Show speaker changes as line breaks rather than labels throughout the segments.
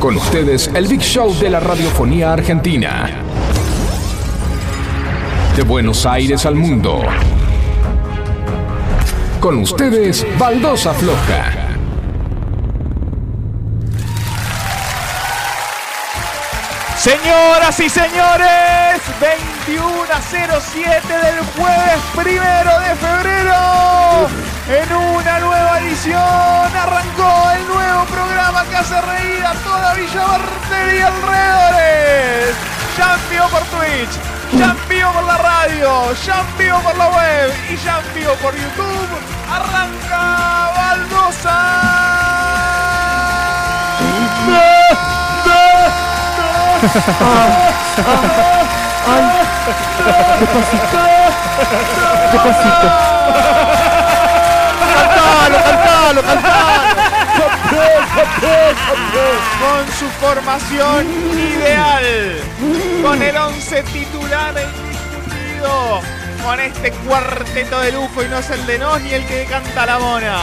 con ustedes el Big Show de la radiofonía argentina. De Buenos Aires al mundo. Con ustedes, Baldosa Floja.
Señoras y señores, 21 a 07 del jueves primero de febrero. En una nueva edición arrancó el nuevo programa que hace reír a toda Villa Barteri y alrededores. Ya en vivo por Twitch, ya en vivo por la radio, ya en vivo por la web y ya en vivo por YouTube. Arranca Baldosa.
Despacito.
Cantalo, cantalo, cantalo. Con su formación ideal, con el 11 titular indiscutido, con este cuarteto de lujo y no es el de Nos ni el que canta la mona.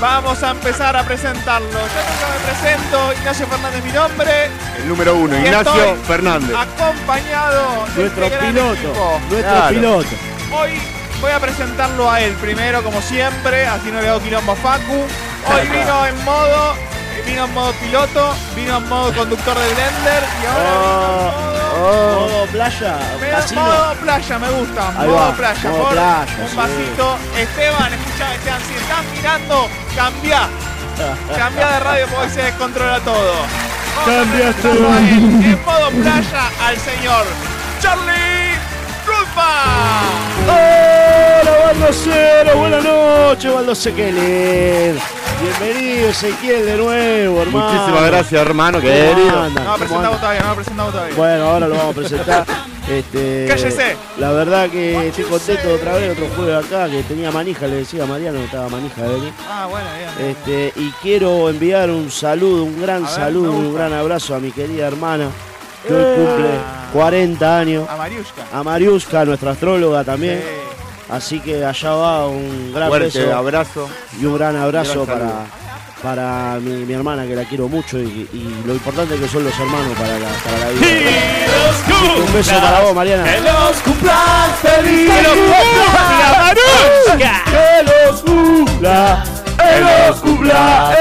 Vamos a empezar a presentarlo. Yo nunca me presento, Ignacio Fernández mi nombre,
El número uno,
Y
Ignacio
estoy
Fernández.
acompañado de
Nuestro
este gran
piloto.
equipo.
Nuestro
Claro.
piloto.
Hoy voy a presentarlo a él primero, como siempre, así no le hago quilombo a Facu. Hoy vino en modo, vino en modo piloto, vino en modo conductor de blender y ahora vino en modo,
Oh, Modo playa.
me-
Casino.
modo playa, me gusta,
Ahí
modo
va,
playa,
modo
por
playa,
un
sí.
vasito. Esteban, escucha, Esteban, si estás mirando, cambia, cambia de radio porque se descontrola todo. Vamos a
Cambia
presentarlo
todo.
a él, En modo playa al señor Charlie Rufa.
Hola, Baldocero. Buenas noches, Baldoce Keller. Bienvenido, Ezequiel, de nuevo, hermano.
Muchísimas gracias, hermano,
¿Cómo
querido.
andan?
No lo
¿Cómo
presentamos
andan?
todavía, no lo presentamos todavía.
Bueno, ahora lo vamos a presentar. Este,
Cállese.
La verdad que estoy contento de otra vez, otro jueves acá, que tenía manija, le decía a Mariano que estaba manija de venir.
Ah, bueno, bien.
Este, y quiero enviar un saludo, un gran
A ver,
saludo
me
y un
gusta. Eh.
gran abrazo a mi querida hermana, que hoy cumple 40 años.
A Mariushka.
A Mariuska, nuestra astróloga también.
Eh,
Así que allá va un gran
Fuerte
beso
abrazo.
y un gran abrazo
gran
para, para mi, mi hermana, que la quiero mucho y, y lo importante que son los hermanos para la, para la vida. Un beso para vos, Mariana.
los cumplas feliz. Que los cumplas Mariushka.
¡Que los cumpla! ¡Que los cumpla!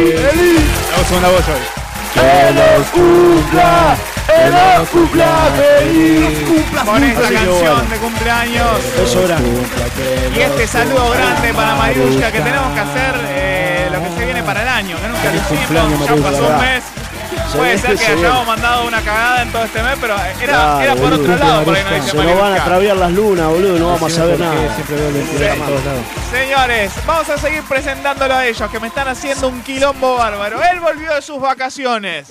Vamos a una voz hoy.
¡Que los cumpla! ¡Que los cumpla feliz!
Con esta
Así que
canción
bueno.
de cumpleaños
Eso grande.
y este saludo grande para Mariushka que tenemos que hacer eh, lo que se viene para el año, que nunca lo hicimos,
cumpleaños,
ya
Mariushka,
pasó un
¿verdad?
mes.
Se
Puede
ve
ser
que
que
se ve.
hayamos mandado una cagada en todo este mes, pero era,
Claro,
era por
boludo.
otro lado, por ahí nos dice
Se nos van a
Mariushka.
atraviar las lunas, boludo, no vamos a saber nada.
Señores, vamos a seguir presentándolo a ellos, que me están haciendo un quilombo bárbaro. Él volvió de sus vacaciones.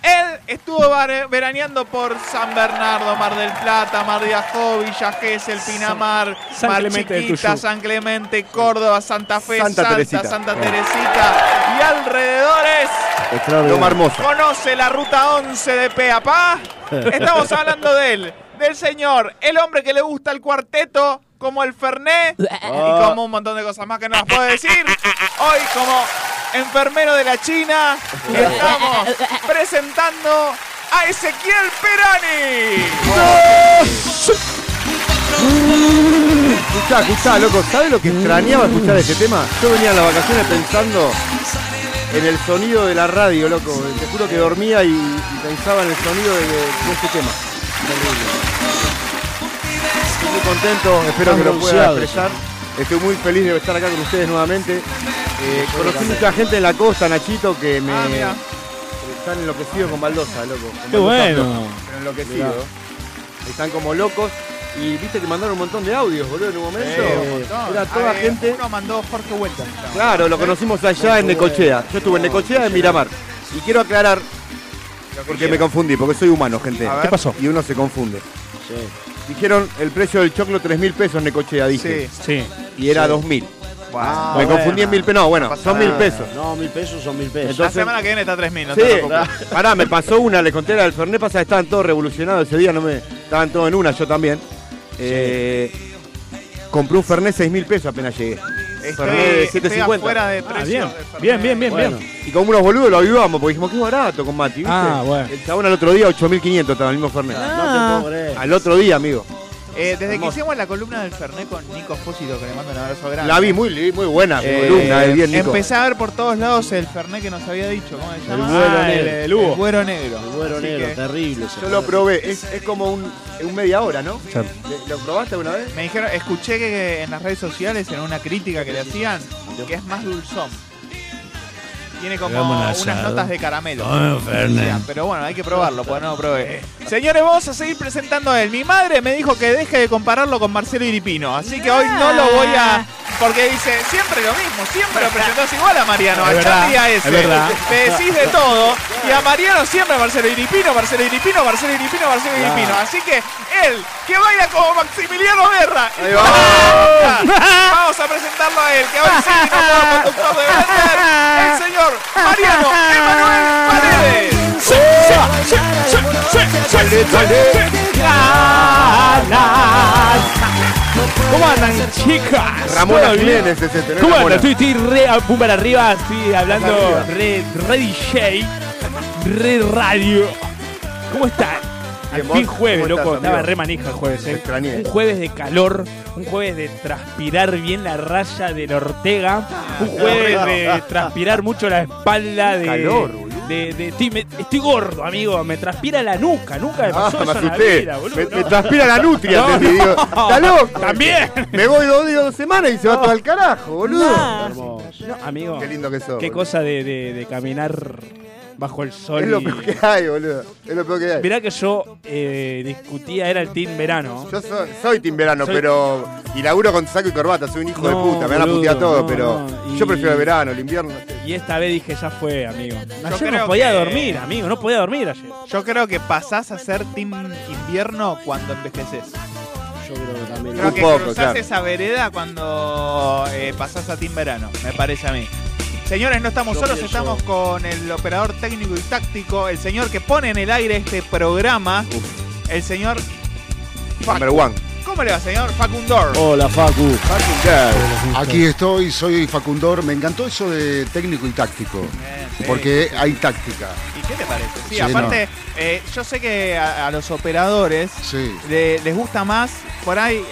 Él estuvo vare- veraneando por San Bernardo, Mar del Plata, Mar de Ajó, Villa Gesell, Pinamar,
San
Mar
Clemente del
Chiquita,
Tuyú.
San Clemente, Córdoba, Santa Fe, Santa,
Santa
Santa Teresita,
Teresita.
y alrededores.
Loma
Extraordinario.
hermosa.
Conoce la ruta 11 de Peapá. Estamos hablando de él, del señor, el hombre que le gusta el cuarteto como el Ferné y como un montón de cosas más que no las puedo decir. Hoy como enfermero de la China estamos presentando a Ezequiel Perani.
Escuchá, escuchá, loco. ¿Sabes lo que extrañaba escuchar este tema? Yo venía en las vacaciones pensando en el sonido de la radio, loco. Te juro que dormía y, y pensaba en el sonido de, de este tema. Terrible. Estoy muy contento, espero que lo pueda
bronceado,
expresar. Estoy muy feliz de estar acá con ustedes nuevamente. Eh, conocí mucha gente en la costa, Nachito, que me,
Ah, mira.
Están enloquecidos con baldosa, loco. Con
Qué
baldosa
bueno.
floja, Pero enloquecidos. Están como locos. Y viste que mandaron un montón de audios, boludo, en un momento. Era toda
Ah, eh,
gente.
Uno mandó Jorge Huerta.
Claro, lo conocimos allá en Necochea. Yo estuve en Necochea y en Miramar. Y quiero aclarar, porque me confundí, porque soy humano, gente.
A ver. ¿Qué pasó?
Y uno se confunde.
Sí.
Dijeron el precio del choclo 3 mil pesos en Necochea, dije.
Sí.
Sí.
Y era 2 mil.
Ah,
me
bueno.
confundí en mil pesos. No, bueno, son mil
Ah,
pesos.
No, mil pesos son mil pesos.
La
Entonces-
semana que viene está 3.000, no
Sí,
te preocupes.
pará, me pasó una, le conté la del Fernet, pasa que estaban todos revolucionados ese día, no me, estaban todos en una, yo también. Eh, compré un Fernet 6 mil pesos apenas llegué.
Estoy,
Fernet de
estoy
7.50.
afuera de precio. de
Ah, bien,
Fernet.
bien, bien, bien,
Bueno,
bien.
Y como unos boludos lo avivamos, porque dijimos que es barato con Mati, ¿viste?
Ah, bueno.
El chabón al otro día 8.500 estaba el mismo Fernet.
no te puedo creer.
Ah.
Al otro día, amigo.
Eh, desde que
Hermoso.
hicimos la columna del Fernet con Nico Espósito, que le mando un abrazo grande.
La vi muy, muy buena,
Eh,
columna, eh, bien, Nico.
Empecé a ver por todos lados el Fernet que nos había dicho. ¿Cómo se llama?
Güero
Ah, el-
Negro.
El Hugo. El Güero Negro.
El güero
Así
negro,
que
terrible. ese
Yo lo
güero.
probé, es, es como un, un media hora, ¿no?
Ya.
¿Le- ¿Lo probaste alguna vez?
Me dijeron, escuché que en las redes sociales, en una crítica que le hacían, que es más dulzón. Tiene como
Hagamos un
unas
asado.
notas de caramelo.
Toma, Fernet.
Decían, Pero bueno, hay que probarlo, porque no lo probé. Señores, vamos a seguir presentando a él. Mi madre me dijo que deje de compararlo con Marcelo Iripino, así que hoy no lo voy a... Porque dice, siempre lo mismo, siempre lo presentás igual a Mariano,
Es
a
verdad,
Charlie y a ese.
es verdad.
Te decís de todo. Y a Mariano siempre Marcelo Iripino, Marcelo Iripino, Marcelo Iripino, Marcelo Iripino. Así que él, que baila como Maximiliano Guerra.
Ahí va.
Vamos a presentarlo a él, que hoy sí no puedo conductor de Blender, el señor Mariano Emanuel Paredes.
¿Cómo andan, chicas?
Ramona
¿Todo bien?
Jiménez es este, ¿no?
¿Cómo
Ramona.
andan? Estoy, estoy re a pum para arriba, estoy hablando
Para arriba.
re, re DJ, re radio. ¿Cómo están? Al
Bien,
fin
vos,
jueves,
¿cómo estás,
loco. Estaba
amigo?
re manija el jueves,
Te
eh.
extrañé.
Un jueves de calor, un jueves de transpirar bien la raya del Ortega,
Ah,
un jueves de transpirar mucho la espalda de.
Calor, boludo.
de- de- estoy, me- estoy gordo, amigo. Me transpira la nuca. Nunca me
Ah,
pasó
me
eso en la
asusté.
vida, boludo.
me, me
no.
transpira la nutria,
No,
te digo.
no.
¿Está loco?
También.
Me voy dos días, dos semanas y se va todo al carajo, boludo.
Hermoso.
No, amigo.
Qué lindo que sos.
Qué
boludo.
cosa de, de- de caminar bajo el sol.
Es lo
y-
peor que hay, boludo. Es lo peor que hay.
Mirá que yo eh, discutía, era el team verano.
Yo soy, soy timberano,
Soy-
pero. Y laburo con saco y corbata, soy un hijo
No,
de puta, me van a
boludo,
putear todo,
no,
pero.
no, y-
Yo prefiero el verano, el invierno. no sé.
Y esta vez dije, ya fue, amigo. Ayer
creo
no podía
que-
dormir, amigo, no podía dormir ayer.
Yo creo que pasás a ser Team Invierno cuando envejeces.
Yo creo que también.
Creo
Un
que
poco,
cruzás
claro.
esa vereda cuando eh, pasás a Team Verano, me parece a mí. Señores, no estamos
Yo
solos,
pienso-
estamos con el operador técnico y táctico, el señor que pone en el aire este programa, el señor... Facu.
Number one.
¿Cómo le va, señor? Facundor.
Hola, Facu.
Fucking girl.
Aquí estoy, soy Facundor. Me encantó eso de técnico y táctico,
Bien, sí.
porque hay táctica.
¿Y qué te parece? Sí,
Sí,
aparte, eh, yo sé que a, a los operadores
Sí.
le- les gusta más por ahí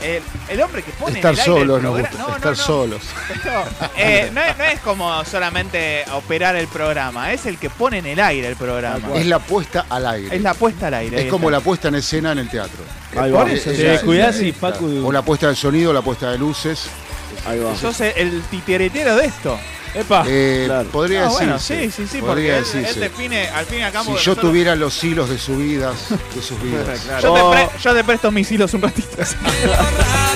el, el hombre que pone en
Estar
el aire el
solos nos
programa-
gusta,
No, no,
estar
no.
solos.
Esto, eh, no, es, no es como solamente operar el programa, es el que pone en el aire el programa.
Es la puesta al aire.
Es la puesta al aire.
Es
ahí
como
está.
la puesta en escena en el teatro.
Ahí va.
Eh,
Ahí
es
Te
la-
descuidás
es la-
y Facu-
O la puesta de sonido, la puesta de luces.
va.
Sos el- el titiritero de esto.
Epa,
Eh,
claro.
Podría
Ah, bueno,
decirse,
sí, sí, sí, porque
podría
él, él
decirse.
define, al fin y al cabo.
si yo
nosotros-
tuviera los hilos de sus vidas, de sus vidas.
Yo te,
Oh.
pre- yo te presto mis hilos un ratito.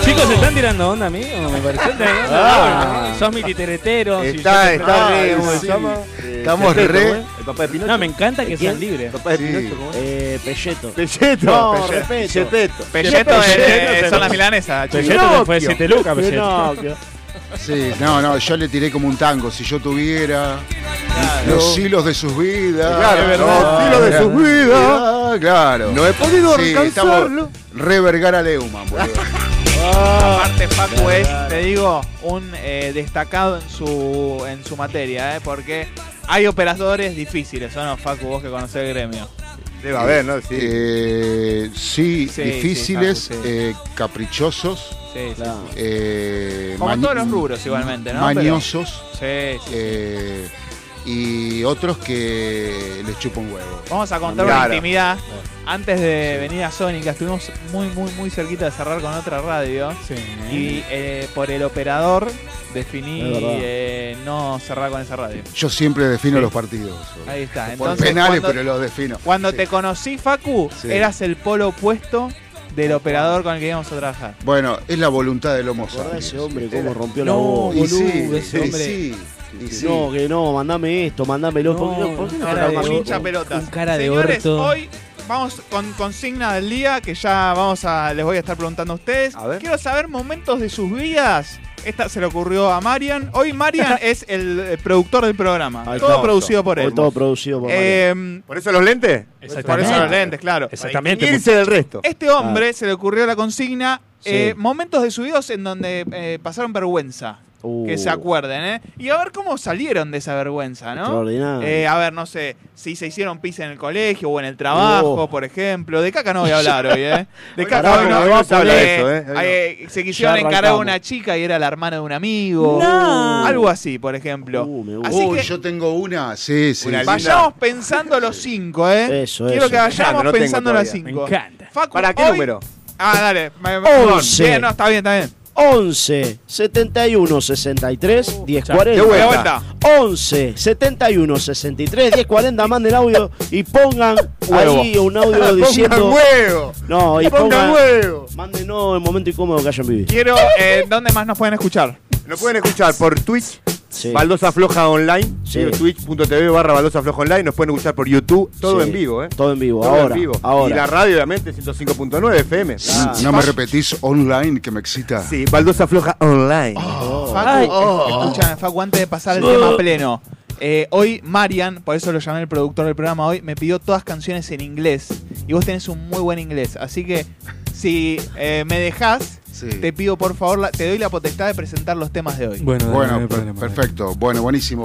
chicos, ¿se están tirando onda a mí? ¿O me pareció?
Ah.
Sos mi titeretero. si
Está-
yo te-
está re-
¿cómo se
sí.
llama?
Eh,
Estamos
Pepeto,
re-
¿cómo es? El papá de Pinocho.
No, me encanta que
¿Quién?
sean libres.
papá de
Sí.
Pinocho, ¿cómo es?
Eh, Pelleto.
Pelleto.
No,
Pelleto.
respeto.
Pelleto.
Pelleto
Pelleto,
eh,
Pelleto.
son las milanesas. chicos.
Pelleto te fue de siete lucas, Pelleto.
Pinocchio.
Sí, no, no, yo le tiré como un tango. Si yo tuviera los hilos de sus vidas.
Claro,
los
los hilos de sus
vidas. Claro.
No he podido
Sí,
alcanzarlo.
estamos re Vergara Leumann, boludo.
Aparte, Facu es, te digo, un eh, destacado en su, en su materia, eh, porque hay operadores difíciles, ¿o no, Facu? Vos que conocés el gremio.
Debe haber, ¿no? Sí.
Eh, sí,
Sí,
difíciles,
sí, Facu, sí.
eh, caprichosos,
Sí, sí.
Claro.
eh,
Como en
mañ-
todos los rubros, igualmente, ¿no?
mañosos
Pero- sí, sí.
eh, y otros que les chupa un huevo.
Vamos a contar
Claro.
una intimidad. Antes de venir a Sónica, estuvimos muy, muy, muy cerquita de cerrar con otra radio. Y eh, por el operador
Es
definí
verdad.
eh, no cerrar con esa radio.
Yo siempre defino los partidos.
Ahí está.
Por
Entonces,
penales,
cuando-
pero los defino.
Cuando
Sí.
te conocí, Facu,
Sí.
eras el polo opuesto del operador con el que íbamos a trabajar.
Bueno, es la voluntad del Homo
¿Te acordás de ese
sapiens.
hombre cómo rompió la
No,
voz?
Y
boludo,
sí,
ese
y
hombre.
sí, y sí.
No, que no, mandame esto, mandámelo. ¿Por qué no- ¿Por qué no
cara
te
de
armas
orto.
hincha pelotas.
Con cara de
Señores,
orto.
hoy vamos con consigna del día que ya vamos a les voy a estar preguntando a ustedes.
A ver.
Quiero saber momentos de sus vidas. Esta se le ocurrió a Marian. Hoy Marian es el eh, productor del programa.
Ahí
todo
está.
producido por
Hoy
él.
todo producido por Mariano.
Eh,
¿Por eso los lentes?
por eso los
Exactamente.
lentes, claro.
Exactamente.
Irse del resto.
Este hombre se le ocurrió la consigna
Ah. Sí.
eh, momentos de sus vidas en donde eh, pasaron vergüenza. que
Uh.
se acuerden, ¿eh? Y a ver cómo salieron de esa vergüenza, ¿no?
Extraordinario.
Eh, a ver, no sé, si se hicieron pis en el colegio o en el trabajo,
Uh.
por ejemplo. De caca no voy a hablar hoy, ¿eh? De caca
Carajo,
hoy
hoy
no
no se habla de eso, ¿eh? Hoy no.
eh, se quisieron
Ya
encarar a
arrancamos.
una chica y era la hermana de un amigo.
No.
Algo así, por ejemplo.
Uh, me gusta.
así
Uy,
que
yo tengo una. Sí, sí.
Una
sí.
linda.
vayamos pensando los cinco, ¿eh?
Eso,
Quiero
eso.
que vayamos
Ah, no tengo
pensando los
todavía.
Me
cinco.
encanta.
Facu,
¿Para qué
hoy-
número?
Ah, dale. me-
Once.
Bien, no, está bien, está bien.
11 71 63
De
1040.
vuelta.
11 71 63 1040. Manden audio y pongan
Huevo.
ahí un audio
¡Pongan
diciendo.
huevo!
No, y
¡Pongan
pongan.
huevo!
Mándenos el momento incómodo que hayan vivido.
Quiero, eh, ¿dónde más nos pueden escuchar?
Lo pueden escuchar por Twitch,
Sí.
Baldosa Floja Online,
Sí.
digo, twitch.tv barra Baldosa Floja Online, nos pueden escuchar por YouTube, todo
Sí,
en vivo, ¿eh?
Todo en vivo,
Todo
ahora.
en vivo.
Ahora.
Y la radio, obviamente, 105.9 FM.
Ah.
No me repetís online que me excita.
Sí, Baldosa Floja Online.
Oh, Facu, eh,
Oh.
escúchame, Facu, antes de pasar el tema pleno. eh, hoy Marian, por eso lo llamé el productor del programa hoy, me pidió todas canciones en inglés. Y vos tenés un muy buen inglés. Así que si eh, me dejás,
Sí.
te pido por favor, la- te doy la potestad de presentar los temas de hoy.
Bueno,
Bueno, perfecto, bueno, buenísimo.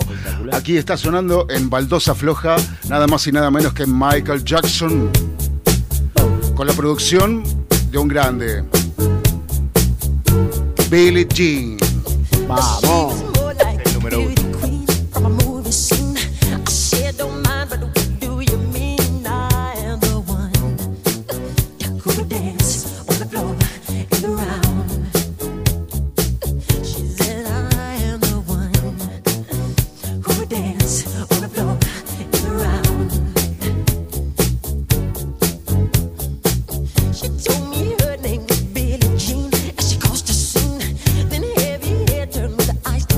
Aquí está sonando en Baldosa Floja, nada más y nada menos que Michael Jackson, con la producción de un grande, Billie Jean.
Vamos.
She told me her name was Billie Jean, and she caused a scene. Then heavy hair turned with ice to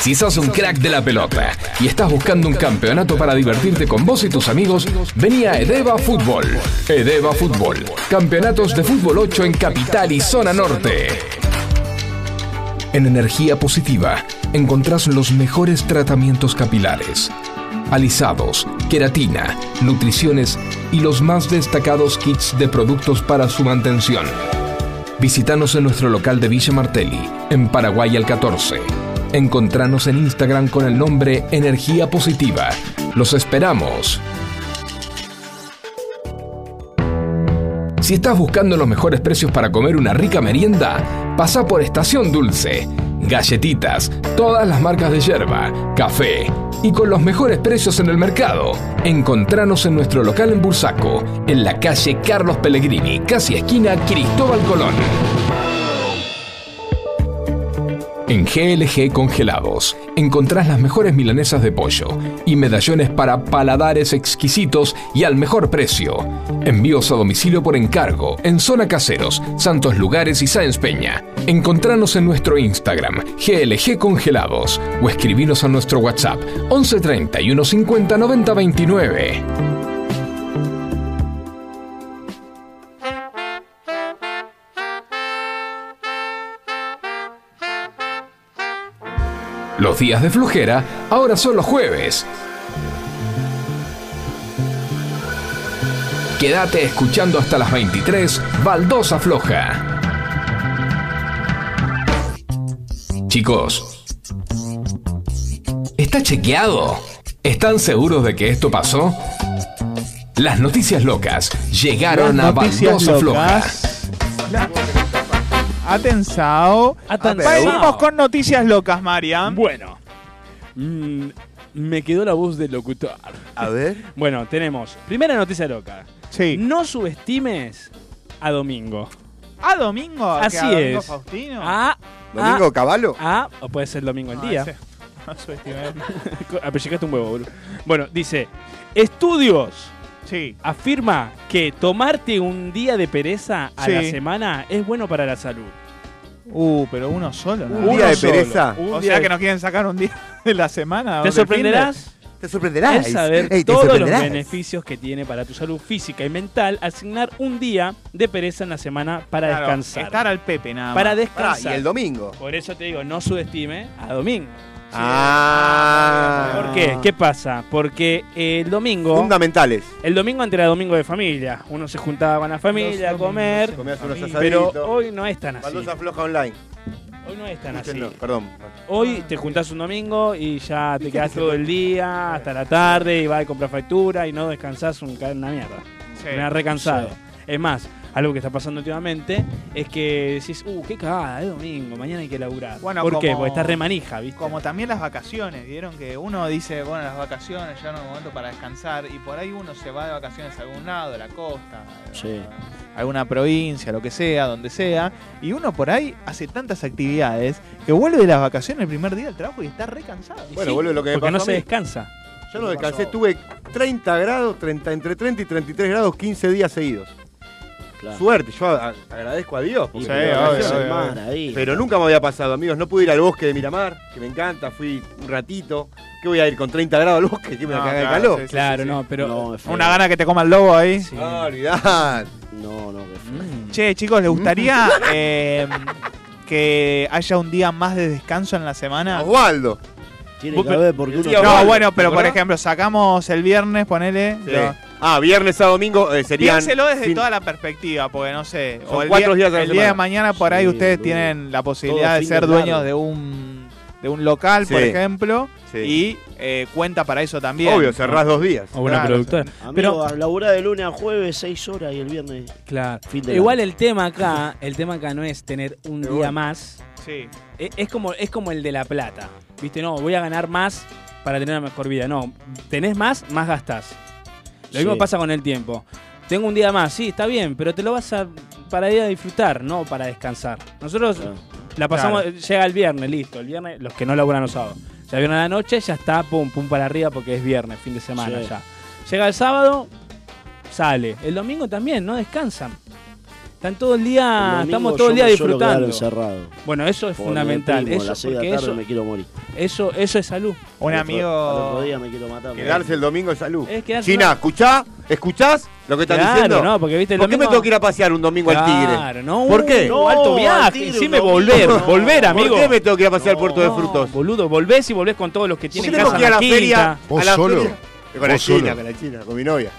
Si sos un crack de la pelota y estás buscando un campeonato para divertirte con vos y tus amigos, vení a Edeva Fútbol. Edeva Fútbol. Campeonatos de fútbol 8 en Capital y Zona Norte. En Energía Positiva encontrás los mejores tratamientos capilares. Alisados, queratina, nutriciones y los más destacados kits de productos para su mantención. Visítanos en nuestro local de Villa Martelli, en Paraguay al 14. Encontranos en Instagram con el nombre Energía Positiva. Los esperamos. Si estás buscando los mejores precios para comer una rica merienda, pasa por Estación Dulce. Galletitas, todas las marcas de yerba, café y con los mejores precios en el mercado. Encontranos en nuestro local en Bursaco, en la calle Carlos Pellegrini, casi esquina Cristóbal Colón. En GLG Congelados encontrás las mejores milanesas de pollo y medallones para paladares exquisitos y al mejor precio. Envíos a domicilio por encargo en Zona Caseros, Santos Lugares y Sáenz Peña. Encontranos en nuestro Instagram GLG Congelados o escribinos a nuestro WhatsApp 11 31 50 90 29. Los días de flojera ahora son los jueves. Quédate escuchando hasta las 23, Baldosa Floja. Chicos, ¿está chequeado? ¿Están seguros de que esto pasó? Las noticias locas llegaron a Baldosa Floja.
Atensado.
Atensao.
Venimos con noticias locas, Mariam.
Bueno, mm, me quedó la voz del locutor.
A ver.
Bueno, tenemos. Primera noticia loca.
Sí.
No subestimes a Domingo.
¿A domingo? ¿Que
Así
a domingo
es. Ah.
Faustino?
A.
¿Domingo Caballo?
A. O puede ser Domingo el
No,
día.
ese- no subestimé.
Apellicaste un huevo, boludo. Bueno, dice: Estudios
Sí.
afirma que tomarte un día de pereza a
Sí.
la semana es bueno para la salud.
Uh, pero uno solo. ¿no?
Un día de pereza.
Un
o
día
sea
de-
que nos quieren sacar un día de la semana. o
Te
del fin
sorprenderás
Te sorprenderás.
al saber
Ey, te
todos los
sorprenderás.
beneficios que tiene para tu salud física y mental asignar un día de pereza en la semana para
de- Claro,
descansar.
Estar al Pepe nada más.
para
Pará, y
descansar.
el domingo.
Por eso te digo, no subestime a domingo.
Ah.
¿Por qué? ¿Qué pasa? Porque el domingo,
Fundamentales.
el domingo antes era domingo de familia. Uno se juntaba con la familia a
Los domingos
comer,
se
Comías unos
Amigo.
pero
asaditos.
hoy no es tan así.
Baldosa floja online.
Hoy no es tan así.
Escúchenlo, Perdón.
Hoy te juntás un domingo y ya te quedás todo el día hasta la tarde y vas a comprar factura y no descansás un, ca- una mierda.
Sí.
Me ha recansado. Es más, algo que está pasando últimamente es que decís, uh, qué cagada, es domingo, mañana hay que laburar.
Bueno,
¿Por qué?
como-
Porque estás remanija, ¿viste?
Como también las vacaciones, vieron que uno dice, bueno, las vacaciones ya no es momento para descansar y por ahí uno se va de vacaciones a algún lado, a la costa, a-
Sí.
a alguna provincia, lo que sea, donde sea, y uno por ahí hace tantas actividades que vuelve de las vacaciones el primer día del trabajo y está recansado.
Y
Bueno, vuelve lo que me
Porque no
pasó a
se
mí.
descansa.
Yo no descansé, tuve 30 grados, 30, entre 30 y 33 grados, 15 días seguidos.
Claro.
Suerte, yo a- a- agradezco a Dios. porque
Y
Ah. Sí,
me dio
obvio,
pero es
vacaciones.
el
obvio,
mar ahí.
Pero nunca me había pasado, amigos. No pude ir al bosque de Miramar, que me encanta, fui un ratito. ¿Qué voy a ir con 30 grados al bosque? ¿Qué me la
No,
caga de
claro,
calor?
sí, sí,
claro,
sí, sí.
no, pero.
no, es feo.
Una gana que te coma el lobo ahí.
Sí.
Ah, olvidad.
No, no, que feo.
Che, chicos, ¿les gustaría eh, que haya un día más de descanso en la semana?
Osvaldo.
Tiene
Vos
que
con-
haber porque
el
uno.
día
No,
Osvaldo,
bueno,
¿te
pero por
acordás?
ejemplo, sacamos el viernes, ponele.
Sí.
lo-
Ah, viernes a domingo eh, serían.
Piénselo desde
fin-
toda la perspectiva, porque no sé.
Son
el
cuatro
día,
días a la
el día de
semana.
mañana por ahí
Sí,
ustedes
boludo.
tienen la posibilidad
Todo
de
fin
ser
de
dueños
largo.
de un de un local, por
Sí.
ejemplo,
Sí.
y eh, cuenta para eso también.
Obvio, cerrás dos días.
O una
Claro,
productora.
Amigo,
Pero,
a laburar de lunes a jueves, 6 horas y el viernes.
claro.
Fin de
Igual
año.
el tema acá, el tema acá no es tener un
Pero
día
bueno.
más.
Sí.
E- Es como, es como el de la plata. Viste, no, voy a ganar más para tener una mejor vida. No, tenés más, más gastás. Lo mismo
Sí.
pasa con el tiempo. Tengo un día más, sí, está bien, pero te lo vas a para ir a disfrutar, no para descansar. Nosotros
Claro.
la pasamos, llega el viernes, listo. El viernes, los que no laburan los sábados. Ya viernes a la noche, ya está, pum, pum para arriba porque es viernes, fin de semana
Sí.
ya. Llega el sábado, sale. El domingo también, no descansan. Están todo el día,
El domingo
estamos todo
yo
el día
me suelo quedar
disfrutando.
encerrado.
Bueno, eso es
Por
fundamental.
mi primo, a
eso,
las seis de
porque
la tarde
eso,
me quiero morir.
eso, eso es salud.
Un
Al otro- Al
amigo.
otro día me quiero matar.
Quedarse el domingo en salud.
Es quedarse
China,
una-
¿escuchás? ¿Escuchás lo que están
Claro,
diciendo?
no, porque, viste,
¿Por
lo
qué me
mismo-
tengo que ir a pasear un domingo al Tigre?
Claro, no,
¿Por qué?
no, alto
No, al
viaje,
Tigre,
encima
no,
volver,
no.
volver, amigo.
¿Por qué me tengo que ir a pasear al Puerto de
No,
Frutos?
Boludo, volvés y volvés con todos los que
¿Por qué
tienen
tengo
casa
que ir a
en
la
la quinta.
feria?
¿Vos
a la
solo?
feria? Con la
¿Vos
China,
solo?
con la China, con mi novia.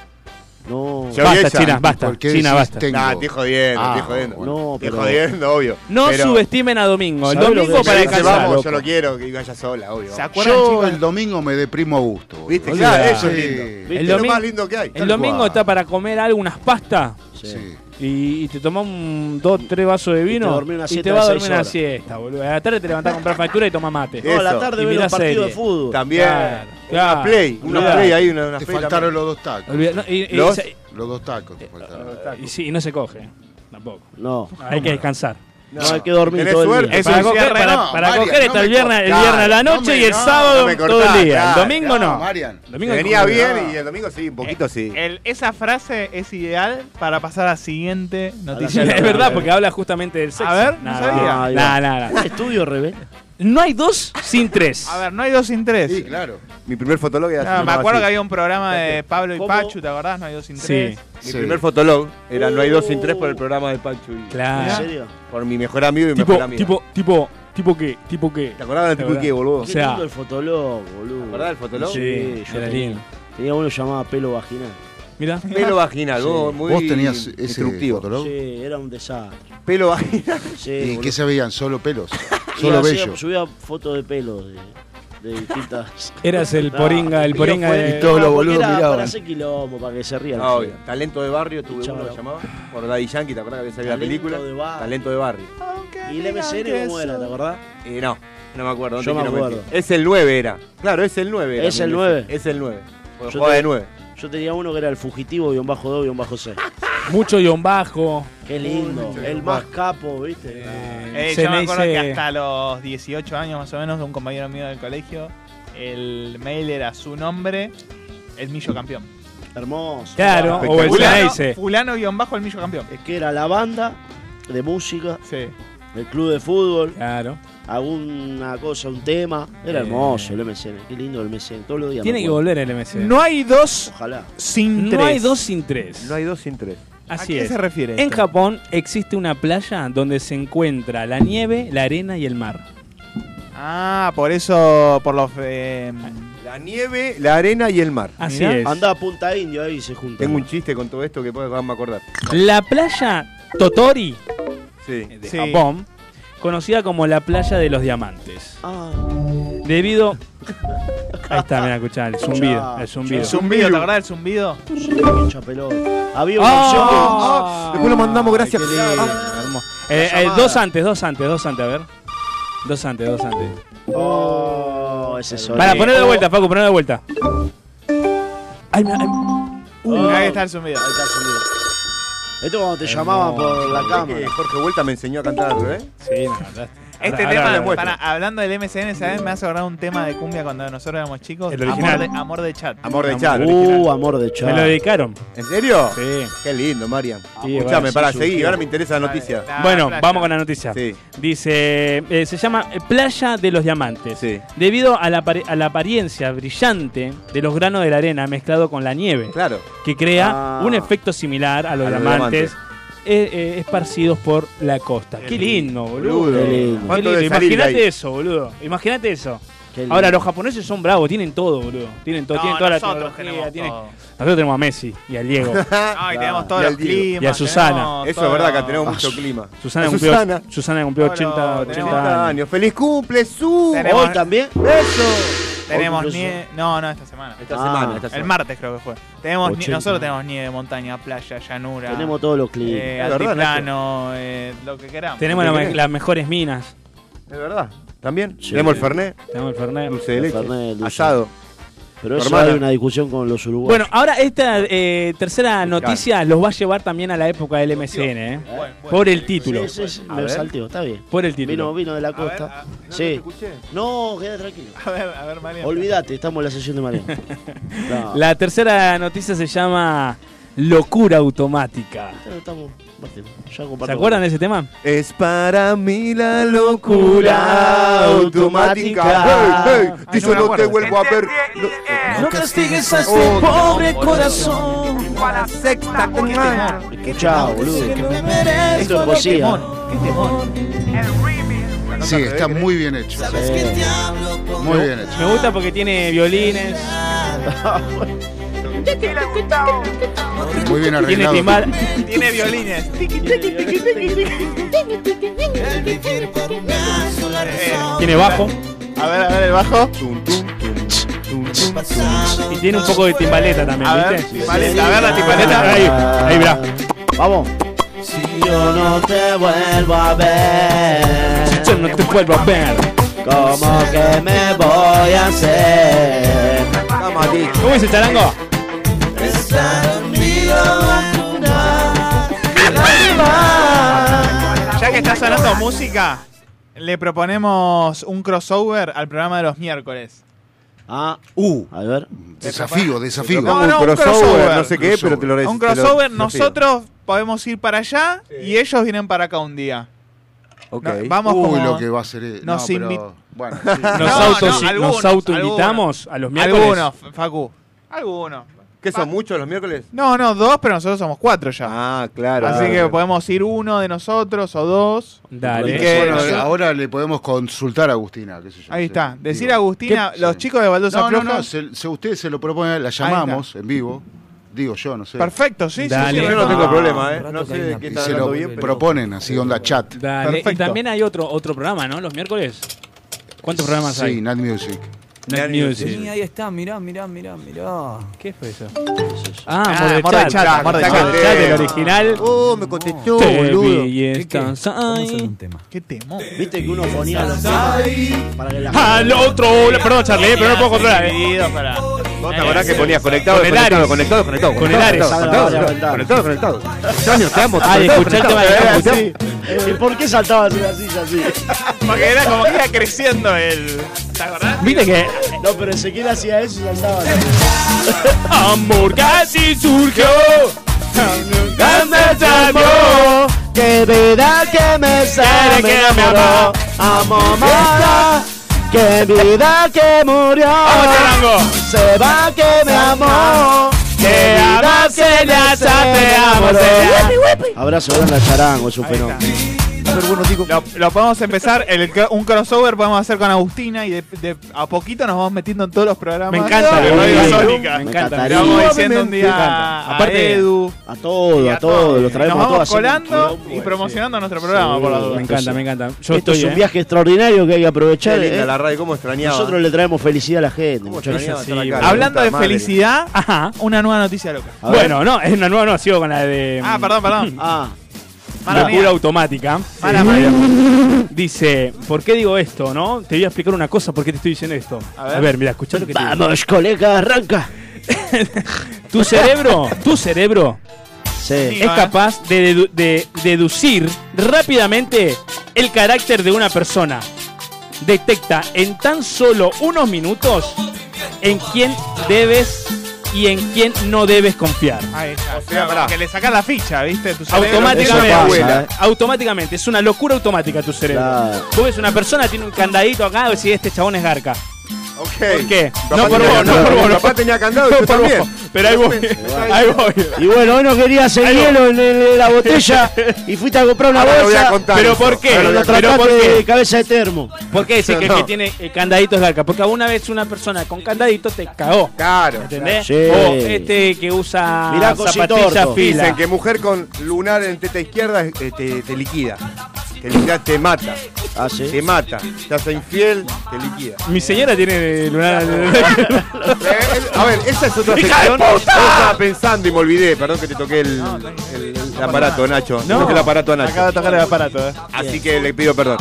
No,
Yo-
Basta,
Esa.
China, basta.
¿Por qué
China,
decís
basta.
tengo?
Nah, estoy jodiendo,
Ah,
estoy jodiendo.
bueno.
No,
estoy
pero-
jodiendo, obvio.
No
Pero-
subestimen a domingo. El
¿Sabés lo
domingo
que
para
Me dice,
descansar.
vamos, yo
loco.
no quiero que vaya sola, obvio.
¿Se acuerdan,
Yo
chicos?
el domingo me deprimo a gusto. boludo.
¿Viste?
Olvidá.
Claro, eso es
Sí.
lindo.
El
Es lo
domi-
más lindo que hay.
El domingo
cual.
está para comer algo, unas pastas.
sí.
Sí.
Y, y te tomás un, dos, tres vasos de vino.
dormí una
Y te
siesta
va a
de
dormir
seis
una
horas.
siesta, boludo. A la tarde te levantás a comprar factura y tomás mate.
No, a la
Eso.
tarde
Y
ver
mirá
un partido
serie.
de fútbol.
También.
Claro,
una
claro.
play, una
Olvidá.
play ahí, una, una
Te
play
faltaron
también.
los dos tacos.
Olvidá- no, y, Eh, y-
Los-
y-
Los dos tacos te faltaron.
y sí, y no se coge. Tampoco.
No,
Hay que descansar.
no, hay que dormir
Tenés
todo el
suerte.
día.
Eso
para
es
coger,
cierre,
para-
no,
para
Marian,
coger está
no me
el viernes, el
cortás,
viernes a la
no
noche
me-
y el
no,
sábado
no me cortás,
todo el día.
claro,
el domingo
No,
no.
Marian.
El domingo
Venía
no.
bien y el domingo sí, un poquito sí.
Eh, El- esa frase es ideal para pasar a la siguiente
Sí,
noticia.
es verdad, porque habla justamente del sexo.
A ver, no
Nah,
sabía.
nah, nah, nah, nah.
Un estudio revela.
No hay dos sin tres.
A ver, no hay dos sin tres.
Sí, claro.
Mi primer fotólogo era
Ah,
así,
me
llamaba
acuerdo
así.
que había un programa de Pablo y
¿Cómo?
Pachu, ¿te acordás? No hay dos sin
Sí,
tres.
Mi
Sí.
primer fotólogo era No hay dos sin tres por el programa de Pancho. y-
Uh. ¿En
claro.
serio?
Por mi mejor amigo y mi mejor
Tipo,
amiga.
tipo, tipo, tipo qué, tipo qué.
¿Te acordás del tipo y
verdad.
qué, boludo?
O
Qué
sea-
lindo el fotolog, boludo.
¿Verdad el fotolog?
Sí, yo
era
tenía.
lindo.
Tenía uno llamado pelo vaginal.
Mira,
Pelo vaginal,
Sí.
vos, muy
Vos tenías ese
instructivo.
fotolog.
Sí, era un desastre.
Pelo vaginal.
Sí,
¿Y
boludo.
qué se veían? Solo pelos.
Y
Solo
hacía-
bello.
Subía fotos de pelo de, de distintas.
eras el
No,
poringa, el
tío,
poringa
fue-
de...
y todo. Todos los
porque
boludos
era
miraban.
Para hacer quilombo, para que se rían.
Ah, obvio. Talento de barrio, tuve
Chao,
uno que
no.
llamaba. Por Daddy Yankee, ¿te acordás que había salido
Talento
la película?
de barrio.
Talento de barrio.
¿Y el MCN cómo era, te acordás?
Eh, no, no me acuerdo. no
Yo
te
me
quiero
acuerdo.
mentir. Es el 9 era. Claro, es el 9. era,
Es el
mi
9.
Es el 9. Porque
Yo
jugaba
te-
de 9.
Yo tenía uno que era el fugitivo, guión bajo 2, guión bajo 6.
Mucho guión bajo.
Qué lindo. el más capo, ¿viste? Ah.
Eh, yo me
CNIC.
acuerdo que hasta los 18 años más o menos de un compañero mío del colegio, el mail era su nombre, el millo campeón.
Hermoso.
Claro, o el eh.
Espectacular.
Ceneice.
fulano guión bajo el millo campeón.
Es que era la banda de música,
Sí.
del club de fútbol,
Claro.
alguna cosa, un tema. Era
Eh.
hermoso el MCN. Qué lindo el MCN. Todos los días.
Tiene
me
que
acuerdo.
volver el MCN.
No hay dos
Ojalá.
sin tres.
No hay dos sin tres.
No hay dos sin tres.
¿A
Así
qué
es.
se refiere?
En
esto?
Japón existe una playa donde se encuentra la nieve, la arena y el mar.
Ah, por eso, por los. eh,
La nieve, la arena y el mar.
Así
Mirá.
es.
Andaba a Punta Indio ahí y se juntan.
Tengo un chiste con todo esto que puedo me acordar.
La playa Totori
Sí.
de
Sí.
Japón, conocida como la playa de los diamantes,
Ah,
debido Ahí está, mira, escuchá, el zumbido, el zumbido.
el zumbido, ¿te acordás del zumbido?
sí, mucha pelota. Había una opción que-
¡Ah!
Después lo mandamos, gracias. Ah.
Qué lindo, hermoso. Eh, eh, dos antes, dos antes, dos antes, a ver. Dos antes, dos antes.
Oh, ese sonido.
Para, ponerlo de vuelta, Facu, ponerlo de vuelta. Ay, mirá, ay,
Oh,
Ahí
ahí
está
está
el zumbido.
el sonido. Esto cuando te llamaban por la
Que
cámara.
Jorge Vuelta me enseñó a cantar, ¿eh?
sí, no, ya está.
Este tema,
Ahora, ahora, ahora.
demuestra.
pará, hablando del MCN, ¿sabes? Me hace acordar un tema de cumbia cuando nosotros éramos chicos.
El
amor,
original.
de, amor de chat.
Amor de Char.
Uh, amor de
Me lo
chaval.
dedicaron.
¿En serio?
Sí.
Qué lindo, Marian.
Sí,
Escuchame,
bueno,
para
sí,
seguir,
surgió.
ahora me interesa la noticia.
La
Bueno,
playa.
vamos con la noticia.
Ah, Sí.
Dice, eh, se llama eh, Playa de los Diamantes.
Sí.
Debido a la, apare- a la apariencia brillante de los granos de la arena mezclado con la nieve,
Claro.
que crea
Ah.
un efecto similar a los
A los
diamantes, eh, eh, esparcidos por la costa.
Uh,
Qué,
Qué
lindo, boludo.
Qué lindo.
Qué
¿Cuánto
lindo.
debe salir de ahí?
Imagínate eso, boludo. Imagínate eso.
Qué lindo.
Ahora, los japoneses son bravos, tienen todo, boludo. Tienen todo,
No,
tienen toda la
nosotros tenemos
tecnología, tienen-
todo.
Nosotros tenemos a Messi y a Diego.
Ay, tenemos todos
Y al
los
Diego.
climas.
Y a Susana.
tenemos
Eso es
todo-
verdad que tenemos mucho clima.
Susana,
A
cumplió,
Susana.
Susana cumplió
Bueno,
80,
tenemos
80 años.
años. ¡Feliz cumple, su!
Tenemos-
Hoy también.
Uh, Tenemos
Incluso.
nieve. No, no, esta semana.
Esta
Ah.
semana, esta
El
semana.
martes creo que fue. Tenemos ni-
80.
nosotros tenemos nieve, montaña, playa, llanura.
Tenemos todos los clips.
eh,
Es verdad,
altiplano, eh, lo que queramos.
Tenemos
¿Qué
la me-
querés?
las mejores minas.
Es verdad. ¿También? Tenemos el Fernet,
Tenemos el Fernet.
dulce de
El
leche,
Fernet, el dulce.
asado.
Pero eso
hermana.
hay una discusión con los
Bueno,
uruguayos.
ahora esta eh, tercera noticia los va a llevar también a la época del MCN, ¿eh?
Bueno, bueno.
Por el título.
Sí, sí, sí,
A
me
ver.
salteo, está bien.
Por el
Vino,
título.
vino de la
ver,
costa.
a-
sí. No, queda tranquilo.
A ver, a ver, María.
Olvídate, estamos en la sesión de Mariano. No.
La tercera noticia se llama Locura automática.
Bueno, estamos, Martín, ya comparto.
¿Se acuerdan de ese tema?
Es para mí la locura automática. Hey, hey, dice
no me
no, te
acuerdo.
vuelvo a ver. No,
No castigues a este
Oh,
pobre corazón.
la secta con
Escuchá, boludo.
Que me
Esto
merezco
es
lo que
poesía.
Sí, está
¿eh?
muy bien hecho.
sabes que te hablo con
Muy bien hecho.
Me gusta porque tiene violines,
Muy bien
tiene
arreglado.
timbal, tiene violines.
el vivir por una sola razón.
Tiene bajo
A ver, a ver, el bajo.
Pasado
y tiene un poco de timbaleta también,
A ver,
¿viste?
tipaleta, a ver la tipaleta.
Ahí, ahí, mirá.
Vamos.
Si yo no te vuelvo a ver,
Yo no te vuelvo a ver.
¿cómo que me voy a
Eh,
hacer?
Vamos, Dick.
¿Cómo es el charango?
Estar hundido en una lágrima.
Ya que está sonando música, le proponemos un crossover al programa de los miércoles.
Ah,
Uh,
a ver.
Desafío, desafío.
tocamos
No, no,
un
un
crossover,
crossover.
no sé qué, pero te lo te lo-
Un crossover,
te lo pido.
nosotros podemos ir para allá y ellos vienen para acá un día.
Ok.
No, vamos
Uy,
como-
lo que va a ser. eh, No,
nos
pero-
invi-
Bueno,
Nos,
No,
auto,
no, algunos,
nos autoinvitamos a los miércoles.
Algunos, Facu. Algunos.
¿Qué
Va-
son muchos los miércoles?
No, no, dos, pero nosotros somos cuatro ya.
Ah, claro.
Así que
claro.
podemos ir uno de nosotros o dos.
Dale.
¿Y qué?
bueno,
no,
ahora le podemos consultar a Agustina. qué sé yo,
Ahí
sí.
está. Decir a
Digo,
Agustina,
¿qué?
los
Sí.
chicos de Baldosa
No, no,
Floja.
no, se, se usted se lo propone, la llamamos en vivo. Digo yo, no sé.
Perfecto, sí, sí,
Dale.
sí.
Yo no
no.
tengo
Ah,
problema, ¿eh? No sé de qué
Y
está
se lo
hablando bien, pero.
proponen así, onda chat.
Dale. Y
Perfecto.
también hay otro, otro programa, ¿no? Los miércoles. ¿Cuántos programas
Sí,
hay?
Nat Music.
Night Music.
Y ahí está, mirá, mirá, mirá, mirá.
¿Qué fue eso? Ah,
Ah,
Mordechat.
Mordechat,
Mordechat,
Mordechat.
Mordechat, el original.
Oh, me contestó,
Te
boludo.
vi y estás ahí.
Qué temor.
Viste que uno ponía los para que la
Al otro, le- perdón Charlie, pero no puedo controlar. eh.
Vos te acordás que ponías conectado,
Con el
desconectado,
Ares.
conectado, conectado.
Con el
conectado,
Ares.
Conectado, conectado. conectado. Sonia, te amo.
Ah, de
conectado,
escuchar el tema
conectado.
de Campos,
Eh,
sí.
Eh, ¿Por qué saltabas una silla así?
Porque era como que iba creciendo el. ¿Te acordás?
Viste que
No, pero Ezequiel hacía eso y saltaba. así.
amor casi surgió.
Que vida que me
Cara
sale
que
que
me
me amó, amo mala. Que vida que murió,
Vamos, Charango.
se va que me amó. Que vida que me hace
eh.
Abrazo grande a Charango, es un fenómeno.
Lo, lo podemos empezar, el, cro- un crossover podemos hacer con Agustina y de, de- a poquito nos vamos metiendo en todos los programas.
Me encanta,
de
boludo.
Radio
Me
Sónica.
encanta.
Le
encantaría.
vamos diciendo un
Me encanta.
día a
Aparte-
Edu.
A todo,
y
a todo, los
Nos
traemos a
vamos
todos.
colando y promocionando nuestro programa, por la duda.
eh, Me encanta, me encanta. Yo
Esto
estoy
es un
eh.
viaje extraordinario que hay que
Qué
aprovechar.
linda
eh.
la radio, cómo extrañaba.
Nosotros le traemos felicidad a la gente,
Cómo
muchachos.
extrañaba estar
Sí,
acá,
boludo.
la
Hablando
puta
de
madre.
felicidad,
Ajá.
una nueva noticia loca.
A ver.
Bueno, no, es una nueva, no, sigo con la de mm,
Ah, perdón, perdón.
Ah,
Mala
locura
mía.
automática.
Mala
Sí.
mía.
Dice, ¿por qué digo esto, no? Te voy a explicar una cosa, ¿por qué te estoy diciendo esto? A ver, mira, escuchá lo que te digo.
vamos, colega, arranca.
Tu cerebro, tu cerebro
Sí.
es capaz de, dedu- de deducir rápidamente el carácter de una persona. Detecta en tan solo unos minutos en quién debes y en quién no debes confiar.
Ahí está.
sea, pará.
que le sacas la ficha, ¿viste? Tu cerebro-
Automáticamente,
Eso pasa, ¿eh?
automáticamente, es una locura automática tu cerebro.
Claro.
Tú ves una persona, tiene un candadito acá, y si este chabón es garca.
Ok.
¿Por qué?
Papá
No por
tenía
vos, no
candado,
por vos,
mi
no
Papá
por-
tenía candado,
no
yo
por vos.
también.
Pero ahí voy, ahí voy.
Y bueno, hoy no quería hacer
Ahí va.
hielo en, el- la botella y fuiste a comprar una
Ahora lo voy a
bolsa.
contar
¿Pero
eso.
por qué?
Ahora
Pero
lo voy
lo
a
Pero ¿por
trataste
qué?
de cabeza de termo.
¿Por qué dice que,
No.
el que tiene eh, candaditos garca? Porque alguna vez una persona con candadito te cagó.
Claro.
¿Entendés?
Sí.
O este que usa
Mirá,
zapatillas
cositorto.
fila.
Dicen que mujer con lunar en teta izquierda eh, te, te liquida. Te liquida, te mata.
Ah, sí.
Te mata. Te hace infiel, te liquida.
Mi señora tiene de lunar.
Eh, eh, A ver, esa es otra
¡Hija de
sección.
puta!
Yo estaba pensando y me olvidé. Perdón que te toqué el, el- el aparato, Nacho. Te toqué el aparato a Nacho.
Acaba de tocar el aparato, ¿eh?
Así que le pido perdón.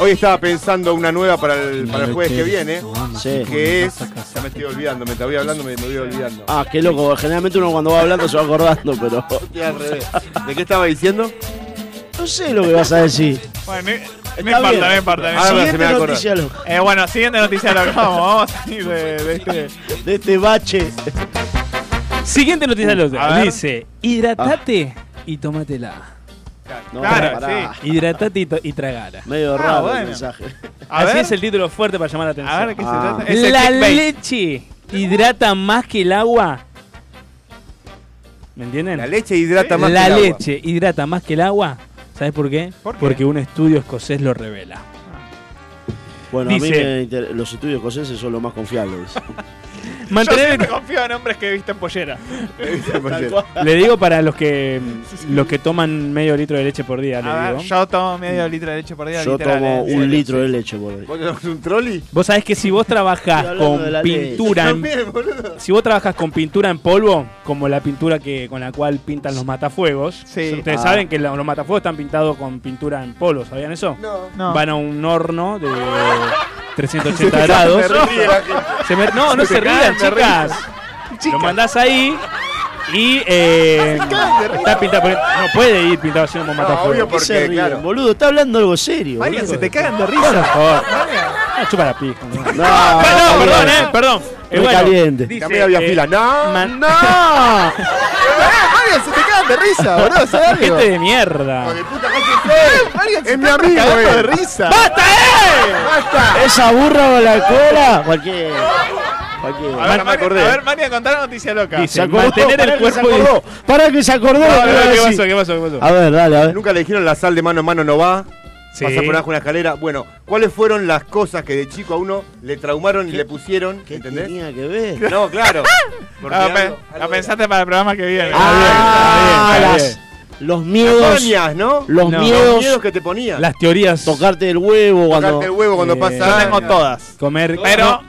Hoy estaba pensando una nueva para el, para el jueves que viene,
Sí.
que es... Ya me estoy olvidando, me estaba hablando, me, me voy olvidando.
Ah, qué loco. Generalmente uno cuando va hablando se va acordando, pero.
Estoy al revés. ¿De qué estaba diciendo?
No sé lo que vas a decir.
Bueno, no- no
Está bien.
importa, no importa. no
Ah,
importa.
bueno, se me
Siguiente
va a acordar.
noticia loca,
Eh, bueno, siguiente noticia, lo que vamos, vamos a salir de, de este.
de este bache.
Siguiente noticia de los-
A ver.
Dice, hidratate y tómatela.
No,
claro,
pará.
sí. Ah,
Hidratate y, to- y tragala.
Medio raro el
bueno.
mensaje.
A
Así
ver,
es el título fuerte para llamar la atención.
a ver qué
Ah.
se trata. Es el
la
este clickbait.
leche hidrata más que el agua. ¿Me entienden?
La leche hidrata más
La
que el agua.
leche hidrata más que el agua. ¿Sabes por qué?
¿Por qué?
Porque un estudio escocés lo revela.
Bueno, a mí
Dice-
me inter- los estudios escoceses son los más confiables.
Yo siempre
Mantener,
confío en hombres que visten pollera.
pollera.
Tal cual.
le digo para los que los que toman medio litro de leche por día, le
A ver,
digo.
yo tomo medio litro de leche por día.
Yo
literal,
tomo
¿eh?
un litro de leche por ahí.
¿Vos tenés un trolley?
Vos sabés que si vos
Estoy
trabajás
hablando
con
de la leche.
pintura en,
También, boludo.
si vos trabajas con pintura en polvo, como la pintura que con la cual pintan los matafuegos,
Sí.
ustedes
Ah.
saben que los matafuegos están pintados con pintura en polvo, ¿sabían eso?
No.
No.
Van a un horno de 380 grados. Se me- no, no se, rían, chicas. Lo mandás ahí y eh, está pintado. por- No puede ir pintado así como un matafuego.
obvio,
¿Por qué se
Porque,
ríen,
claro.
boludo? Está hablando algo serio.
Marian,
boludo.
se te cagan de
Por
risa.
favor. Ah, chupa la pija. ¿no?
No,
Perdón,
no,
perdón,
no.
eh, perdón. Eh,
Muy caliente.
dice,
También había
eh,
fila. ¡No!
man-
¡No! ¡Eh, Mario, se te cagan de risa, boludo! ¿sabés algo?
Este,
Gente de mierda.
de puta, ¿qué
Mario, se es mi amigo, eh. de risa.
¡Basta, eh!
¡Basta!
Esa burra con la cola. Cualquier. Cualquier.
A ver,
me acordé.
Marian, a ver, Marian, contá la noticia loca.
Dice,
acordó,
mantener
pará
el
que se
cuerpo...
acordó, Pará que se acordó.
No,
que
no,
iba a
¿Qué
decir.
pasó? ¿Qué pasó? ¿Qué pasó?
A ver, dale, a ver.
Nunca le dijeron la sal de mano en mano no va.
Sí.
Pasa por abajo una escalera. Bueno, ¿cuáles fueron las cosas que de chico a uno le traumaron y le pusieron?
¿Qué
¿Entendés?
tenía que ver?
No, claro. Porque
Ah,
algo-
pe- la
algo-
pensaste para el programa que viene.
Ah,
está bien, está
las- los miedos.
Mañas, ¿no?
Los
No.
Los
miedos.
miedos que te ponías.
Las teorías...
Tocarte el huevo cuando.
Tocarte el huevo cuando
Eh,
pasa.
Yo tengo todas.
Comer...
Pero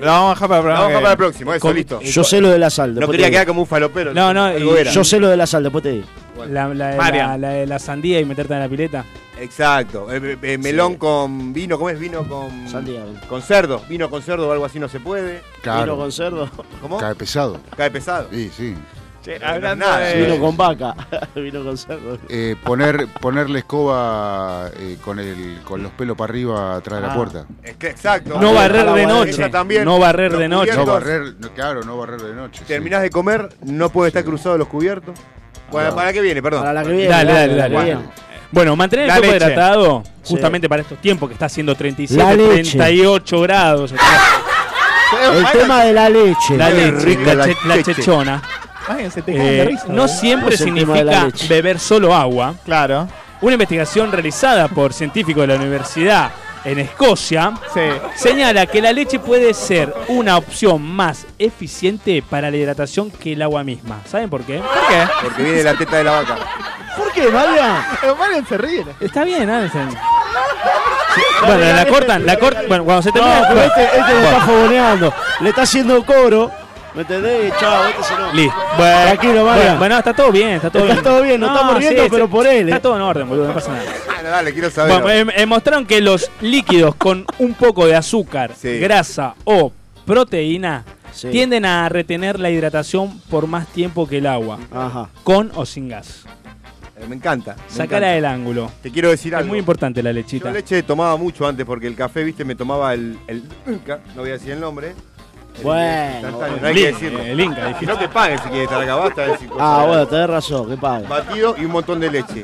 lo vamos a dejar para el
No,
programa.
vamos
que
para el
viene.
próximo, eso,
Con-
listo.
Yo sé lo de la sal.
No
después
quería
te digo.
quedar como un falopero.
No, no,
algo
y-
era.
Yo sé lo de la sal, después te digo.
no, La, la, de la,
Marian.
la de la sandía y meterte en la pileta.
Exacto. Eh, eh, melón con vino, ¿cómo es? Vino con.
Sandía.
Con cerdo. Vino con cerdo o algo así no se puede.
Vino
Claro,
con cerdo.
¿Cómo?
cae pesado.
Cae pesado.
Sí, sí.
Che,
No,
hablando
nada,
de...
Vino con vaca. Vino con cerdo.
Eh, poner, poner la escoba eh, con, el, con los pelos para arriba atrás de la puerta.
Es que- exacto.
No
Ah,
barrer
esa
de noche.
también.
No barrer
Los
de noche.
No
cubiertos.
barrer, no, claro, no barrer de noche. sí.
Terminás de comer, no puede estar cruzados los cubiertos. Bueno, ¿para qué viene? Perdón.
Ah,
eh,
Para la que viene.
Dale, dale,
para la
dale.
que
Bueno, Bueno, mantener el
La
cuerpo
leche.
hidratado,
Sí.
justamente para estos tiempos que está haciendo 37,
La leche.
38 grados.
viene. El tema de la leche.
la
qué
leche,
rica
la,
la
che- la
leche.
chechona.
Marian, se te cagan de
Eh,
risa.
no siempre
Es el tema de la
significa
leche.
beber solo agua.
Claro.
Una investigación realizada por científicos de la Universidad en Escocia
Sí.
señala que la leche puede ser una opción más eficiente para la hidratación que el agua misma. ¿Saben por qué?
¿Por qué?
Porque viene la teta de la vaca.
¿Por qué, María?
Pero Marian se ríe.
Está bien, Anderson. Bueno, la cortan, la cortan. Bueno, cuando se termina.
No,
el
pero
juego-
este, este le
Bueno.
está fogoneando. Le está haciendo coro. ¿Me entendés? Chao, este se no.
Listo. Bueno,
Tranquilo, Marian.
Bueno, bueno, está todo bien, está todo
Está
bien.
todo bien, nos estamos riendo, pero por él, eh.
Está todo en orden, boludo, no pasa nada.
Bueno, dale, quiero saber.
Bueno, eh, eh, mostraron que los líquidos con un poco de azúcar,
Sí.
grasa o proteína
Sí.
tienden a retener la hidratación por más tiempo que el agua,
Ajá.
con o sin gas.
Eh, me encanta. me
Sácala
encanta.
del ángulo.
Te quiero decir
Es
algo.
muy importante la
Yo
lechita.
leche tomaba mucho antes porque el café, viste, me tomaba el. el Inca, no voy a decir el nombre. El-
Bueno,
instantáneo,
bueno.
no hay que
Lin-
decirlo.
eh, el Inca, dijiste.
no te pagues si quieres estar acá, basta de decir cosas.
Ah, bueno, tenés razón, que pague.
Batido y un montón de leche.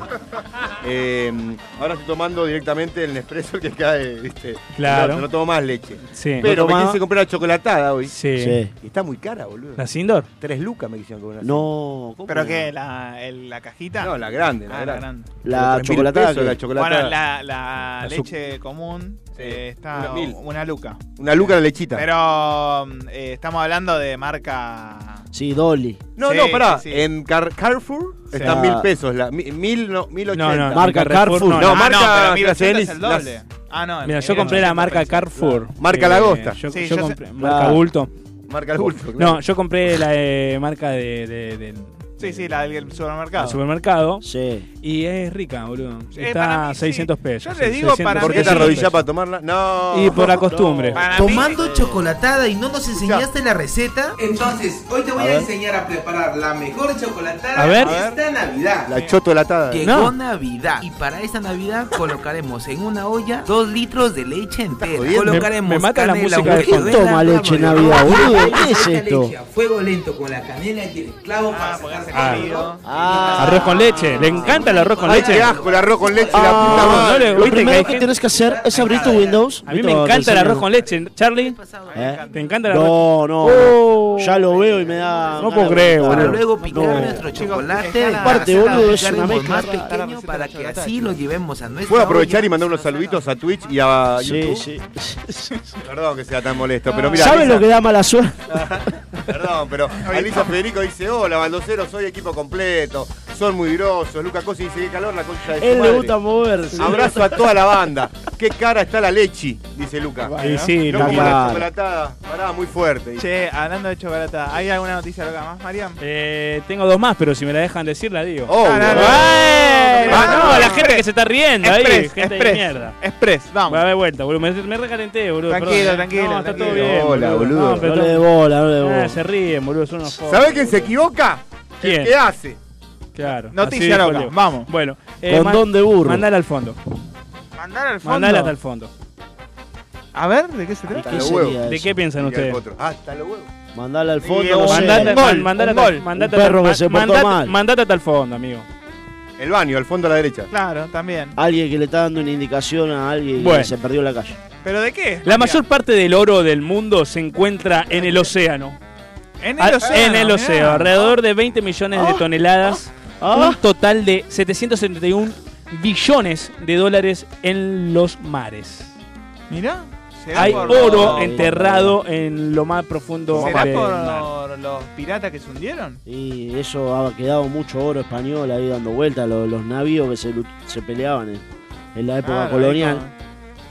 Eh, ahora estoy tomando directamente el Nespresso que cae, viste.
Claro.
No, no tomo más leche.
Sí.
Pero me
tomaba?
quise comprar la chocolatada hoy.
Sí.
Sí.
Y está muy cara, boludo.
¿La Sindor?
Tres lucas me quisieron cobrar.
No, ¿cómo?
¿Pero qué? ¿La, el- la cajita?
No, la grande, la
Ah,
grande.
La
Tres mil
chocolatada.
pesos,
que-
la chocolatada.
Bueno, la, la
La
leche común eh, está
Una mil.
una, luca.
Una luca la lechita.
Pero mm, eh, estamos hablando de marca.
Sí, Dolly.
No,
Sí,
no, pará.
sí, sí.
En Car- Carrefour
Sí.
está
Ah.
mil pesos. La, mi- mil, no, mil ochenta.
No, no,
Marca
en Carrefour
Carrefour.
no,
No,
no.
Ah,
marca
pero 1800 es el
Graciela,
doble. Ah, no.
Mira, yo
1800
compré la marca
pesos.
Carrefour. Eh,
Marca La Gosta.
Yo,
Sí,
yo
yo sé-
compré marca
Claro.
Bulto.
Marca el bulto.
No, yo compré la eh, marca de, de- de-
Sí, sí, la del supermercado.
al supermercado.
Sí.
Y es rica, boludo.
Eh, para
Está
mí, sí.
600 pesos.
Yo les digo, para
¿Por
mí-
qué te
600
arrodillás
pesos.
para tomarla? No.
Y por la costumbre.
Para mí-
Tomando chocolatada y no nos enseñaste la receta.
Entonces, hoy te voy
A
a,
ver.
enseñar a preparar la mejor chocolatada
A ver.
de esta Navidad.
La chotolatada.
Llegó
No.
Navidad y para esta Navidad colocaremos en una olla dos litros de leche entera.
jodiendo.
Colocaremos
Me- me mata la
canela,
música de
mortadela,
fondo.
Toma leche en Navidad, boludo. ¿Qué es
Esta
esto?
leche a fuego lento con la canela y el clavo para
Ah, porque
sacarse
hace
el
frío.
color.
Ah.
Arroz con leche. Le encanta el arroz con
Ay,
leche.
qué asco, el arroz con leche,
Ah,
la puta madre.
le-
lo
viste que hay
primero que
gente-
tenés que hacer es abrir
Ah,
tu Windows.
A mí me encanta el arroz con leche. Charlie,
¿Eh?
¿te encanta el arroz?
No, no.
Oh.
Ya lo veo y me da.
No
ganas
puedo
de
creer,
vomitar.
Para
boludo.
luego picar
No.
nuestro
Chicos,
chocolate
dejala-
para
Aparte,
hacerlo
boludo, es
picar en
una
un
mezcla.
más
Dejala- dejala
pequeño
receta
para
de
que
chocolate.
así lo llevemos a nuestra
¿Puedo aprovechar
olla.
y mandar unos saluditos a Twitch y a
Sí,
YouTube?
sí.
Perdón que sea tan molesto, pero mira.
¿Sabes lo que da mala suerte?
Perdón, pero Alisa Federico dice, hola, baldoceros, soy equipo completo, son muy grosos. Luca Cosi dice, qué calor la concha de su
Él le
madre".
gusta moverse.
Abrazo a toda la banda. Qué cara está la leche, dice Luca.
Y sí,
Loco,
Luqui.
la
claro.
chocolatada, pará, muy fuerte. dice.
Che, hablando de chocolate, ¿hay alguna noticia loca más, Mariam?
Eh, tengo dos más, pero si me la dejan decir, la digo.
Oh,
No, no, no.
¡Ay!
Ah,
Ah,
no,
no, la
no.
gente que se está riendo ahí,
Express,
gente de
express,
mierda.
Express,
Va a
vamos.
dar vuelta, boludo. Me, me recalenté, boludo.
Tranquilo,
perdón, eh.
tranquilo,
No, está todo
tranquilo.
bien.
Hola, boludo.
No, pero
No le dé
todo-
bola, no le dé bola.
Ah, se ríen, boludo. Son unos focos,
¿Sabés quién se
boludo.
equivoca?
¿Quién?
¿Qué hace?
Claro.
Noticia
así dijo
loca,
Leo.
vamos.
Bueno, eh,
Condón
man-
de burro.
Mandala al fondo.
Mandar al fondo.
Mandala hasta el fondo.
A ver, ¿de qué se trata?
Hasta los
¿Qué
huevos.
sería
¿De
eso?
qué piensan
Diga el
ustedes?
potro. Hasta los huevos.
Mandala al
Y
fondo.
el
no sé.
Mandala,
Un gol,
man- mandala,
un gol.
mandate
Un
hasta-
perro que se portó
mandate-
mal.
mandate hasta el fondo, amigo.
El baño, al fondo a la derecha.
Claro, también.
Alguien que le está dando una indicación a alguien
Bueno.
que se perdió en la calle.
¿Pero de qué?
La mayor parte del oro del mundo se encuentra en el océano.
En
Al-
el océano.
Ah, en el
mirá. Ah.
océano, alrededor de 20 millones de toneladas, un total de 771 billones de dólares en los mares.
Mirá. ¿Será
Hay
por-
oro
Ay,
enterrado en lo más profundo
¿Será
del
por
mar.
los piratas que se hundieron?
Y eso ha quedado mucho oro español ahí dando vueltas, los, los navíos que se, lu- se peleaban en, en la época
Claro,
colonial.
ahí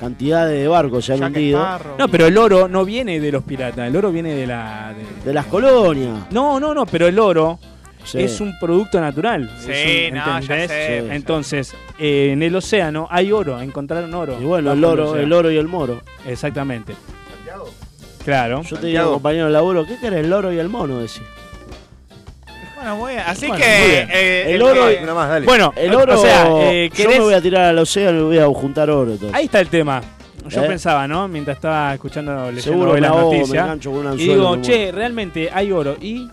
Cantidades de barcos se
con
han
Jack
hundido.
Sparrow.
No, pero el oro no viene de los piratas, el oro viene de la... de-
De las colonias.
No, no, no, pero el oro
Sí.
es un producto natural.
Sí,
es un-
no, ya
¿entendés?
sé.
Sí.
Entonces, eh, en el océano hay oro, encontraron oro.
Y bueno, el
bajo
oro,
océano.
el oro y el moro.
Exactamente. Claro.
Yo te digo, compañero de laburo, ¿qué querés el oro y el mono? Decís.
Bueno, muy bien. Así
Bueno, muy
que.
bien.
eh,
El oro-
que-
Una más, dale.
Bueno,
El oro,
o sea, eh,
yo
querés-
me voy a tirar al océano y voy a juntar oro. entonces.
ahí está el tema. Yo
Eh.
pensaba, ¿no? Mientras estaba escuchando
Seguro
leyendo
me
las
ahogo, me
noticias.
engancho con un
Y
anzuelo.
digo,
me
che, realmente hay oro. Y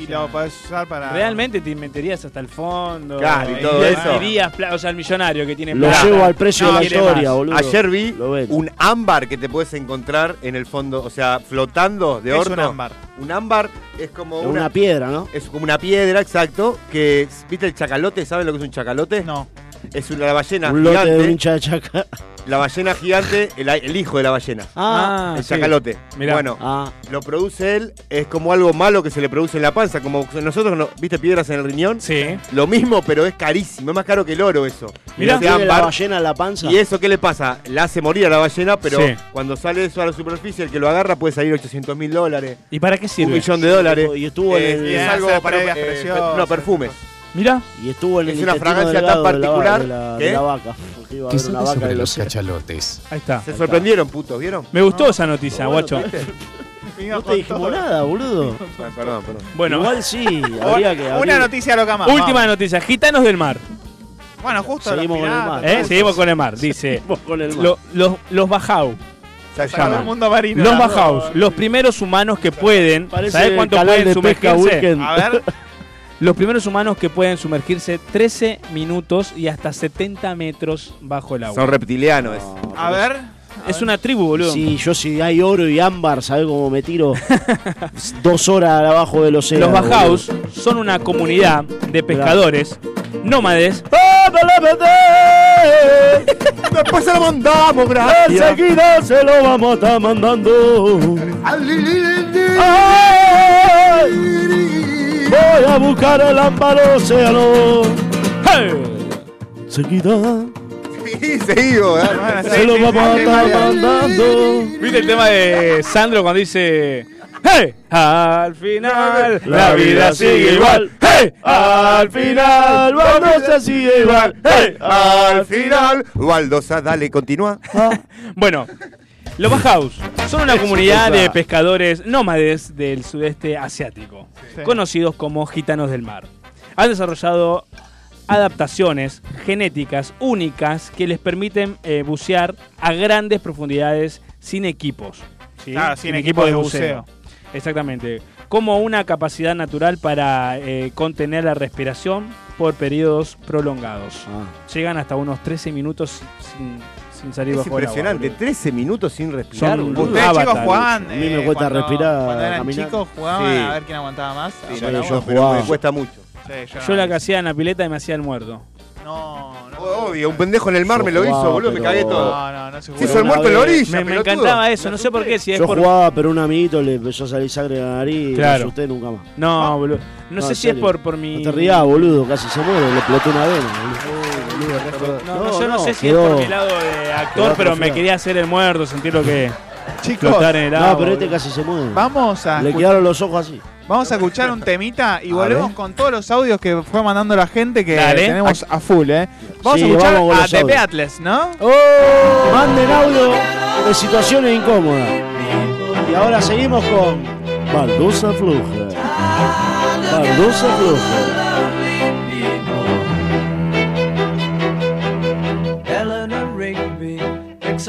Y lo podés usar para.
realmente te meterías hasta el fondo.
Claro, y todo eso.
Irías, pla- o sea, el millonario que tiene
muero. Lo
plata.
llevo al precio
No,
de la
quiere
historia,
más.
boludo.
Ayer vi
Lo ven.
un ámbar que te puedes encontrar en el fondo, o sea, flotando de
Es
horno.
un ámbar.
Un ámbar es como
Es
una,
una piedra, ¿no?
es como una piedra, exacto, que es- viste el chacalote, ¿saben lo que es un chacalote?
No.
Es una la ballena
Un lote
gigante,
de un hincha de chaca.
la ballena gigante, el, el hijo de la ballena,
Ah,
Ah,
el
sí.
chacalote.
Mirá.
Bueno,
ah,
lo produce él, es como algo malo que se le produce en la panza, como nosotros no- viste piedras en el riñón,
Sí.
lo mismo, pero es carísimo, es más caro que el oro eso.
Mirá.
Mirá,
Ese
tiene la
ámbar-
ballena en la panza.
¿Y eso qué le pasa? La hace morir a la ballena, pero
Sí.
cuando sale eso a la superficie, el que lo agarra puede salir 800 mil dólares,
¿Y para qué
un
sirve?
millón de dólares.
Y estuvo en
Eh,
el- Ah,
es
Bien,
algo
hacer
para
previas
eh,
preciosas,
no, perfumes.
Mirá.
Y estuvo en el
Es una
intestino
fragancia
delgado
tan
de la va-
particular
de la,
que-
de la vaca. Porque iba a haber una vaca de los
cachalotes?
Ahí está.
Se sorprendieron, putos, ¿vieron?
Me gustó esa noticia, guacho.
No te dijimos nada, boludo.
Ah, perdón, perdón.
Bueno,
Igual sí, habría que
Una
abrir.
noticia loca más.
última
vamos.
noticia. Gitanos del mar.
Bueno, justo.
Seguimos
los
con el
piratas,
mar.
¿eh?
todo
Seguimos con el mar. Dice.
Ah, con el
lo- los, los Bajau.
Se
Para todo
llama.
el mundo marino.
Los
la
bajaos,
verdad.
los primeros humanos que pueden,
Parece
¿sabes cuánto
el canal
pueden
de pesca
sumergirse?
weekend.
A ver,
Los primeros humanos que pueden sumergirse 13 minutos y hasta 70 metros bajo el
Son
agua.
reptilianos. es.
a ver.
Es una tribu, boludo.
Sí, yo si hay oro y ámbar, ¿sabes cómo me tiro? Dos horas abajo del océano.
Los Bajaus son una comunidad de pescadores nómades
Después se lo mandamos, gracias.
Enseguida se lo vamos a estar mandando. Voy a buscar el ámbar océano. Enseguida
Sí, seguimos. ¿eh?
Bueno,
se
sí,
lo
sí,
vamos a
sí,
estar
sí,
mandando.
¿Viste el tema de Sandro cuando dice ¡Hey! Al final la vida sigue igual. ¡Hey! Al final vamos a sigue igual. ¡Hey!
Al final, Baldosa, dale, continúa.
Bueno, los Bajaus son una
Es
comunidad
otra.
de pescadores nómades del sudeste asiático,
Sí.
conocidos como gitanos del mar. Han desarrollado adaptaciones genéticas únicas que les permiten eh, bucear a grandes profundidades sin equipos. ¿sí?
Ah, sin equipo de buceo.
Exactamente. Como una capacidad natural para eh, contener la respiración por periodos prolongados.
Ah.
Llegan hasta unos 13 minutos sin, sin salir
Es
bajo el agua,
impresionante, este
boludo.
13 minutos sin respirar.
Son
boludo.
Ustedes
Avatar,
chicos
a
jugaban.
mí me
eh,
cuesta
cuando-
respirar,
Cuando eran
caminar.
chicos jugaban
Sí.
a ver quién aguantaba más.
Sí,
Ahora
bueno,
vos.
yo
jugaba.
pero me cuesta mucho.
Sí, yo
Yo
no.
la que hacía en la pileta y me hacía el muerto.
No, no.
Oh, Obvio, un pendejo en el mar
Yo
me lo hizo,
jugaba,
boludo, me
pero-
cagué todo.
No, no, no se
Se
jugó.
hizo el muerto en la orilla,
Me, me
pelotudo.
encantaba eso, no sé por qué, si es
Yo
por...
jugaba, pero un amiguito le empezó a salir sangre de la nariz y
Claro.
me asusté nunca más. Ah.
No, boludo. No,
No,
sé
en
si es
serio.
por, por mi...
No te rías, boludo, casi se muere, le explotó una vena. boludo.
No, no, yo no, sé si
quedó-
es por mi lado de Eh, actor,
quedó
pero me
atrofiado.
quería hacer el muerto, sentir lo que...
Chicos,
Flotar en el agua.
No, pero este
boludo.
casi se muere.
vamos a,
Le
escuchar-
quedaron los ojos así.
vamos a escuchar un temita y
A
volvemos
ver.
con todos los audios que fue mandando la gente que
Dale.
tenemos a full, ¿eh? Vamos
Sí,
a escuchar
vamos con
a
los
The
audios. Oh.
Beatles, ¿no? Ah,
Manden audio de situaciones incómodas. Y ahora seguimos con Baldosa Fluja. Baldosa Fluja.
Eleanor Rigby picks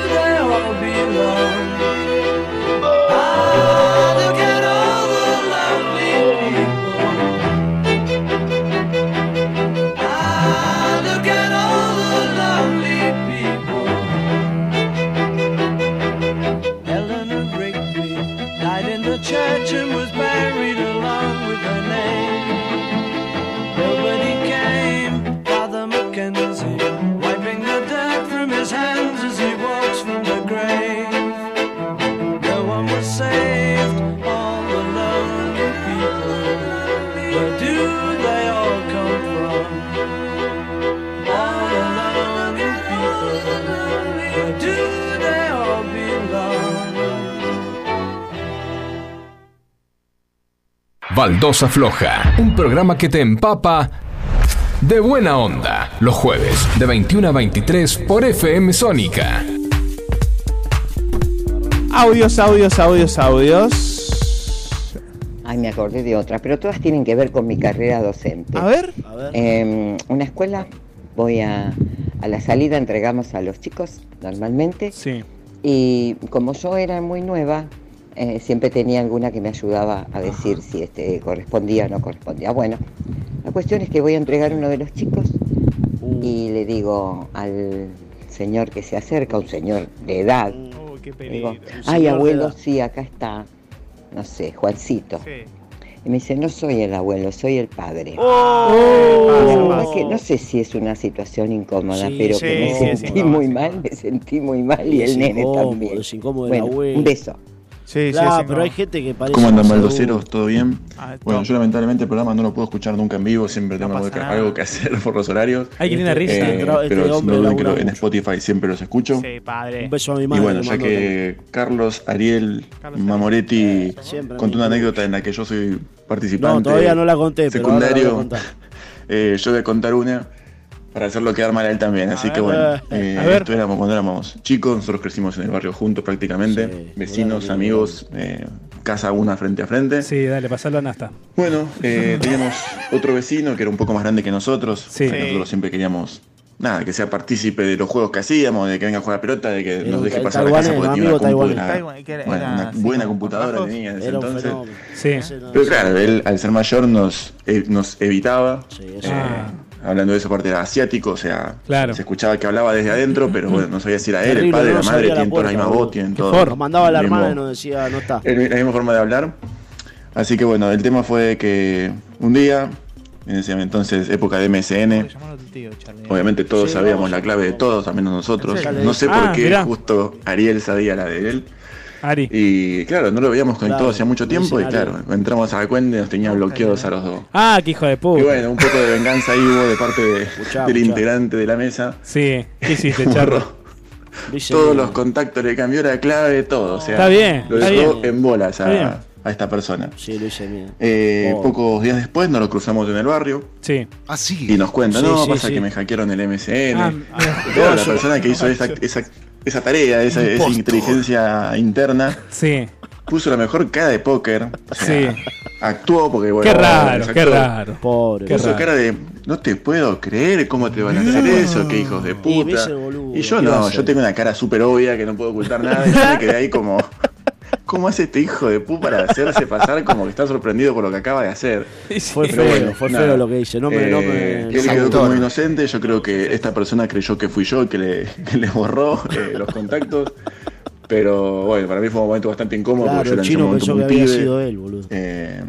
they all belong? Ah, look at all the lonely people. Ah, look at all the lonely people. Eleanor Rigby died in the church and was buried along with her name. Nobody came. Father Mackenzie wiping the dirt from his hands as he walks from the grave. No one was saved. All the lonely people. Where do they all come from? All the lonely people. Where do they all belong?
Baldosa Floja, un programa que te empapa de buena onda los jueves de 21 a 23 por FM Sónica.
Audios, audios, audios, audios.
Ay, me acordé de otras, pero todas tienen que ver con mi carrera docente.
A ver.
A ver.
Eh, una escuela, voy a, a la salida, entregamos a los chicos normalmente.
Sí.
Y como yo era muy nueva, eh, siempre tenía alguna que me ayudaba a decir si este correspondía o no correspondía. Bueno, la cuestión es que voy a entregar uno de los chicos
Uh.
y le digo al señor que se acerca, un señor de edad,
Uy, qué
digo,
peligro.
ay
señor de
abuelo,
edad".
sí, acá está, no sé, Juancito.
Sí.
Y me dice, no soy el abuelo, soy el padre.
Oh,
Y la
Oh,
verdad que no sé si es una situación incómoda,
Sí,
pero
sí,
que me
sí, es
sentí
incómodo,
muy
sí,
mal, me sentí muy mal y el
Es
nene
incómodo,
también.
Es incómodo el
Bueno,
abuelo.
un beso.
Sí, sí,
Claro,
sí,
pero
no.
hay gente que parece.
¿Cómo andan
más
baldoseros? ¿Todo bien?
Ah, está.
Bueno, yo lamentablemente el programa no lo puedo escuchar nunca en vivo, siempre
No
tengo algo
pasa
que-
nada.
algo que hacer por los horarios.
Ay, qué linda risa.
Eh,
tra- este
pero
hombre
no duden que
labura
lo- en
mucho.
Spotify siempre los escucho.
Sí, padre.
Un beso a mi
y
madre.
bueno,
le
ya
mando
que Carlos Ariel
Carlos
Mamoretti
también. Siempre
contó
me-
una anécdota en la que yo soy
No,
participante.
todavía no la conté, pero ahora la voy a
secundario.
contar.
Eh, yo voy a contar una para hacerlo quedar mal a él también. Así que bueno, eh,
a ver.
esto éramos cuando éramos chicos, nosotros crecimos en el barrio juntos prácticamente, vecinos, amigos, eh, casa una frente a frente.
Sí, dale, pasalo a Nasta.
Bueno, eh, teníamos otro vecino que era un poco más grande que nosotros.
Sí.
que Nosotros siempre queríamos, nada, que sea partícipe de los juegos que hacíamos, de que venga a jugar a pelota, de que nos
un
deje
ta-
pasar la casa
taiwanés,
porque
un
tenía una,
amigo
compu
taiwanés.
de la-
Taiwan, que era-
bueno,
era
una
así,
buena computadora tenía en ese
Era un
entonces.
fenómeno.
Sí.
Pero claro, él al ser mayor nos, eh, nos evitaba.
eso.
Eh, Hablando de esa parte era asiático, o sea,
Claro.
se escuchaba que hablaba desde adentro, pero bueno, no sabía si era él, el
Terrible,
padre,
no
la madre,
salía a la
tienen todas las
puerta,
mismas
boludo.
voz, tienen todo.
Nos mandaba a la
el mismo- Eh,
hermana y nos decía, no está.
el- la misma forma de hablar. Así que bueno, el tema fue que un día, en ese entonces época de MSN, obviamente todos
Sí,
sabíamos
vamos.
la clave de todos, al menos nosotros.
En serio.
No sé por
Ah,
qué
mirá.
justo Ariel sabía la de él.
Ari.
Y claro, no lo veíamos conectado
Claro,
hacía mucho
me
tiempo y
dicen Ari.
claro, entramos a la cuenta y nos tenía bloqueados a los dos.
Ah, qué hijo de
Y
puta.
bueno, un poco de venganza ahí hubo de parte de-
Escuchá,
del
escuchá.
integrante de la mesa.
Sí, ¿qué hiciste, Charro?
Dice,
Todos los contactos le cambió la clave, todo. O sea,
Está bien,
lo
está
dejó
bien.
en bolas
Está bien.
a, a esta persona.
Sí, lo hice mía.
Eh,
Oh.
Pocos días después nos lo cruzamos en el barrio
Sí.
Ah,
y
sí.
nos cuentan,
Sí,
no,
sí,
pasa
sí.
que me hackearon el MSN.
Ah,
Y claro, la persona que hizo esa, esa, esa tarea, esa, esa inteligencia interna,
Sí,
puso la mejor cara de póker. O
sí.
sea, Actuó porque, bueno,
Qué raro, qué
desactuó.
raro.
Pobre.
Qué
Puso
raro.
cara de, no te puedo creer cómo te van a hacer eso, qué hijos de
Y me
puta.
hice el boludo,
Y yo
¿qué va a
no,
hacer?
yo tengo una cara súper obvia que no puedo ocultar nada. Y yo me quedé ahí como, ¿cómo hace este hijo de puta para hacerse pasar como que está sorprendido por lo que acaba de hacer?
Fue
Pero
feo,
bueno,
fue
nada.
feo lo que hice. No me,
Eh,
no me.
Él quedó como inocente. Yo creo que esta persona creyó que fui yo que le, que le borró eh, los contactos. Pero bueno, para mí fue un momento bastante incómodo porque
Claro, el
yo era en ese
chino
momento
pensó
muy
que había
pibe.
sido él, boludo.
Eh,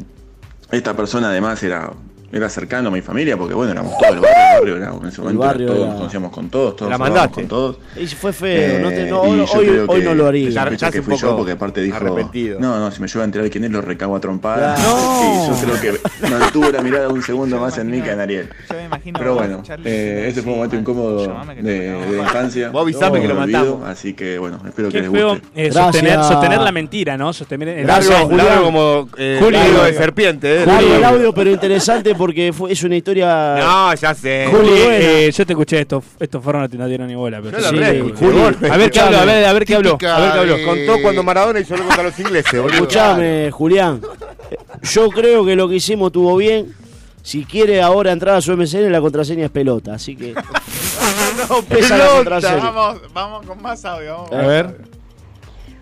esta persona además era, era cercano a mi familia porque bueno, éramos todos el barrio, el barrio era- en ese momento
barrio
todos
era-
nos conocíamos con todos, todos
La
hablábamos
mandaste.
con todos.
Y fue feo. no te-
Eh,
no,
y
hoy
yo
hoy-
creo
hoy
que
no lo haría.
sospecha
Largás
que
un
fui yo
poco
porque aparte dijo,
arrepentido.
no, no, si me llevo a enterar quién es, lo recago a trompar.
No.
Y yo creo que mantuvo la mirada un segundo más en mí que en Ariel.
Yo me imagino.
Pero bueno, eh, ese fue un momento incómodo de, de infancia.
Vos avisame que lo
olvido,
matamos.
Así que bueno, espero que
Qué
les
feo
guste.
eh,
Gracias.
sostener, sostener la mentira, ¿no? Sostener el
Gracias,
Largo,
Julián.
largo como eh,
Julio.
largo de serpiente. eh.
Largo el audio, pero interesante porque fue- es una historia.
No, ya sé.
Juli,
Juli,
eh, yo te escuché esto, estos foros no te no dieron ni bola. Pero
Yo la
sí.
re-
Juli,
a ver qué hablo, a ver, a ver qué hablo.
Típica
A ver qué hablo.
de-
Contó cuando Maradona hizo algo contra los ingleses, boludo.
Escuchame, Julián. Yo creo que lo que hicimos estuvo bien. Si quiere ahora entrar a su MCN, la contraseña es pelota. Así que.
No,
Esa es la contraseña.
Vamos, vamos con más audio. Vamos.
A ver.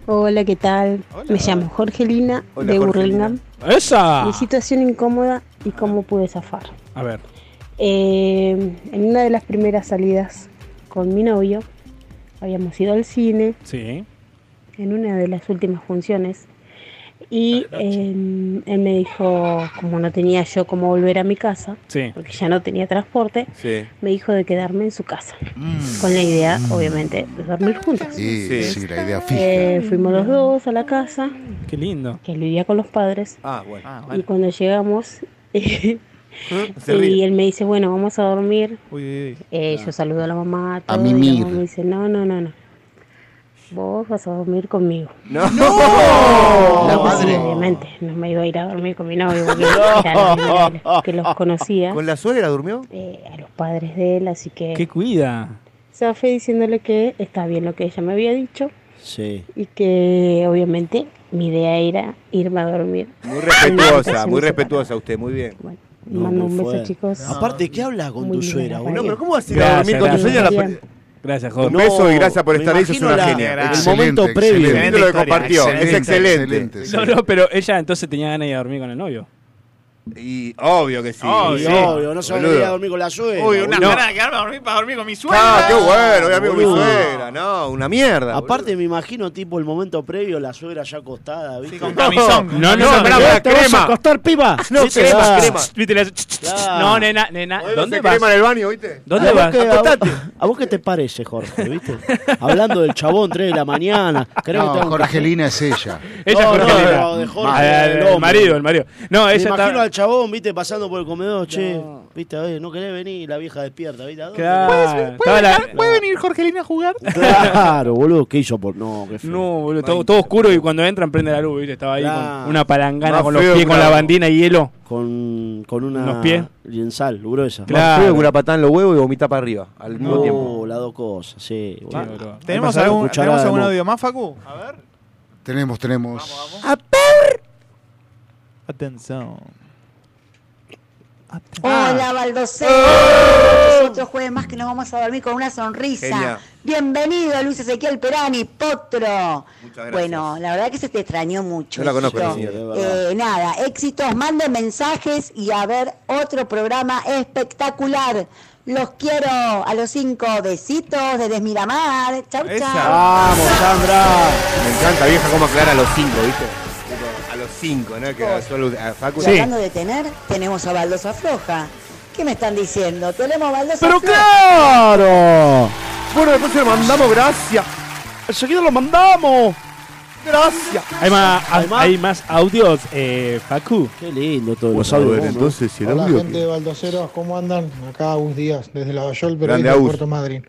Hola, ¿qué tal?
Hola.
Me llamo Jorgelina
Hola,
de
Jorgelina.
Burlingame.
¡Esa!
Mi situación incómoda y cómo pude zafar.
A ver.
Eh, en una de las primeras salidas con mi novio, habíamos ido al cine
Sí.
en una de las últimas funciones y em, él me dijo, como no tenía yo cómo volver a mi casa,
Sí.
porque ya no tenía transporte,
Sí.
me dijo de quedarme en su casa, con la idea, obviamente, de dormir juntos.
Sí,
Sí.
sí, la idea fija.
Eh, fuimos los dos a la casa,
Qué lindo.
que él vivía con los padres,
Ah, bueno. Ah,
Ah,
Y cuando llegamos, y
Se ríe.
él me dice, bueno, vamos a dormir.
Uy, uy, uy.
Eh, Yo saludo a la mamá,
A
todo, y la
mimir.
mamá me dice, no, no, no, no. Vos vas a dormir conmigo.
No.
La
Y
madre.
obviamente, no me iba a ir a dormir con mi novio, porque era la primera que los- que los conocía,
¿Con la suegra durmió?
eh, a los padres de él, así
¿Qué
que
cuida?
se fue diciéndole que está bien lo que ella me había dicho
Sí.
y que obviamente mi idea era irme a dormir.
Muy respetuosa,
Habitación
muy
separada.
respetuosa usted, muy bien.
Bueno,
No,
mando
muy
un beso,
fuerte.
chicos.
Aparte, ¿qué hablas con
Muy
tu
linda
suegra,
la
No,
boludo?
pero ¿cómo vas a ir a
Gracias,
dormir con tu
gracias.
suegra?
Bien.
Gracias,
Un
Jorge.
beso y gracias por
me
estar ahí, sos
imagino
una
la-
genia.
El
Excelente,
momento previo.
Ah, excelente.
Excelente lo que compartió, es
Excelente,
excelente.
excelente, sí.
No, no, pero ella entonces tenía ganas de ir a dormir con el novio.
Y obvio que sí.
Y
Obvio. Sí.
obvio, no se va a
Boludo.
querer dormir con la suegra.
Uy, una
boludo.
ganas de quedarme a dormir para dormir con mi suegra.
Ah, qué bueno, voy a ver mi
Boludo.
suegra. No, una mierda.
Aparte, me imagino, tipo, el momento previo, la suegra ya acostada, ¿viste?
Sí, con camisón. con
No, no,
camisón.
no, bravo.
¿Eh? ¿Te vas
crema.
a acostar, piba?
No,
¿Viste?
crema,
Ah.
crema.
¿Viste la- No, nena, nena.
boludo.
¿Dónde
Se
vas?
crema en el baño, ¿viste?
¿Dónde
¿A vos
vas?
Ah, qué- a,
Acostate.
vos, a vos qué te parece, Jorge? ¿Viste? Hablando del chabón 3 de la mañana. ¿Querés que te
No,
haga un café?
Jorgelina es ella.
No,
Ella es Jorgelina.
no, no, de Jorge,
Ah,
el
el,
hombre.
marido, el marido. No,
Me
ella
imagino
estaba-
al
chabón, viste, pasando por el comedor, che, viste, a ver, no querés venir, la vieja despierta, viste, ¿a dónde?
Claro.
¿Puede,
venir Jorgelina a jugar?
Claro, boludo, ¿qué hizo por.? No, qué feo.
No, boludo, todo, todo oscuro y cuando entran prende la luz, ¿viste? Estaba ahí
Claro.
con una palangana
Más
con los
feo,
pies, con la
claro.
bandina y hielo.
Con, con una.
Mm. Unos pies.
Lienzal, gruesa.
Claro.
Pego una patada en los huevos y vomita para arriba. Al mismo
No,
tiempo.
las dos cosas, sí.
Ah,
boludo.
¿Tenemos
Pasaron
algún,
cucharadas,
¿tenemos algún
¿no?
audio más, Facu? A ver.
Tenemos, tenemos.
Atención.
Ah.
Hola, Baldoseros.
Oh.
Otro jueves más que nos vamos a dormir con una sonrisa.
Genia.
Bienvenido, Luis Ezequiel Perani, Potro.
gracias.
Bueno, la verdad que se te extrañó mucho.
Yo la conozco, la
hijito.
señora, es
Eh, nada, éxitos, manden mensajes y a ver otro programa espectacular. Los quiero a los cinco besitos desde Miramar. Chau, chau.
Vamos, Sandra.
Me encanta, vieja, cómo aclara a los cinco, ¿viste? Tipo, A los cinco, ¿no? Que a solo a Facu.
Y hablando de tener, tenemos a Baldosa Floja. ¿Qué me están diciendo? Tenemos a Baldosa
¡Pero
Floja.
Ah.
claro! Bueno, después se lo mandamos, gracias. Enseguida lo mandamos. Gracias.
Hay más,
¿Hay más?
hay más audios, eh, Facu.
Qué lindo todo.
Vos
audios.
a ver, entonces, si el
Hola,
audio
gente de Baldoseros, ¿cómo andan? Acá Agus Díaz, desde La Bayol, pero
Grande,
desde
Agus.
Puerto Madryn.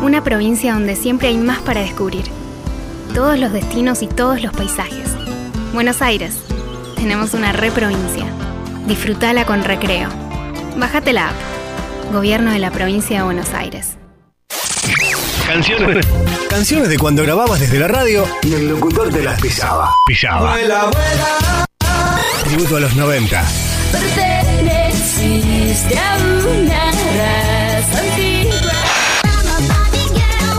Una provincia donde siempre hay más para descubrir. Todos los destinos y todos los paisajes. Buenos Aires. Tenemos una reprovincia. Disfrutala con recreo. Bájate la app. Gobierno de la provincia de Buenos Aires.
Canciones. Canciones de cuando grababas desde la radio y el locutor te las pisaba. Pisaba. Tributo a los 90.
Perteneciste a una raza antigua.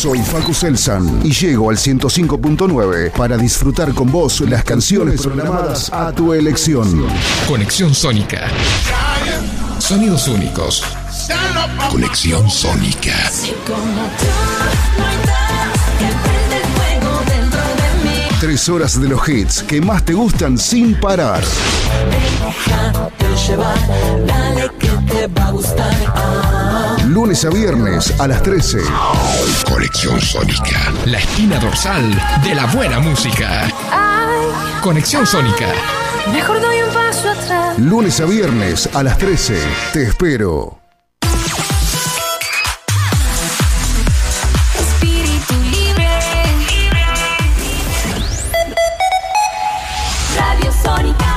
Soy Facu Selsan y llego al 105.9 para disfrutar con vos las canciones programadas a tu elección.
Conexión Sónica. Sonidos únicos. Conexión Sónica.
Tres horas de los hits que más te gustan sin parar. Lunes a viernes a las 13.
Conexión Sónica. La esquina dorsal de la buena música.
Ay,
Conexión Sónica.
mejor doy un paso atrás.
Lunes a viernes a las 13. Te espero.
Espíritu libre. Radio Sónica.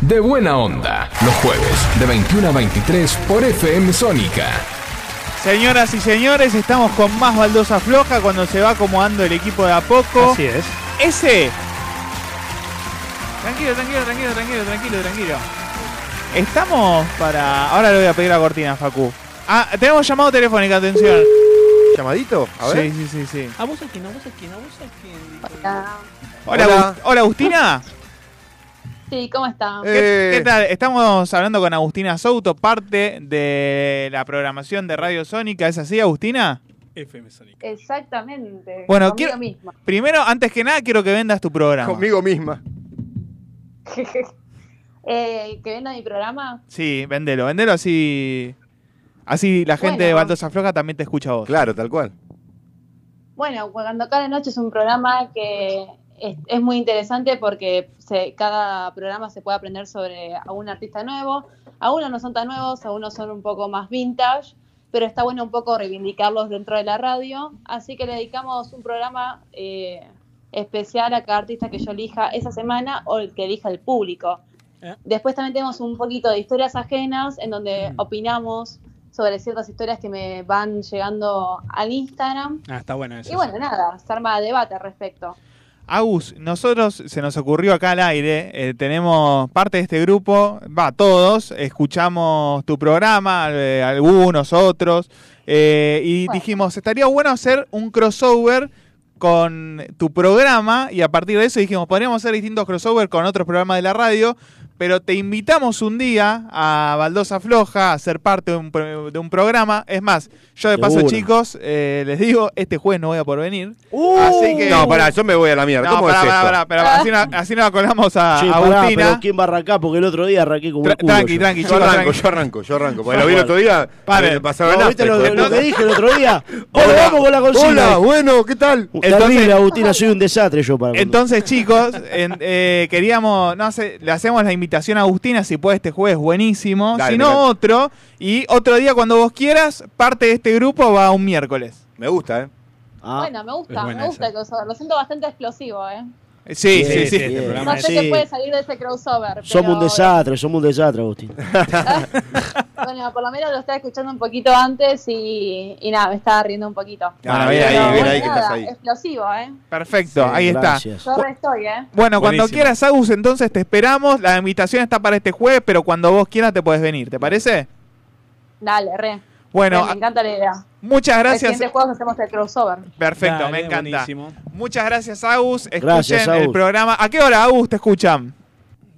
de buena onda. Los jueves de 21 a 23 por FM Sónica.
Señoras y señores, estamos con más baldosa floja cuando se va acomodando el equipo de a poco.
Así es.
Ese. Tranquilo, tranquilo, tranquilo, tranquilo, tranquilo, tranquilo. Estamos para. Ahora le voy a pedir la cortina, Facu. Ah, tenemos llamado telefónico, atención.
¿Llamadito? A
Sí,
ver.
sí, sí, sí.
¿A vos a quién? ¿A vos a quién? ¿A vos a quién?
Ah,
Hola,
Hola.
Agust- hola, Agustina.
Sí, ¿cómo están?
¿Qué,
Eh.
qué tal? Estamos hablando con Agustina Souto, parte de la programación de Radio Sónica. ¿Es así, Agustina?
FM Sónica.
Exactamente.
Bueno,
conmigo
quiero-
misma.
Primero, antes que nada, quiero que vendas tu programa.
Conmigo misma.
Eh, que venga mi programa.
Sí, vendelo, vendelo así. Así la gente
Bueno.
de Baldosa Floja también te escucha a vos.
Claro, tal cual.
Bueno, Cuando cada noche es un programa que es, es muy interesante porque se- cada programa se puede aprender sobre a un artista nuevo. Algunos no son tan nuevos, algunos son un poco más vintage, pero está bueno un poco reivindicarlos dentro de la radio. Así que le dedicamos un programa eh, especial a cada artista que yo elija esa semana o el que elija el público. Después también tenemos un poquito de historias ajenas en donde opinamos sobre ciertas historias que me van llegando al Instagram.
Ah, está bueno eso.
Y bueno, nada, se arma debate al respecto.
Agus, nosotros se nos ocurrió acá al aire, eh, tenemos parte de este grupo, va, todos, escuchamos tu programa, eh, algunos, otros, eh, y dijimos, estaría bueno hacer un crossover con tu programa, y a partir de eso dijimos, podríamos hacer distintos crossover con otros programas de la radio, pero te invitamos un día a Baldosa Floja a ser parte de un, pro- de un programa. Es más, yo de paso,
Seguro.
chicos, eh, les digo, este jueves no voy a por venir. así que...
No, pará, yo me voy a la mierda.
No,
¿Cómo
pará,
es
pará,
esto?
pará, pará, así, no- así nos colamos a,
Che,
a
pará,
Ah, Agustina.
pero ¿quién va a arrancar? Porque el otro día arranqué como
Tra-
un culo.
tranqui,
yo.
tranqui,
Yo arranco, yo arranco, yo arranco. Porque lo vi el otro día,
Paren.
me pasaba
No,
nada.
¿viste lo, lo que dije el otro día? Hola, vamos con la consigna.
Hola, bueno, ¿qué tal?
Terrible, Agustina, soy un desastre yo para contar.
Entonces, chicos, en- eh, queríamos, no sé, le hacemos la invitación a Agustina, si puede este jueves, buenísimo.
Dale,
si no,
me encanta.
otro. Y otro día, cuando vos quieras, parte de este grupo va un miércoles.
Me gusta, ¿eh?
Ah.
Ah,
bueno, me gusta, me gusta el crossover. Lo siento bastante explosivo, ¿eh?
Sí, sí,
Bien,
Ah, sí.
sí, este programa
No sé
sí.
qué puede salir de ese crossover.
Somos un
pero,
desastre, somos un desastre, Agustín.
Bueno, por lo menos lo estaba escuchando un poquito antes y, y nada, me estaba riendo un poquito.
Ah, bien ahí,
Pero,
bien
bueno,
ahí que estás
nada,
ahí.
Explosivo, ¿eh?
Perfecto,
Sí,
ahí
gracias.
está.
Yo re estoy, ¿eh?
Bueno, cuando
Buenísimo.
quieras, Agus, entonces te esperamos. La invitación está para este jueves, pero cuando vos quieras te podés venir, ¿te parece?
Dale, re.
Bueno,
Re, me encanta la idea.
muchas
El
gracias.
siguiente juego hacemos el crossover.
Perfecto,
Dale,
me encanta.
buenísimo.
Muchas gracias, Agus. Escuchen
Gracias,
el
Agus.
programa. ¿A qué hora, Agus, te escuchan?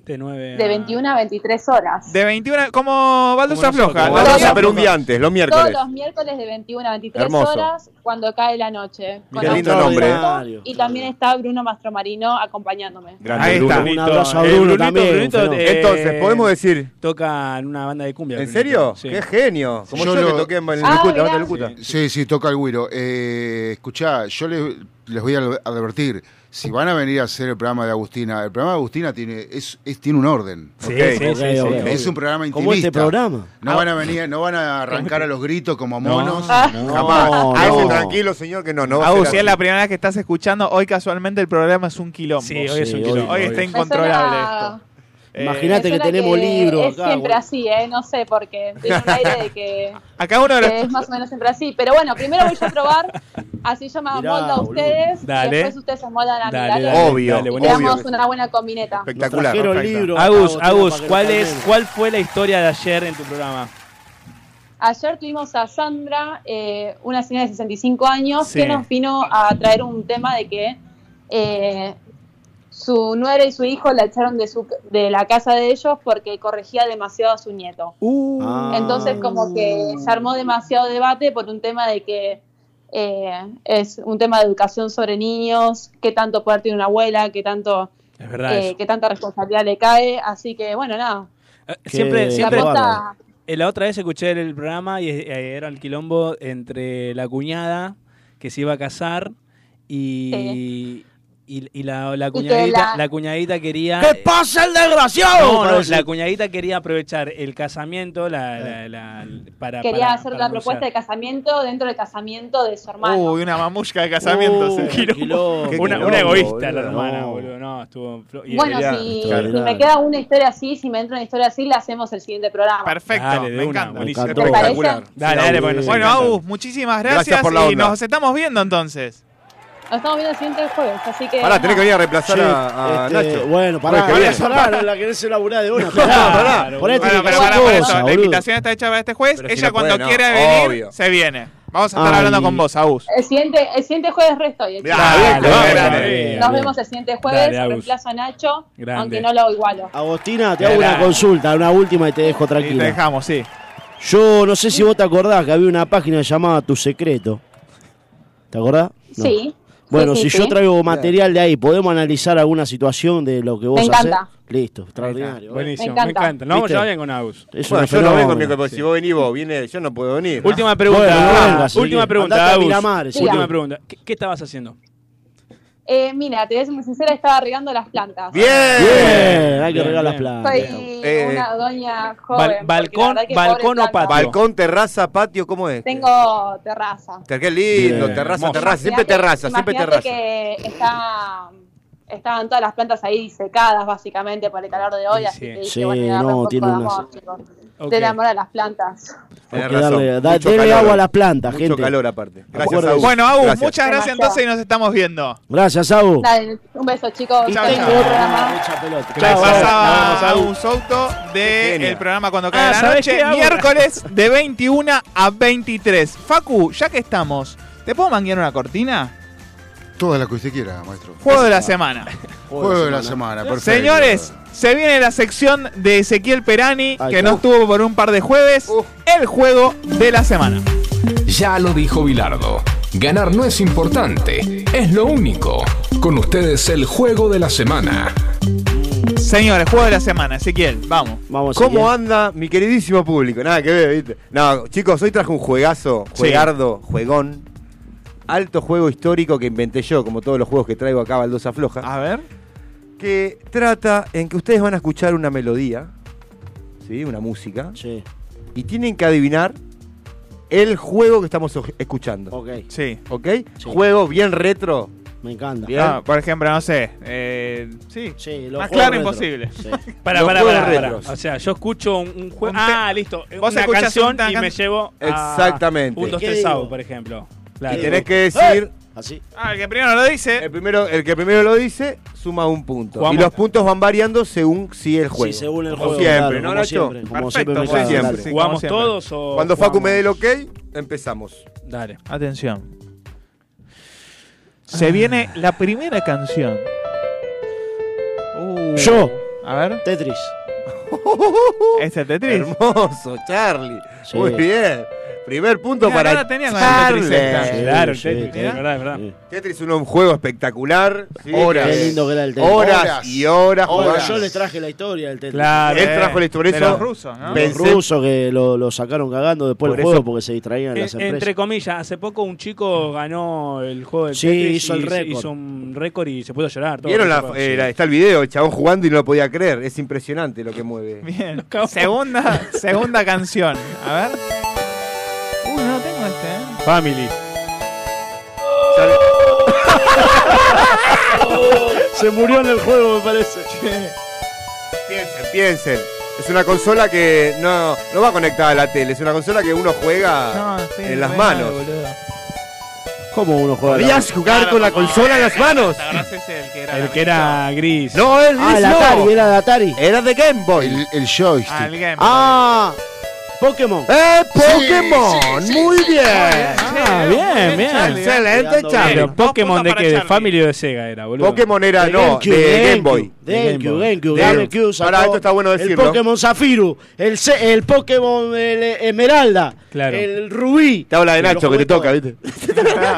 De 9
De 21 a 23 horas.
De 21, como Baldosa
nosotros,
Floja.
como
Los
Baldosa,
días
pero un
flojos.
día antes, los miércoles.
Todos los miércoles de 21 a 23
Hermoso.
horas cuando cae la noche.
Mirá,
Con
lindo
Antonio
nombre, ¿eh?
Brunotto, Y también está Bruno Mastromarino acompañándome.
Grande
Ahí está.
Bruno.
Un abrazo a
Eh,
Bruno
Brunito,
también,
Brunito,
fenómeno.
eh, Entonces, podemos decir.
Toca en una banda de cumbia.
¿En
Brunito.
serio?
Sí.
Qué genio. Como yo,
Yo lo-
que toqué en el
Ah,
Lucuta, la banda
mirá.
de Lucuta.
Sí, sí, toca el güiro. Eh, escuchá, yo les, les voy a advertir, si van a venir a hacer el programa de Agustina, el programa de Agustina tiene, es, es- tiene un orden.
Sí,
Ok.
sí, sí, sí,
Es
obvio.
un programa intimista.
Como este programa.
No van a venir, no van a arrancar a los gritos como monos.
no. Jamás. Agus, tranquilo, señor, que no, no va a
Agus,
ser
si es
así.
la primera vez que estás escuchando, hoy casualmente el programa es un quilombo.
Sí, hoy es un Sí, quilombo,
Hoy
obvio.
está
Me suena-
incontrolable esto. Eh,
Imagínate
Me
que
suena
tenemos libros
Es
acá,
siempre
boludo.
así, ¿eh? No sé por qué. Tiene un aire de que,
Acá uno de los-
que es más o menos siempre así. Pero bueno, primero voy yo a probar. Así yo me amoldo a ustedes.
Dale.
Y después ustedes se amoldan a mí.
Dale,
Dale,
dale,
Obvio,
dale,
Y
buenísimo.
creamos una buena combineta.
Espectacular.
trajeron
perfecto.
libros.
Agus,
Gustavo,
Agus,
para que
¿cuál,
lo
es,
calmen.
¿cuál fue la historia de ayer en tu programa?
Ayer tuvimos a Sandra, eh, una señora de 65 años,
Sí.
que nos vino a traer un tema de que eh, su nuera y su hijo la echaron de, su, de la casa de ellos porque corregía demasiado a su nieto.
Ah.
Entonces como que se armó demasiado debate por un tema de que eh, es un tema de educación sobre niños, qué tanto poder tiene una abuela, qué tanto...
Es verdad.
eh,
eso.
qué tanta responsabilidad le cae, así que bueno, nada.
Eh, siempre,
Qué
siempre.
la posta-
Eh, La otra vez escuché el programa y eh, era el quilombo entre la cuñada que se iba a casar y. Y, y la, la cuñadita,
la-
la cuñadita quería.
¿Qué pasa el desgraciado?
No, no,
Parece.
la cuñadita quería aprovechar el casamiento la, la- la- para.
Quería
para-
hacer
para
la
anunciar.
propuesta de casamiento dentro del casamiento de su hermano.
Uy, una mamushka de casamiento. sí.
Quilombo. Una, una
quilombo,
egoísta la
boludo,
hermana,
no.
boludo. No, estuvo. flo- Uh, y-
bueno,
Claro.
si, si me queda una historia así, si me entra una historia así, la hacemos el siguiente programa.
Perfecto,
Dale, de
me
una,
encanta.
buenísimo.
Me parece- Espectacular.
Dale, dale, bueno,
Bueno, Agus, muchísimas gracias,
Gracias por la
y
onda.
nos estamos viendo entonces.
Nos estamos viendo el siguiente jueves, así que.
Pará, tenés que venir a reemplazar
Sí,
ah,
a, a
este,
Nacho.
Bueno, pará,
Porque
pará,
viene.
pará, no la querés laburar de una.
Pará,
Pará, ponete
Bueno,
que
pero
hacer
para, para
cosas,
eso, la
boludo.
invitación está hecha para este juez.
Pero si
Ella
no
cuando
puede, no,
quiera venir,
obvio.
se viene. Vamos a estar
Ay.
hablando con vos, Agus.
El siguiente, el siguiente jueves resto. y el-
Dale,
dale,
dale.
Nos vemos el siguiente jueves.
Dale, Agus.
reemplazo a Nacho,
Grande.
aunque no lo igualo.
Agostina, te hago una
Era.
consulta, una última y te dejo
Y te
tranquila.
dejamos, sí.
Yo no sé si vos te acordás que había una página llamada Tu Secreto. ¿Te acordás? No.
Sí.
Bueno,
Sí, sí,
si yo
sí.
traigo material de ahí, ¿podemos analizar alguna situación de lo que vos haces?
encanta.
Listo, extraordinario.
Buenísimo, me
Me encanta.
encanta. No,
¿Viste?
ya bien con Agus.
Bueno,
Es un
yo no vengo,
fenómeno.
amigo, porque si vos venís vos, viene, yo no puedo venir.
Última pregunta.
Bueno, venga,
Agus.
si
última
querés.
pregunta,
Andate a
Agus.
Miramar, si
última
querés.
pregunta. ¿Qué, qué estabas haciendo?
Eh, mira, te voy a ser muy sincera, estaba regando las plantas.
Eh,
Bien, hay que
Bien,
regar las
bien.
plantas.
Soy
Eh,
una doña
Bal-
joven. porque la
balcón-
verdad que
balcón
pobre
o
planta.
patio.
Balcón, terraza, patio, ¿cómo es?
Tengo terraza.
Qué lindo,
Bien,
terraza,
hermoso.
terraza, siempre
Imagínate-
terraza, siempre terraza.
imagínate que está, estaban todas las plantas ahí secadas, básicamente, por el calor de hoy.
Sí,
así que dije,
Sí,
bueno, voy a darle
no,
un poco
tiene
de
una-
amor, chicos.
Ok.
Del amor a las plantas.
Hay
Tenés
que
razón.
darle, da-
Mucho
dele
calor.
agua a las plantas,
Mucho
gente.
calor aparte. Gracias,
Acuérdense.
Agus.
Bueno, Agus,
Gracias.
muchas gracias entonces y nos estamos viendo.
Gracias, Abu.
Dale, un beso, chicos.
Y
Chao,
tengo
chao.
otra
Programa.
Ahí
Chao,
pasaba
Nos vemos, Agus.
Agus Souto del
genia.
programa Cuando
Ah,
cae la
¿sabés
noche,
qué, Agus?
miércoles de 21 a 23. Facu, ya que estamos, ¿te puedo manguear una cortina?
Todas las que usted quiera, maestro.
Juego de la semana.
Juego de la semana, perfecto.
Señores, Se viene la sección de Ezequiel Perani, que no estuvo por un par de jueves.
Uh.
El juego de la semana.
Ya lo dijo Bilardo. Ganar no es importante, es lo único. Con ustedes el juego de la semana.
Señores, juego de la semana, Ezequiel, vamos.
Vamos, ¿Cómo anda mi queridísimo público? Nada que ver, ¿viste? No, chicos, hoy traje un juegazo,
Sí.
juegardo, juegón. Alto juego histórico que inventé yo, como todos los juegos que traigo acá, Baldosa Floja.
A ver.
Que trata en que ustedes van a escuchar una melodía, ¿sí? Una música.
Sí.
Y tienen que adivinar el juego que estamos o- escuchando.
Ok.
Sí.
¿Ok? Juego bien retro.
Me encanta.
Bien.
Ah, por ejemplo, no sé. eh, sí.
los
Más claro
juegos
imposible.
Para,
Los
para,
juegos
para,
retros.
O sea, yo escucho un, un juego.
Un te-
Ah, listo.
Vos
una
escuchás
canción
una
y
can-
me llevo. a
Exactamente.
Un 2
¿Qué
3
digo?
out, por ejemplo. Claro. ¡Eh!
Y tenés que decir.
Así.
Ah, el que primero lo dice.
El, primero, el que primero lo dice suma un punto.
Jugamos.
Y los puntos van variando según si el juego.
Sí, según el
Como
juego,
Siempre,
claro,
¿no,
como
Nacho?
siempre, como siempre
como
me cago,
siempre,
dale.
sí,
¿Jugamos
como siempre.
todos o
Cuando Facu
jugamos?
me dé el ok, empezamos.
Dale.
Atención. Se viene la primera canción. Uh,
Yo.
A ver.
Tetris.
Este Tetris.
Hermoso, Charlie.
Sí.
Muy bien. Primer punto
Mira,
para
no la tenía con el
Charlie.
Tetris esta.
Sí,
Claro,
sí,
Tetris,
sí.
es verdad, es verdad.
Tetris es un juego espectacular. sí,
Horas. Qué lindo que era el Tetris.
Horas y horas.
Ahora,
jugando.
yo les traje la historia del Tetris.
Claro.
Él trajo la historia.
de
eso
los rusos, ¿no?
Los
pensé-
rusos que lo, lo sacaron cagando después
Por
del
eso-
juego porque se distraían
En-
las empresas.
Eh, entre comillas, hace poco un chico ganó el juego del
Sí,
Tetris
hizo el
y
récord.
hizo un récord y se puso a llorar. todo.
¿Vieron la-
Sí.
eh, la- está el video, el chabón jugando y no lo podía creer. Es impresionante lo que mueve.
Bien. Segunda, segunda canción. A ver. Uy, no tengo este, ¿eh?
Family.
Se murió en el juego, me parece.
Piensen, piensen. Es una consola que no, no va conectada a la tele, es una consola que uno juega
sí,
en las
fue
manos.
mal, boludo.
¿Cómo uno juega? al
¿Podías jugar con la consola en las manos?
¿Te acordás ese del que era?
El que era gris.
No, el
Ah, el Atari, era de Atari.
Era de Game Boy.
El, el joystick.
Ah, el Game Boy.
¡Ah!
Pokémon.
¡Eh, Pokémon! ¡Muy bien!
Ah, bien, bien.
¡Excelente, Charlie!
Pero
puntos
Pokémon de que
para
de
Charlie.
Family o de Sega era, boludo.
Pokémon era,
De
no,
GameCube,
de Game Boy.
De Game
GameCube,
Boy.
GameCube,
De-
GameCube. sacó
Ahora, esto está bueno decirlo.
El Pokémon Zafiru, el, ce- el Pokémon el, eh, Esmeralda,
Claro.
el Rubí.
Te habla de
Pero
Nacho que te
jugué
toca, ¿viste?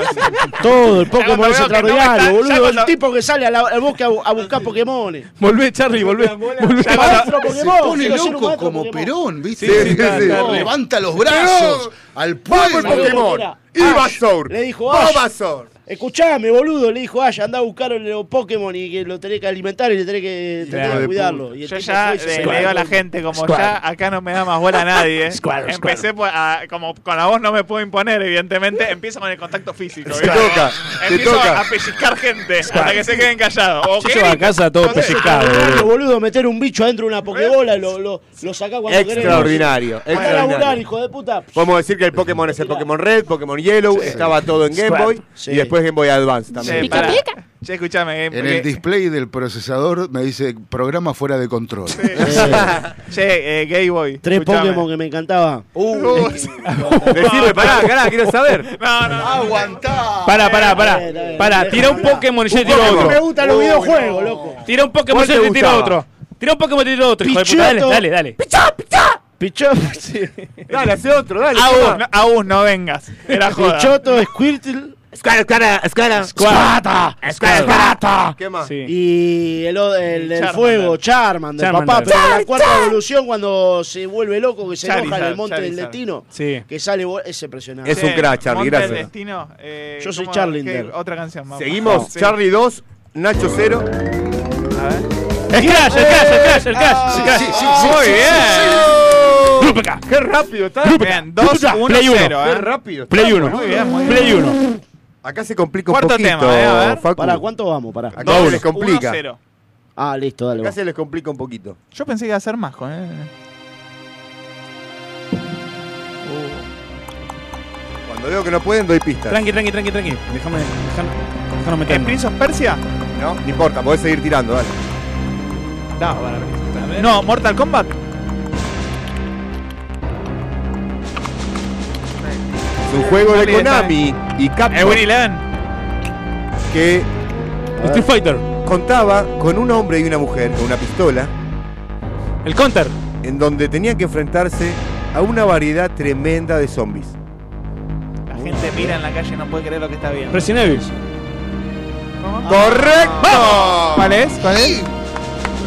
Todo, el
cuando
Pokémon es
veo que no
extraordinario,
está- ya
boludo.
cuando-
El tipo que sale a la- al bosque a, bu- a buscar Pokémones.
Volvé, Charlie, volvé. volvé.
Ya
Maestro
Se
Pokémon.
pone
quiero ser un
loco
maestro
como
Pokémon.
Perón, ¿viste?
Sí, sí, está, está.
Levanta los brazos al
¡Vamos el
pueblo.
Pokémon!
Era Ash.
¡Ivasaur!
Le dijo Ash.
¡Bobasaur!
Escuchame, boludo, le dijo Ash, anda a buscar los Pokémon y que lo tenés que alimentar y le tenés que, tenés
Hijo
que
de
cuidarlo. Y el
Yo
tipo
ya
fue y
le,
se
le
sacó
digo a la
el-
gente, como
Squirtle.
ya acá no me da más bola a nadie. eh.
Squirtle,
Empecé por- a- como con la voz no me puedo imponer, evidentemente. Empiezo con el contacto físico.
Te
¿viste?
toca, te
Empiezo
toca.
a pellizcar gente hasta que se queden callados. ¿O
Yo
qué?
llevo a casa todo
No sé.
pellizcado,
Claro,
boludo.
boludo, meter un bicho adentro de una pokebola y lo, lo, lo sacás cuando querés.
Extraordinario,
Anda a laburar,
extraordinario.
hijo de puta.
Vamos a decir que el Pokémon es el Pokémon Red, Pokémon Yellow, estaba todo en Game Boy
Sí.
y después Game Boy Advance también.
Che, pará. Che, escuchame. eh,
En el
porque-
display del procesador me dice programa fuera de control.
Che, eh, Gay Boy.
Tres
escuchame.
Pokémon que me encantaba.
Uh, decime, pará, pará, quiero saber.
No, no, no.
Aguantá.
Pará, pará, pará.
Eh, eh,
Pará,
eh,
tira un
habla.
Pokémon y yo te
Un
tiro
Pokémon.
otro.
Me gustan los videojuegos, loco.
Tira un Pokémon
¿Cuál
y yo
te
te tiro
gustaba?
otro. Tira un Pokémon y te tiro otro, hijo de puta. Dale,
Pichoto.
dale, dale.
Picho,
Dale, hace otro, dale.
Agus, no, Agus, no vengas. Era joda.
Pichoto, Squirtle
Escara, escara, escara.
Squata.
Escara. ¿Qué más?
Sí.
y el, o- el del
Charmander.
fuego, Charmander,
Charmander.
papá. Pero en la cuarta evolución, cuando se vuelve loco, que se enoja en
Charizard,
el monte del
Charizard.
destino,
Sí.
que sale, vo- es impresionante.
Es
Che,
un crack, Charlie,
Monte
gracias.
del Destino, eh,
Yo soy
¿cómo-
Charlinder.
qué- Otra canción más.
Seguimos,
Sí.
Charlie 2, Nacho 0.
El Crash, el Crash, el Crash, el Crash, el Crash.
Ah,
Muy bien.
Ah,
Grupo acá.
Qué rápido está.
Bien, 2, 1,
Play uno.
0.
Qué
eh.
rápido. está.
Play 1.
Muy bien, muy bien.
Play 1.
Acá se complica un
Cuarto
poquito.
tema, eh, a ver.
Oh, Facu.
¿Para cuánto vamos? Pará.
Acá
Dos,
se les complica.
uno, cero.
Ah, listo, dale.
Acá
vamos.
se les complica un poquito.
Yo pensé que iba a ser más con él.
Cuando veo que no pueden, doy pistas.
Tranqui, tranqui, tranqui, tranqui. Déjame, déjame, déjame
¿El
meterme.
Prince of Persia?
No, no importa, podés seguir tirando, dale.
No, para No, Mortal Kombat.
Es un juego de
Dale,
Konami
Eh,
y
¿El Win
Capcom
Eleven?
que
Street Fighter.
contaba con un hombre y una mujer con una pistola
El counter.
En donde tenían que enfrentarse a una variedad tremenda de zombies.
La gente mira en la calle y no puede creer lo que está viendo. Ah.
Resident Evil.
¡Correcto!
¿Cuál es? ¿Cuál es?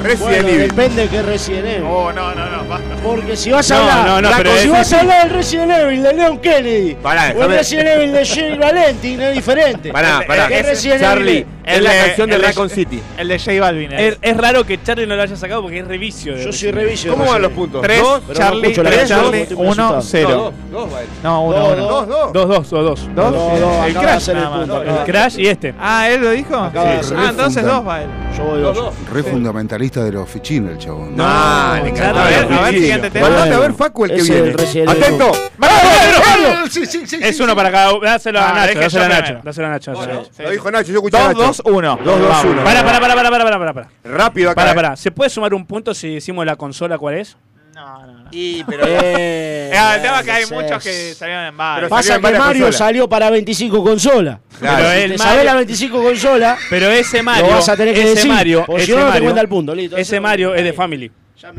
Resident
bueno,
Evil.
depende que Resident Evil.
Oh, no, no, no, basta.
Porque si vas a
No,
hablar,
no, no,
Flaco,
pero
si
es
vas a
así.
hablar del Resident Evil de Leon Kennedy
Pará,
o el
déjame-
Resident Evil de Jay Valenti, no es diferente.
Pará, pará.
¿Qué Resident Evil es?
es la canción de Raccoon City.
El de J Balvin.
Es, es raro que Charlie no lo haya sacado porque es revicio. Yo soy
revicio.
¿Cómo van los puntos?
Tres,
Dos,
Pero no
Charlie,
escucho la
tres,
canción,
Charlie,
estoy muy
uno,
asustado.
cero.
No, dos, dos va él.
No, uno,
Dos,
uno.
dos, dos.
Dos, dos, o dos.
Dos.
El
acaba de
Crash.
hacer el
nada más.
punto, acaba
El
de-
Crash y este.
Ah, él lo dijo.
Acaba de-
Ah, entonces
Refundan.
dos va él.
Yo voy
dos.
Re fundamentalista de los fichines el chabón.
No, Ah, le encanta.
A ver, a ver, siguiente tema.
Bueno,
Andate a ver, Facu, el que
es
viene.
el Resident Evil.
Atento.
Es uno para cada uno. Dáselo a
Ah,
Nacho,
deja
dáselo a
yo
Nacho.
primero.
Dáselo a Nacho. dáselo a Nacho.
Lo dijo Nacho, yo escuché a Nacho.
2-2-1.
2-2-1.
Para, para, para, para, para, para, para, para.
Rápido acá.
Para,
eh.
para. ¿Se puede sumar un punto si decimos la consola cuál es?
Y, pero.
Eh,
Ah, el tema es que hay
no sé.
muchos que salieron en bar.
Pasa que Mario salió para 25 consolas.
Claro. Pero
Pero si
el
te
Mario-
sabés la 25 consolas,
Pero ese Mario.
lo vas a tener que
ese
decir.
Mario.
o si
ese
no, no te
Mario-
cuenta el punto. Listo.
Ese Mario es de Family.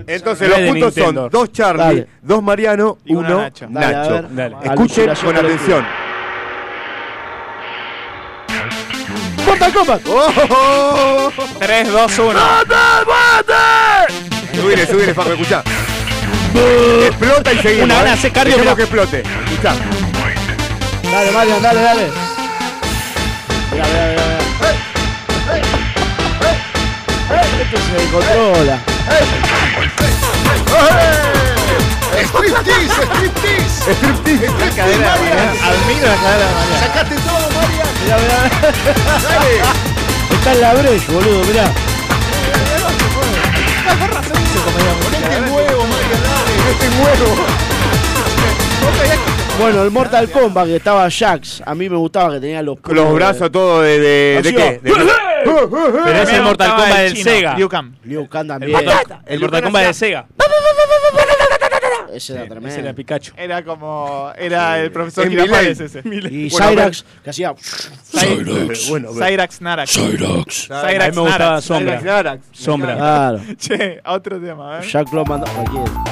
Entonces
No
los
es de
puntos
Nintendo.
son dos Charlie,
Dale.
dos Mariano,
Y
uno
una
Nacho.
Nacho. Dale, a ver. Dale.
Escuchen
Alucinación
con
colectiva.
atención.
¡Mortal Kombat!
¡Oh!
3, 2, 1.
Subile, subile, Facu, escuchá. Explota y seguimos.
Una
eh.
hora hace cardio,
Dejemos
mirá.
que explote. Escuchá.
Dale, Mario, dale, dale. Mirá, mirá, mirá, mirá. Este se descontrola.
¡Striptease! ¡Striptease!
¡Eh! ¡Striptease!
¿eh? Admiro la cadera de Mariano.
¡Sacate todo, María!
Mirá, mirá.
¡Dale!
Está en la brecha, boludo, mirá.
¡Mete el huevo, María!
este
¡Dale!
¡Mete huevo!
Bueno, el Mortal Kombat que estaba Jax, a mí me gustaba que tenía los
Los brazos todos de, de, de qué? De-
Pero ese es el Mortal Kombat del Sega.
Liu Kang.
Liu Kang
El
también.
Mortal, el Mortal Kombat de Sega.
Ese era tremendo.
Ese era Pikachu.
Era como. Era el profesor
En
Girafales
Miley.
ese.
Y
Bueno,
Cyrax que hacía.
Cyrax.
Bueno,
Cyrax Narax.
Cyrax.
Cyrax
A mí me gustaba
Narax.
Sombra.
Cyrax Narax.
Sombra.
Claro.
Che, a otro tema, ¿eh?
Jack lo mandó cualquiera.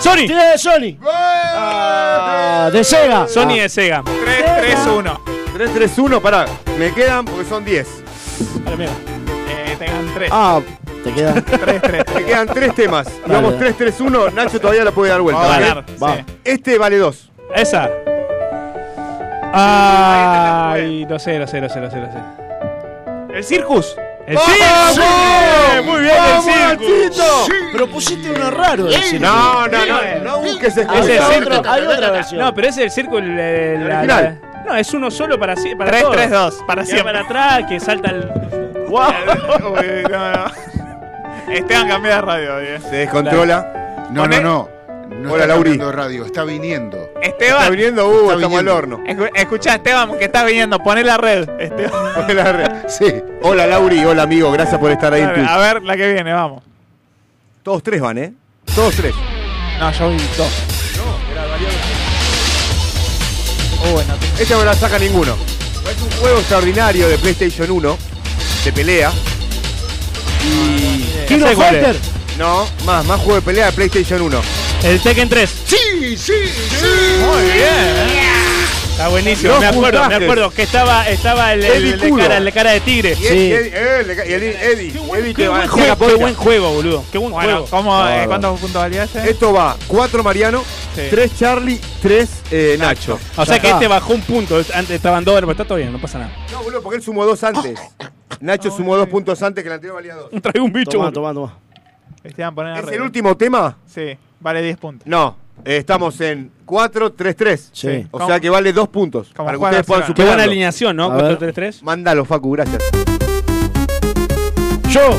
¡Sony!
Tiene de Sony. Ah, de Sega.
Sony de Sega.
3, 3, 1.
3, 3, 1, pará. Me quedan porque son 10.
Vale, mira.
Eh, tengan 3.
Ah, te queda.
3, 3.
Me quedan 3 temas. Vamos, 3, 3, 1. Nacho todavía la puede dar vuelta.
Vamos a
¿ok?
ganar,
Va.
sí.
Este vale 2.
Esa. Ay, no sé, no sé, no sé, no sé, no sé.
El Circus.
El
¡Vamos!
Circus.
¡Vamos!
Muy bien, el
¡Vamos,
Circus.
Nachito!
Pero pusiste uno raro. de Sega.
No, no, no. No busques
Ese es
excusas.
el Circus.
Hay otra versión.
No, pero ese es el Circus. el- el- la-
original.
la- no, es uno solo para, si- para
3,
todos.
3, 2. Para
Y va
siempre.
para atrás, que salta el.
Wow. no, no. Esteban, cambia de radio, eh. oye.
Se descontrola.
No, no,
Poné-
no. No
Hola,
está
Lauri.
cambiando de radio, está viniendo.
Está
Esteban,
viniendo Hugo,
Está
estamos al
viniendo.
horno.
escu- escuchá, Esteban, que está viniendo. Poné la red. Esteban.
Poné la red. Sí. Hola, Lauri. Hola, amigo. Gracias por estar ahí en Twitch.
A ver, la que viene, vamos.
Todos tres van, ¿eh? Todos tres.
No, yo vi dos.
Oh,
Esta no la saca ninguno. Es un juego extraordinario de PlayStation 1, de pelea. Y.
Kino Fighter.
No, más, más juego de pelea de PlayStation 1.
El Tekken 3.
¡Sí, sí, sí!
Muy bien. ¿eh?
Está buenísimo,
Los
me acuerdo, me
puntajes.
acuerdo que estaba, estaba el, el- el de
Ridiculo.
cara, el de cara de tigre.
Y Eddie, eh, le ca- y Eddie, Eddie, Eddie que
Qué
va
buen
a
juego,
hacer la
qué
polla.
buen juego, boludo. Qué buen
Bueno,
juego.
¿cómo, eh,
Bárbaro.
¿cuántos puntos validaste?
Esto va 4 Mariano,
Sí.
3 Charlie, 3 Nacho.
O sea que
Acá.
este bajó un punto, antes estaban dos, pero está todo bien, no pasa nada.
No, boludo, porque él sumó 2 antes. Nacho sumó 2 puntos antes que el anterior valía 2.
Trae un bicho.
Tomá,
boludo.
tomá, tomá.
Este,
Esteban, poné la
¿Es
red.
el último tema?
Sí, vale 10 puntos.
No. eh, estamos en 4, 3, 3.
Sí.
O sea que vale 2 puntos.
Como
Para que
Juan
ustedes puedan
Arcega.
Qué buena
superarlo.
alineación, ¿no?
A ver.
4-3-3.
Mándalo, Facu, gracias.
Yo.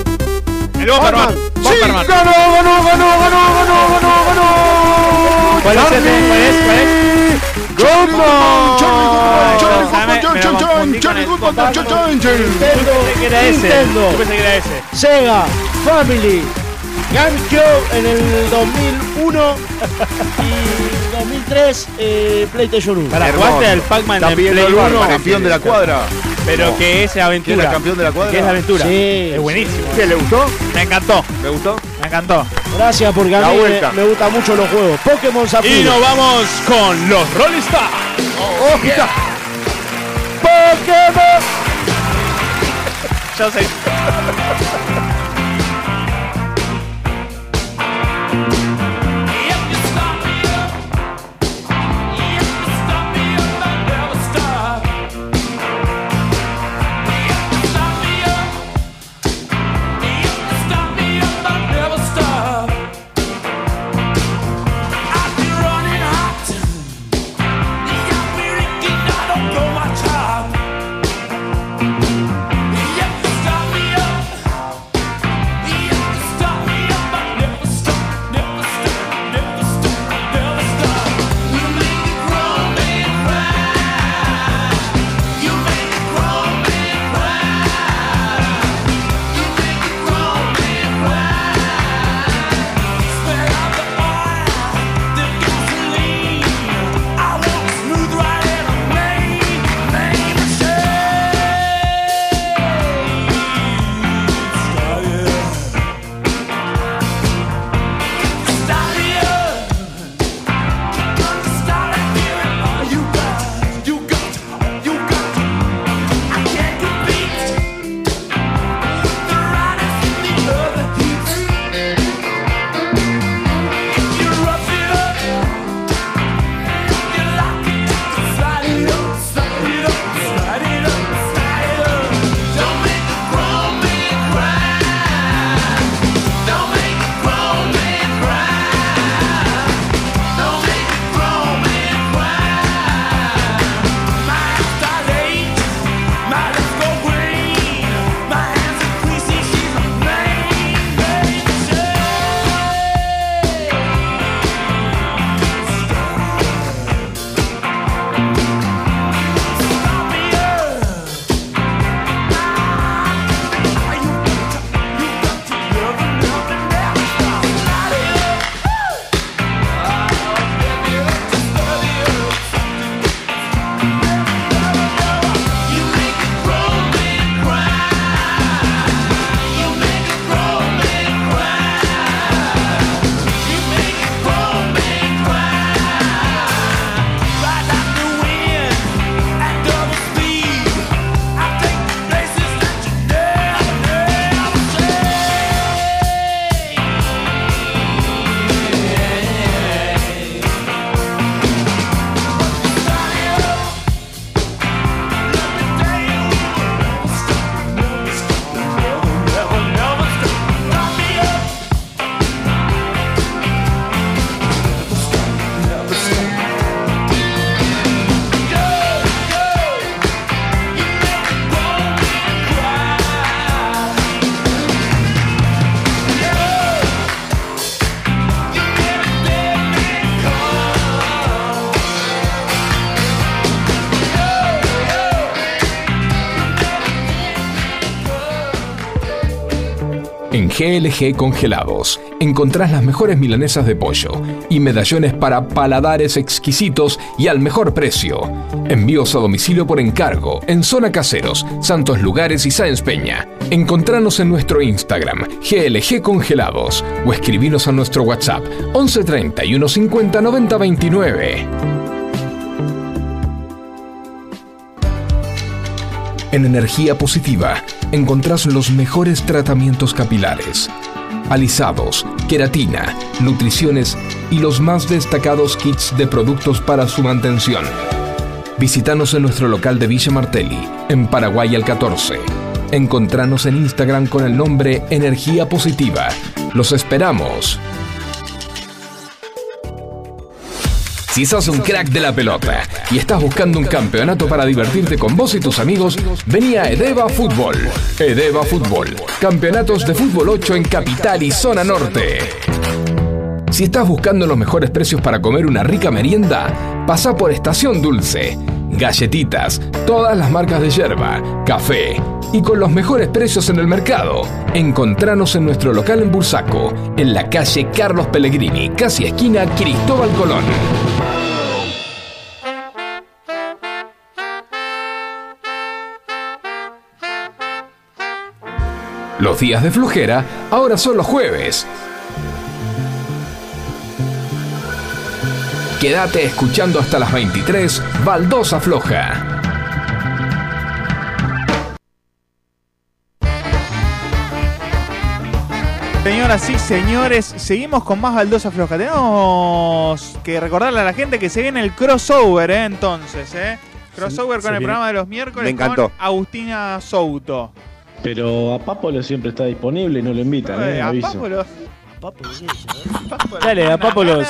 El Bomberman. Bomberman.
¡Ganó, ganó, ganó, ganó, ganó, ganó, ganó!
¿Cuál es el de- cuál es? ¿Cuál es?
Nintendo.
Yo pensé que era ese.
Nintendo.
Yo pensé que era ese.
Sega. Family. GameCube en el 2001 y 2003 eh, PlayStation 1.
Para
Hermoso.
jugaste al Pac-Man
Está
en Play
pidiendo el bar,
1,
campeón de la cuadra.
pero que es
¿Quién era
aventura.
campeón de la cuadra?
Que es aventura.
Sí.
Es buenísimo.
¿Qué, le gustó?
Me encantó.
¿Le gustó?
Me encantó.
Gracias porque a
La
mí me-
vuelta.
me, gustan mucho los juegos. Pokémon Zafiro.
Y nos vamos con los Rolling Stars.
Pokémon. Yo soy.
En GLG Congelados encontrás las mejores milanesas de pollo y medallones para paladares exquisitos y al mejor precio. Envíos a domicilio por encargo en Zona Caseros, Santos Lugares y Sáenz Peña. Encontranos en nuestro Instagram, GLG Congelados, o escribinos a nuestro WhatsApp 11 31 50 90 29. En Energía Positiva encontrás los mejores tratamientos capilares, alisados, queratina, nutriciones y los más destacados kits de productos para su mantención. Visítanos en nuestro local de Villa Martelli, en Paraguay al 14. Encontranos en Instagram con el nombre Energía Positiva. Los esperamos. Si sos un crack de la pelota y estás buscando un campeonato para divertirte con vos y tus amigos, vení a Edeva Fútbol. Edeva Fútbol. Campeonatos de fútbol 8 en Capital y Zona Norte. Si estás buscando los mejores precios para comer una rica merienda, pasa por Estación Dulce. Galletitas, todas las marcas de yerba, café y con los mejores precios en el mercado. Encontranos en nuestro local en Bursaco, en la calle Carlos Pellegrini, casi esquina Cristóbal Colón. Los días de flojera ahora son los jueves. Quédate escuchando hasta las 23, Baldosa Floja.
Señoras y señores, seguimos con más baldosa floja. Tenemos que recordarle a la gente que se viene el crossover, ¿eh? Entonces, ¿eh? Crossover
Se
con el
viene.
programa de los miércoles
Me encantó.
con Agustina Souto.
Pero a Papolo siempre está disponible y no lo invitan,
Eh,
eh,
a
aviso.
Pápolo.
¿eh?
Dale, a eh, Papolos.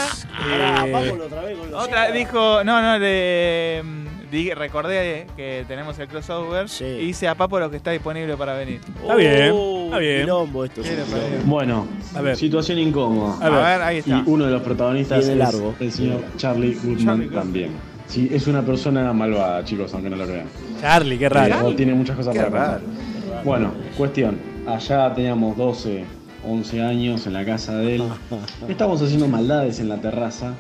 Otra dijo, no, no, de, mm, di- recordé que tenemos el crossover y dice a Pápolo que está disponible para venir.
Está bien,
Oh,
está bien.
esto.
Bueno,
A ver.
situación incómoda.
A ver. A ver,
ahí está.
Y uno de los protagonistas
Viene
es
largo.
el señor Charlie Goodman también. Sí, es una persona malvada, chicos, aunque no lo crean.
Charlie, qué raro.
Pero tiene muchas cosas
Qué
para contar. Bueno, cuestión. Allá teníamos 12, 11 años en la casa de él. Estábamos haciendo maldades en la terraza.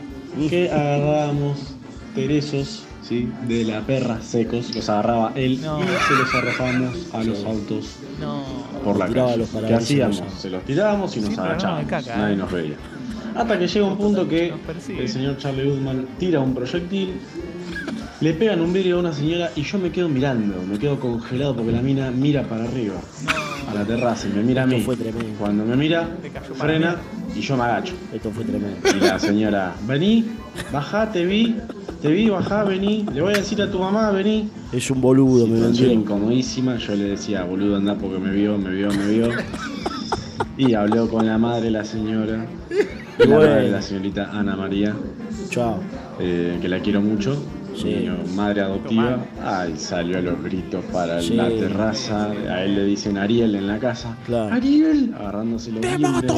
Que agarrábamos teresos ¿sí? de la perra secos. Los agarraba él y se los arrojábamos a los autos por la
Tiraba
calle.
los
¿Qué
parabrisas
hacíamos?
a los autos.
Se los tirábamos y nos
Siempre hablamos de
agachábamos.
caca, ¿eh?
Nadie nos veía. Hasta que llega un punto que el señor Charlie Goodman tira un proyectil, le pegan un vidrio a una señora y yo me quedo mirando, me quedo congelado porque la mina mira para arriba, a la terraza y me mira a mí. Cuando me mira,
para
frena y yo me agacho.
Esto fue tremendo.
Y la señora, vení, bajá, te vi, te vi, bajá, vení, le voy a decir a tu mamá, vení.
Es un boludo, me
Situación
vendió.
incomodísima, yo le decía, boludo, anda porque me vio, me vio, me vio. Y habló con la madre de la señora, la
Bueno.
madre de la señorita Ana María,
Chao.
eh, que la quiero mucho. mi Madre adoptiva, ay, salió a los gritos para
Sí.
la terraza. A él le dicen Ariel en la casa. Ariel, agarrándose los dientes,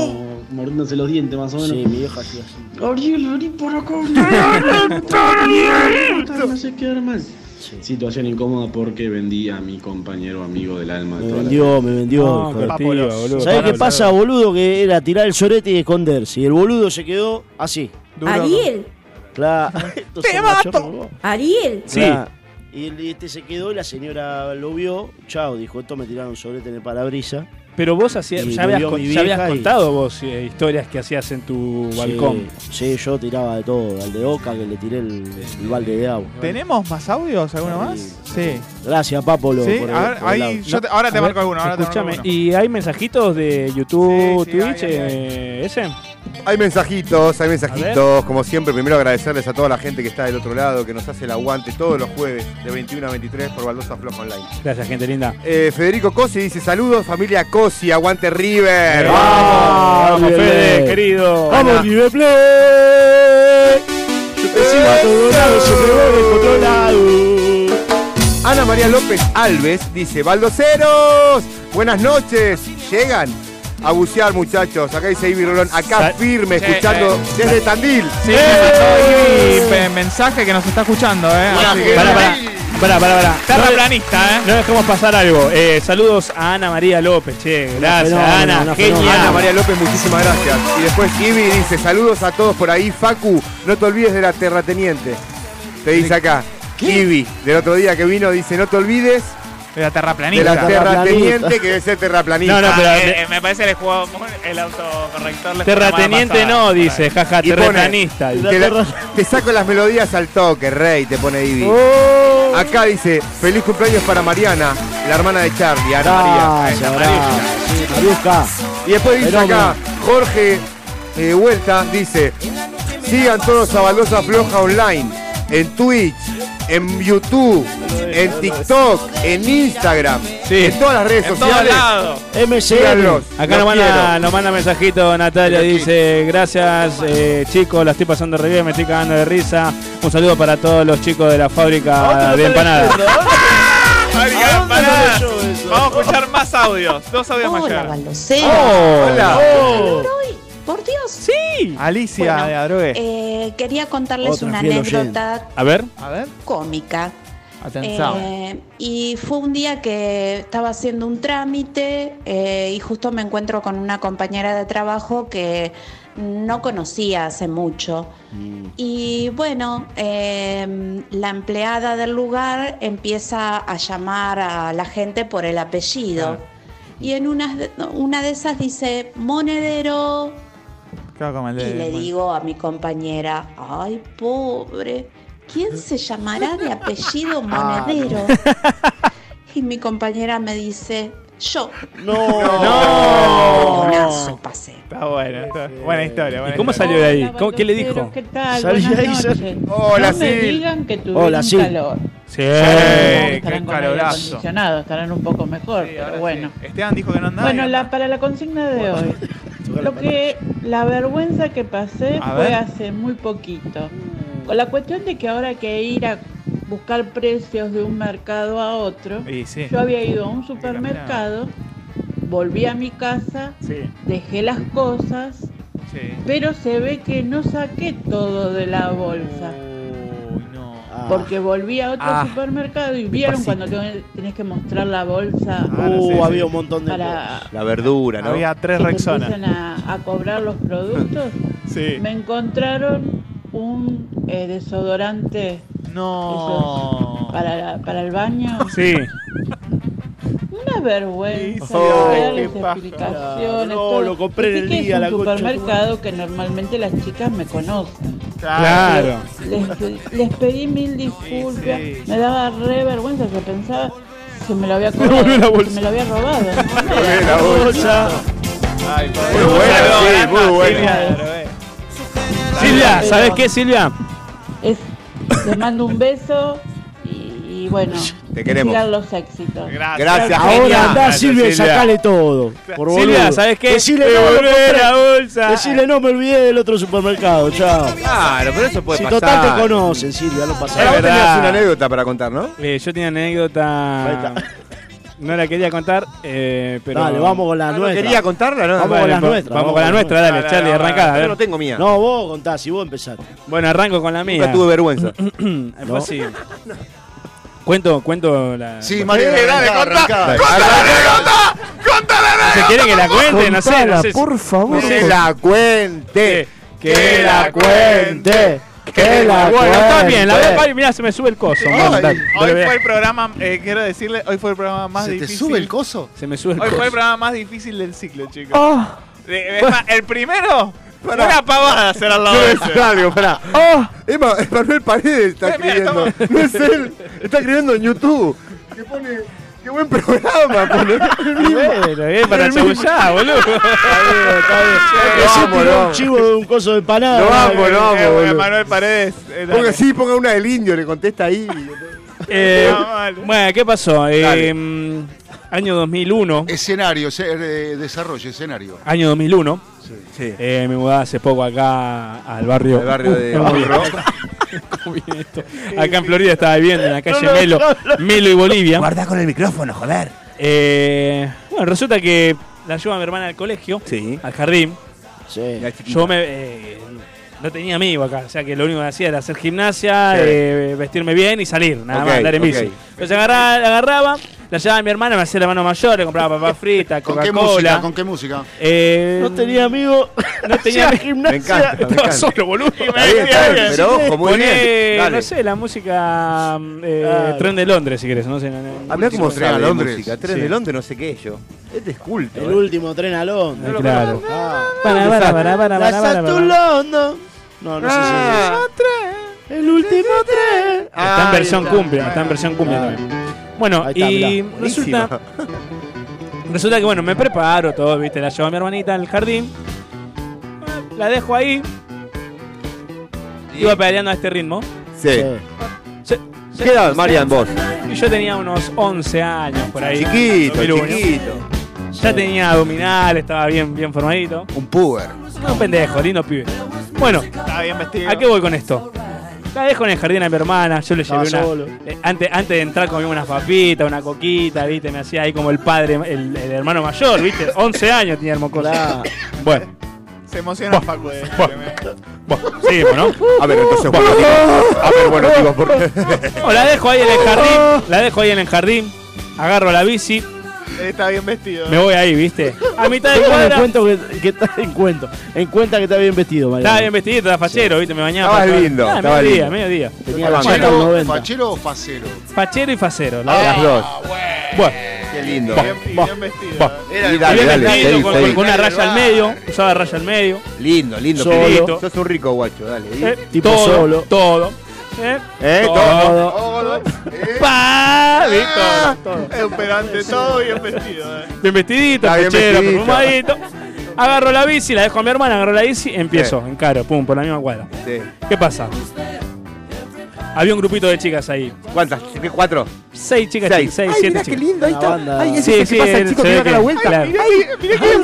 mordiéndose los dientes más o menos.
Sí, mi vieja hacía así.
Ariel, vení por acá. No sé qué mal. Situación incómoda porque vendí a mi compañero amigo del alma de
Me
toda la
vendió, me vendió.
No,
hijo de-
Papolos. boludo,
¿Sabés qué
Papolos.
pasa, boludo? Que era tirar el sorete y esconderse. Y el boludo se quedó así.
Ariel,
Claro. Estos son machorros, vos.
Ariel.
Claro. Y el- este se quedó y la señora lo vio. Chao, dijo, esto me tiraron sorete en el parabrisa.
Pero vos hacías,
Y
ya habías,
murió
con-
mi
ya habías
vieja y-
contado vos eh, historias que hacías en tu balcón.
Sí, yo tiraba de todo. Al de Oca que le tiré el, el balde de agua.
¿Tenemos más audios? ¿Alguno más? Sí.
Gracias, Papolo.
Sí,
por el-
a ver,
por el
ahí
lado.
yo te- ahora te
A
marco alguno, ahora te marco
escuchame,
alguno.
¿y hay mensajitos de YouTube,
Sí, sí,
Twitch,
hay, hay,
eh, ese?
Hay mensajitos, hay
A
mensajitos. Como siempre, primero agradecerles a toda la gente que está del otro lado, que nos hace el aguante todos los jueves de 21 a 23 por Baldosa Floja Online.
Gracias, gente linda.
Eh, Federico Cosi dice: Saludos, familia Cosi, aguante River.
Eh, ¡Vamos,
River
Fede,
Plate!
querido!
¡Vamos,
River Play!
Encima Colorado se Ana María López Alves dice, Baldoceros, buenas noches, llegan a bucear muchachos, acá dice Ivy Rolón, acá
Sa-
firme,
Sí,
escuchando
eh.
desde Tandil.
Sí,
¡Eh!
me mandó ahí pe- mensaje que nos está escuchando, ¿eh?
Pará,
Así que-
pará, pará. Pará, pará, pará.
Terraplanista, ¿eh?
No dejemos pasar algo. Eh, saludos a Ana María López, che. Gracias,
Fenómeno,
Ana.
una
Genial.
fenómeno. Ana María López, muchísimas gracias. Y después Ivy dice, saludos a todos por ahí, Facu, no te olvides de la terrateniente. Te dice acá, Ivy, del otro día que vino, dice, no te olvides
De la terraplanista.
de la terrateniente que debe ser terraplanista.
No, no, pero-
Ah, eh, eh, me parece que le jugó el autocorrector. le jugó la mala
Terrateniente
pasada.
no, dice, jaja,
Y pone,
terratanista.
Te, la- te saco las melodías al toque, rey, te pone Ivy.
Oh.
Acá dice, feliz cumpleaños para Mariana, la hermana de Charlie, Ana
Ah,
María.
Gracias, gracias. Mariuska.
Y después dice
Fenómeno.
acá, Jorge eh, Vuelta dice, sigan todos a Baldosa Floja Online, en Twitch, en YouTube, en TikTok, en Instagram, en todas las redes
En todos
sociales.
lados.
Síganlos,
Acá
los
nos manda,
quiero.
nos manda mensajito Natalia,
Los
dice, gracias eh, chicos, la estoy pasando re bien, me estoy cagando de risa. Un saludo para todos los chicos de la
Ah,
fábrica de empanadas.
Fábrica de empanadas. Vamos a escuchar más audios. Dos audios más.
Hola,
llegaron.
Baldocero.
Oh, hola.
¿Calor hoy? Por Dios.
Sí.
Alicia
Bueno,
de Adrogué.
eh, quería contarles
Otra
una
fiel
anécdota
A ver.
A ver.
cómica.
Atención.
Eh, y fue un día que estaba haciendo un trámite eh, y justo me encuentro con una compañera de trabajo que no conocía hace mucho. Y bueno, eh, la empleada del lugar empieza a llamar a la gente por el apellido. y en una, una de esas dice monedero
Claro, como el
y
de-
le digo a mi compañera, ay pobre, ¿quién se llamará de apellido
Ah, no.
monedero? Y mi compañera me dice, yo.
No.
Monedazo pasé.
Está bueno, está- buena historia.
¿Y cómo salió de ahí? ¿Cómo- ¿Qué le dijo?
¿Qué tal?
Salí
Buenas
ahí,
noches.
salí.
Hola,
Hola,
no me
Sil.
digan que tuvieron
Hola,
un
Sil.
calor.
Sí,
Ahora
qué
estarán con aire
calorazo.
acondicionado, estarán un poco mejor, pero bueno.
Esteban dijo que no andaba.
Bueno, la, para la consigna de hoy, lo que la vergüenza que pasé
A
fue
ver.
hace muy poquito. Con la cuestión de que ahora hay que ir a buscar precios de un mercado a otro,
Y sí.
yo había ido a un supermercado, volví a mi casa, dejé las cosas,
Sí.
pero se ve que no saqué todo de la bolsa.
Ah.
Porque volví a otro
Ah.
supermercado y vieron
Despacito.
cuando te- tenés que mostrar la bolsa.
Uh, había un montón de
Para
La verdura, ¿no?
Había tres
que te
Rexona.
empiezan a, a cobrar los productos. Me encontraron un eh, desodorante.
No.
Para, para el baño.
Sí.
Una vergüenza.
Sí, ay,
no darles
qué paja.
explicaciones,
No,
todo.
lo compré en
Así
el
que
día,
Es un
la concha de tu
supermercado que normalmente las chicas me conocen.
Claro.
Les, les pedí mil disculpas. Me daba re vergüenza. Yo pensaba que me lo había
Me volvió la
cobrado, que
bolsa.
me lo había robado.
la bolsa.
Muy buena, ¿eh? sí, muy buena.
Silvia, ¿sabes qué, Silvia?
Es, les mando un beso y, y bueno,
Te queremos.
sigan los éxitos.
Ah, Gracias,
Ahora andá, Silvia, y
Silvia.
sacale todo. Por boludo.
Silvia, ¿sabes qué?
Decile
Me
no, lo
volvé
compré.
la bolsa.
Decile no, me olvidé del otro supermercado, chao.
Claro, pero eso puede
Si
pasar.
total te conocen, Silvia, no pasa
Ahora vos
nada.
tenías una anécdota para contar, ¿no?
Eh, yo tenía anécdota. No la quería contar, eh, pero.
Dale, vamos con la
Ah, ¿no
nuestra.
quería contarla, no?
Vamos
Vale,
con la
po-
nuestra.
vamos con la nuestra, dale, Charlie, arrancá, a ver. Yo no tengo mía.
No, vos contás, si vos empezaste.
Bueno, arranco con la mía.
Nunca tuve vergüenza.
Fue así. Eh, pues Cuento, cuento la.
Sí, Mario, arrancá, arrancá.
Dale. ¿Se quiere que la cuente? No sé, no sé.
por favor.
no sé.
Que la cuente.
Que la
cuente.
Que
la
Bueno, está
cuente.
bien, la veo, Pari, mirá, se me sube el coso. Bueno, dale,
Hoy
dale,
fue
dale.
el programa, eh, quiero decirle, hoy fue el programa más
¿Se te
difícil.
sube el coso?
Se me sube el
Hoy
coso.
fue el programa más difícil del ciclo, chicos.
Ah.
Eh, es más, el primero, una pavada será la
Quiero
vez.
decir algo, pará.
Ah.
Es Ma- es Manuel Paredes
Eh,
está escribiendo. No es él. Está escribiendo en YouTube. Que pone. Qué buen programa, pone.
Bueno, bien para
El mismo.
chabullá, boludo.
Que se tiró un chivo de un coso de empanada.
Lo amo, lo
Eh,
amo, boludo.
Manuel Paredes. eh, dale.
Ponga sí, ponga una del indio, le contesta ahí.
Eh,
Ah, vale.
bueno, ¿qué pasó? Eh, mm, año 2001.
Escenario, se- eh, desarrollo, escenario.
Año 2001. Eh, me mudaba hace poco acá al barrio.
Al barrio de
¿cómo viene?
Morro.
¿Cómo viene esto? Acá en Florida estaba viviendo, en la calle Melo. Melo y Bolivia.
Guarda con el
pues
micrófono, joder.
Eh, bueno, resulta que la llevo a mi hermana al colegio, al jardín. Yo me, eh, no tenía amigo acá, o sea que lo único que hacía era hacer gimnasia,
Sí.
eh, vestirme bien y salir, nada
Ok,
más, andar en
ok.
bici. Entonces agarraba, la agarraba, la llevaba a mi hermana, me hacía la mano mayor, le compraba papas fritas,
¿Con qué música?
Coca-Cola.
¿Con qué música?
Eh,
No tenía amigo.
no tenía
Hacía gimnasia.
Estaba solo, boludo.
bien, está bien, pero ojo, muy
Poné,
bien. Dale.
No sé, la música eh,
Claro.
Tren de Londres, si querés. No sé, no- no-
Habla como
Tren de
sabe de
Londres.
música. Tres
Sí.
de Londres, no sé qué es yo. Este es culto.
El
eh.
último tren a Londres.
Eh, claro.
Para,
para, para, para,
La
para, para, para.
Saturno. No, no
Ah.
sé si es. El último tren.
Está en
Ah,
versión
bien, está.
cumbia, está en versión cumbia también. Bueno,
Ahí está,
y
mirá.
resulta, resulta que bueno, me preparo todo, viste, la llevo a mi hermanita al jardín, la dejo ahí, iba pedaleando a este ritmo.
Sí.
Se- se-
¿Qué edad,
se-
Marian, vos?
Y yo tenía unos 11 años por ahí.
Chiquito,
2001.
chiquito.
Ya tenía abdominal, estaba bien, bien formadito.
Un puber.
Un pendejo, lindo pibe. Bueno,
Está bien vestido.
¿A qué voy con esto? La dejo en el jardín a mi hermana, yo le llevé
Estaba
una.
solo.
eh, antes, antes de entrar comí unas papitas, una coquita, viste, me hacía ahí como el padre, el, el hermano mayor, viste, 11 años tenía hermocosa. Bueno,
Se emociona Facu. eh.
bueno, seguimos, ¿no?
A ver, entonces, bueno, chicos. A ver, bueno, chicos, ¿por qué?
No, la dejo ahí en el jardín, la dejo ahí en el jardín, agarro la bici,
Él está bien vestido.
me voy ahí, viste. A mitad de
Tengo en
cuadra.
cuento que, que está en cuento. En cuenta que está bien vestido, Mariano.
Estaba bien vestidito, estaba fachero, viste, me bañaba.
Estabas
para todo.
lindo,
Ah,
estabas
mediodía,
lindo.
mediodía.
Tenía la
Fachero,
chata al 90.
¿Fachero o facero?
Fachero y facero, la
Ah,
verdad.
las dos.
Bueno,
Qué lindo.
Va,
eh.
va, va.
Era
Y
dale,
bien
dale,
vestido,
seguí,
con,
seguí.
con una raya al medio, usaba raya al medio.
Lindo, lindo.
Solo.
Felito. Sos un rico guacho, dale.
Eh, todo, todo. Eh,
Eh,
todo.
Todo.
Pa, vi,
Ah.
Ah.
todo, todo.
Es un pedante todo bien vestido. eh.
Bien vestidito,
Está bien
cochero,
vestidito.
perfumadito. Agarro la bici, la dejo a mi hermana, agarro la bici, empiezo, encaro, pum, por la misma cuadra. ¿Qué pasa? Había un grupito de chicas ahí.
¿Cuántas? ¿Cuatro?
Seis chicas,
Seis.
seis,
Ay,
siete
mirá qué
chicas.
lindo, ahí está. Ay, ese es
Sí,
el que
sí,
pasa el
él
chico
se
que
ve
va a dar la vuelta.
claro.
Mirá
Mirá qué bien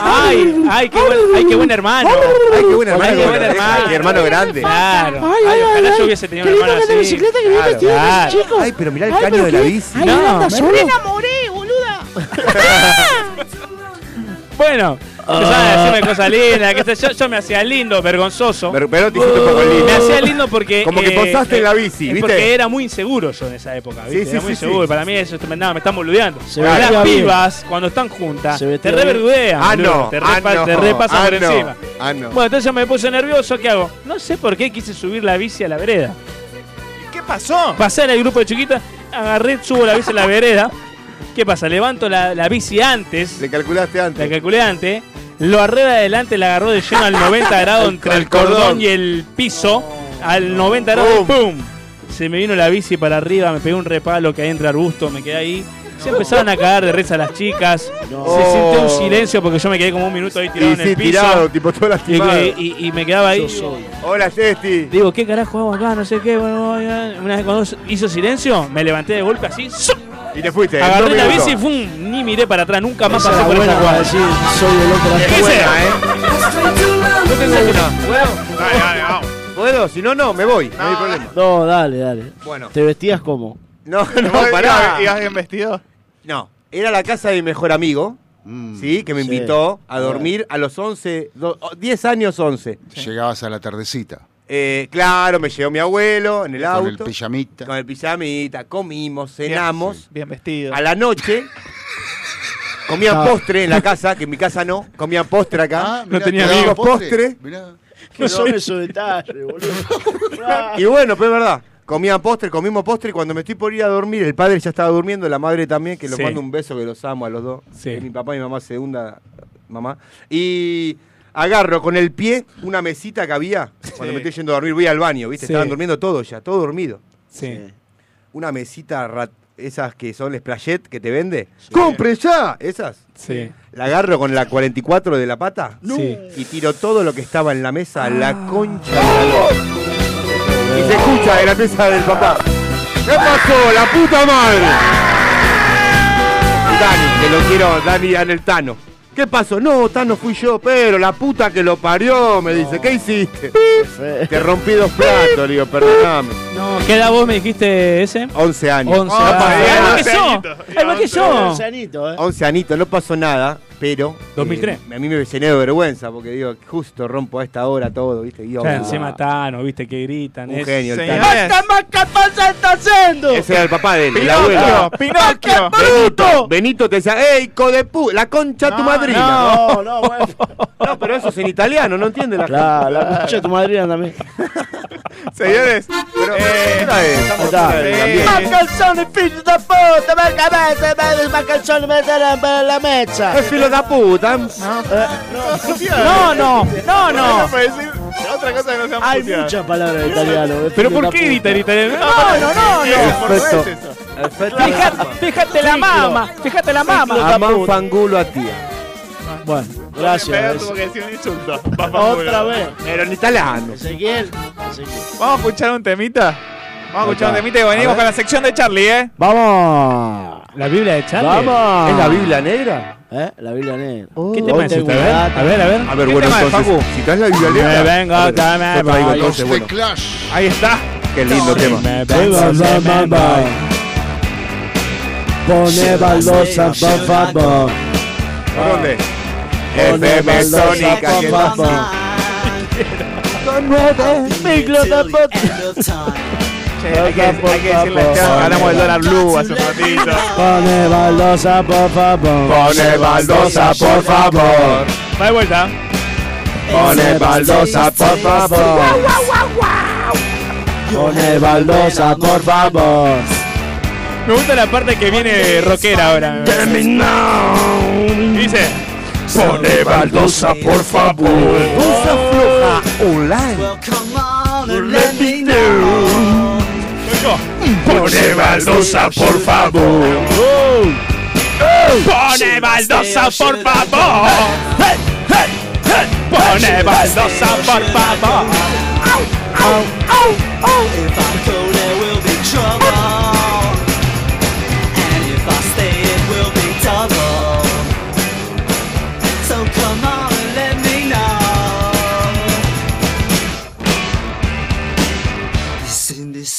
Ay, ay, qué buen, ay, qué buen hermano.
Ay, qué buen hermano.
Ay, qué buen hermano.
Qué hermano grande.
Claro. Ay, ojalá yo hubiese tenido una hermana así. Claro, claro.
Ay, pero mirá el caño de la bici.
No, me
me-
enamoré, boluda. bueno, empezaban a decirme cosas lindas, qué sé yo, yo me hacía lindo, vergonzoso.
pero te hiciste un poco lindo.
Me Uh. hacía lindo porque. eh,
Como que posaste en la bici,
es
¿viste?
Porque era muy inseguro yo en esa época, ¿viste?
Sí, sí,
era muy
sí,
inseguro.
sí.
Para mí eso me, nada, me están boludeando.
Se
Porque
vestía
las
bien.
pibas, cuando están juntas,
Se
te
vestía bien.
reverdudean.
Ah,
boludo,
no,
Te,
ah,
repa-
no,
te repasan
ah,
por
no,
encima.
ah, no.
Bueno, entonces yo me puse nervioso. ¿Qué hago? No sé por qué quise subir la bici a la vereda.
¿Qué pasó?
Pasé en el grupo de chiquitas, agarré, subo la bici a la vereda. ¿Qué pasa? Levanto la, la bici antes. Le
calculaste antes.
La calculé antes. Lo arreo de adelante, la agarró de lleno al 90 grados entre el cordón, y el piso. Al 90 grados, y ¡pum! Se me vino la bici para arriba, me pegué un repalo que hay entre arbustos, me quedé ahí. Se empezaron a cagar de risa las chicas. Se sintió un silencio porque yo me quedé como un minuto ahí tirado
Y
en el
sí,
piso.
tirado, tipo todo
Y,
lastimado.
que- y- y me quedaba ahí.
Hola, Cesti.
Digo, ¿qué carajo hago acá? No sé qué. Bueno, voy a- una vez cuando hizo silencio, me levanté de golpe así. ¡zup!
Y te fuiste. ¿eh? en dos
Agarré la
minutos.
bici y ¡fum! Ni miré para atrás, nunca más
Esa
pasé
era
por
buena
esa
para
cuadra.
decir,
soy el otro
Es buena, ¿eh?
Yo tengo una.
Dale, dale, vamos. ¿Puedo? Si no, no, me voy. No, hay problema.
No, dale, dale.
Bueno.
¿Te vestías como?
No, no,
Ibas-
pará.
ibas
bien vestido? No. Era la casa de mi mejor amigo,
Mm,
¿sí? Que me
sí.
invitó a dormir a los 11, do- 10 años 11.
Llegabas a la tardecita.
Eh, claro, me llevó mi abuelo en el
Con
auto.
el pijamita.
Con el pijamita, comimos, cenamos.
Bien vestido.
A la noche comían
Ah.
postre en la casa, que en mi casa no, comían postre acá.
Ah,
No mirá, tenía te daban
amigos,
amigos. postre.
postre.
¿Qué son esos detalles, boludo?
Y bueno, pues es verdad. Comían postre, comimos postre y cuando me estoy por ir a dormir, el padre ya estaba durmiendo, la madre también, que los
Sí.
mando un beso, que los amo a los dos.
Sí.
Es Mi papá y mi mamá, segunda mamá. Y agarro con el pie una mesita que había cuando me estoy yendo a dormir, voy al baño, ¿viste?
Sí.
Estaban durmiendo todos ya, todo dormido.
Sí.
Una mesita, rat- esas que son Splashet que te vende. ¡Compre ya! Esas.
Sí.
La agarro con la 44 de la pata
Sí.
y tiro todo lo que estaba en la mesa a la concha. de la lora. Y se escucha de la mesa del papá. ¿Qué pasó? ¡La puta madre! Y Dani, que lo quiero, Dani Aneltano. ¿Qué pasó? No, Tano fui yo, pero la puta que lo parió, me dice, ¿qué hiciste? Te rompí dos platos, le digo, perdóname.
No, ¿qué edad vos me dijiste ese?
11 años. eh,
11 años.
once
¡Igual que yo! ¡Igual que yo!
Ancianito, eh.
11 anitos, no pasó nada, pero.
2003.
eh, a mí me llené de vergüenza porque digo, justo rompo a esta hora todo, ¿viste? Digo,
Ya,
ah,
encima Tano, viste que gritan.
Un
es-
genio, el
Señores.
Tano. Ese era el papá de él, el abuelo.
Pinocchio.
Benito, Benito te decía, ¡ey, hijo de pu! ¡La concha de tu madrina!
No, no, bueno.
No, pero eso es en italiano, no entiende la
Claro, la concha de tu madrina también.
Señores, pero. Eh, estamos fuera del ambiente.
eh.
Más calzones, filho da puta, más cabeza, más- más calzones, más de la- de la Eh. mecha.
Es filo da puta.
No, no, no, no.
Otra cosa que no sea
Hay
puteada.
muchas palabras en italiano. eh,
¿Pero
filho
por
da
qué
puta.
gritan en italiano?
No, no,
Eh,
no, no.
Perfecto.
Fíjate, fíjate la mama, fíjate la mama.
A manfangulo a tía.
Bueno,
Pedro
gracias.
tuvo que decir un insulto.
Otra vez.
Pero en italiano.
Ezequiel.
Vamos a escuchar un temita. Vamos a escuchar un temita y
A
venimos
ver.
con la sección de Charlie, ¿eh?
Vamos.
La Biblia de Charlie.
Vamos.
¿Es la Biblia negra?
¿Eh? La Biblia negra.
¿Qué tema es
tengo un
este? A ver,
dato.
a ver, a ver.
A ver, bueno,
tema es,
entonces,
Facu?
si traes la Biblia
Me
negra.
vengo,
a ver,
dame,
yo traigo
bye.
entonces, bueno.
Clash.
Ahí está.
Qué lindo tema.
Me vengo, dame, bye.
Pone baldosa, por favor.
¿Por dónde?
Pone
FM
baldosa,
Sónica,
por
¿qué
favor.
pasa?
Con nueve micros de puta.
Hay que, hay que decirle que hablamos del dólar blue hace un ratito.
Pone baldosa, por favor.
Pone baldosa, por favor.
Va de vuelta.
Pone baldosa, por favor.
Pone baldosa, por favor.
Me gusta la parte que viene rockera ahora. Dice.
Pone baldosa, por favor.
Baldosa floja online.
Oh. Let me know. Pone baldosa, por favor. Pone baldosa, por favor. Pone baldosa, por favor. If I go, there will be trouble. And if I stay, it will be double. So come on and let me know. This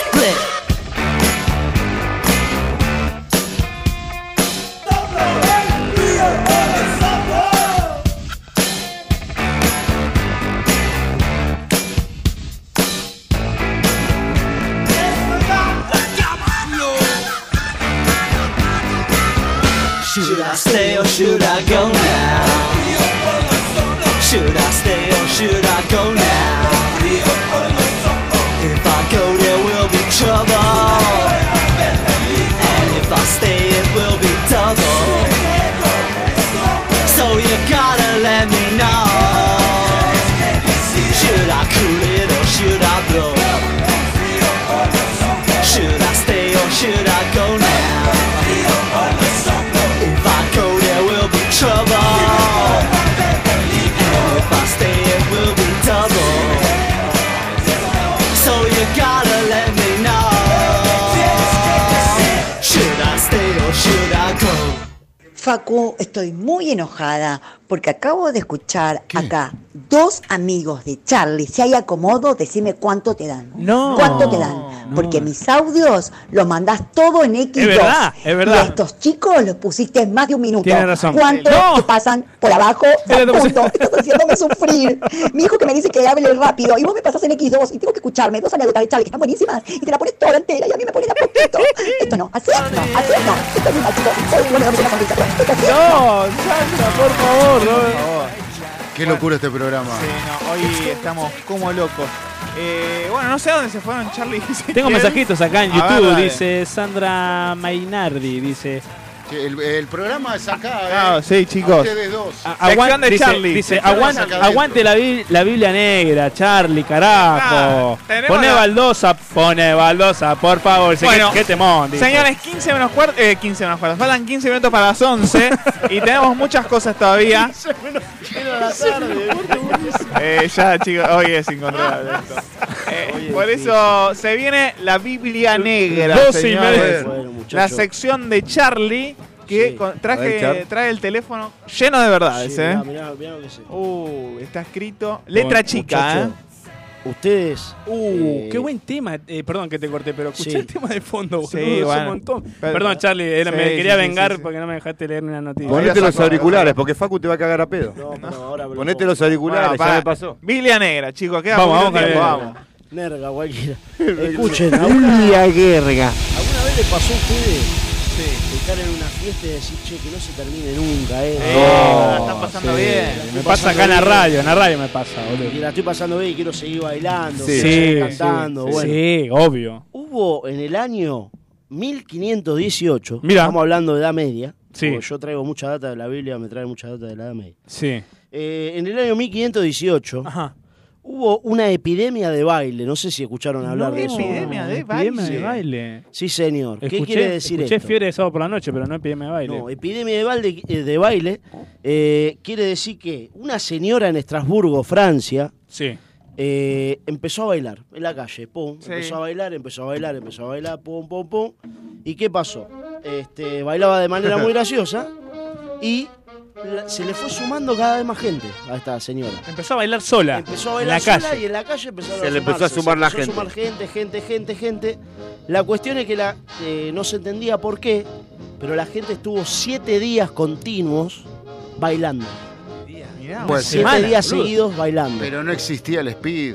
Split. Should I stay or should I go now? Should I stay or should I go now? If I go, there will be trouble. And if I stay, it will be double. So you gotta let me know. Should I cool it or should I blow? Should I stay or should I go now? If I go, there will be trouble. And if I stay, it will be double. So you gotta let me know. Should I stay or should I go?
Facu, estoy muy enojada porque acabo de escuchar acá dos amigos de Charlie. Si hay acomodo, decime cuánto te dan.
No.
¿Cuánto te dan? Porque mis audios los mandás todo en X2.
Es verdad, es verdad.
Y estos chicos los pusiste en más de un minuto.
Tienes razón.
¿Cuántos
No.
que pasan por abajo?
Era lo que-
Punto. Estás haciéndome sufrir. Mi hijo que me dice que hable rápido y vos me pasás en X2 y tengo que escucharme dos anécdotas de Charlie que están buenísimas y te la pones toda entera y a mí me pones de a poquito. Esto no, así no, así no. Esto es un machito. Soy un hombre de una condición. Esto así
No, Sandra, por favor.
Qué locura este programa.
No, hoy estamos como locos. Eh, bueno, no sé a dónde se fueron Charlie. y Ezequiel.
Tengo mensajitos acá en
A ver,
YouTube.
dale.
dice Sandra Mainardi. Dice.
Che, El, el programa es acá.
Ah,
eh.
sí, chicos.
A ustedes dos.
Aguante, dice, dice, aguante, aguante la, Bi- la Biblia negra, Charlie, carajo.
tenemos
pone
la-
baldosa, pone baldosa, por favor. se-
Bueno,
qué, qué temón, dice.
Señores, 15 menos cuarto. Eh, 15 menos cuarto. Faltan 15 minutos para las 11. y tenemos muchas cosas todavía. Eh, ya, chicos, hoy es incontrolable esto. Eh, por eso se viene la Biblia Negra.
Doce y
señores.
media.
Bueno, muchachos. la sección de Charlie que con- traje, trae el teléfono lleno de verdades.
Sí,
eh.
mirá, mirá, mirá lo que sé.
Uh, está escrito. Letra chica,
Muchacho, Ustedes.
eh. Uh,
eh,
qué buen tema. Eh, perdón que te corté, pero escuché
sí.
el tema de fondo, boludo.
Sí,
es un
bueno.
montón.
Pero-
Perdón, Charlie, era- me
Sí,
quería
sí, sí,
vengar
sí, sí.
porque no me dejaste leer una noticia.
Ponete los auriculares, porque Facu te va a cagar a pedo. Ponete los auriculares,
Bueno,
ya
pará.
me pasó.
Biblia Negra, chicos. Queda
Vamos,
poquito
vamos,
tiempo,
Javier.
vamos.
Nerga, cualquiera. Escuchen, ¿alguna,
guerra.
¿alguna vez les pasó a ustedes de estar en una fiesta y decir, che, que no se termine nunca, eh?
No, la están pasando sí. bien.
La
Me
estoy
pasa acá en
pasando
la
bien.
radio, en la radio me pasa, boludo.
Y la estoy pasando bien y quiero seguir bailando,
Sí,
quiero seguir
sí,
cantando,
sí,
bueno.
sí, obvio.
Hubo en el año 1518,
Mirá.
estamos hablando de Edad Media,
Sí.
porque yo traigo mucha data de la Biblia, me trae mucha data de la Edad Media.
Sí.
Eh, en el año 1518 hubo una epidemia de baile, no sé si escucharon hablar de eso.
epidemia de
Epidemia
baile.
de baile.
Sí, señor. ¿Qué
Escuché-
quiere decir
escuché
esto?
fiebre de sábado por la noche, pero no epidemia de baile.
No, epidemia de baile, eh, de baile, eh, quiere decir que una señora en Estrasburgo, Francia,
Sí.
eh, empezó a bailar en la calle, pum,
Sí.
empezó a bailar, empezó a bailar, empezó a bailar, pum, pum, pum. ¿Y qué pasó? Este, bailaba de manera muy graciosa y la- se le fue sumando cada vez más gente a esta señora.
Empezó a bailar sola.
Empezó a
en la
bailar
calle.
sola y en la calle empezaron
Se
a
le empezó
sumarse,
a sumar
se
la
empezó a sumar gente, gente, gente, gente. La cuestión es que la, eh, no se entendía por qué, pero la gente estuvo siete días continuos bailando.
Pues,
siete
semana,
días
boludo.
seguidos bailando.
Pero no existía el speed.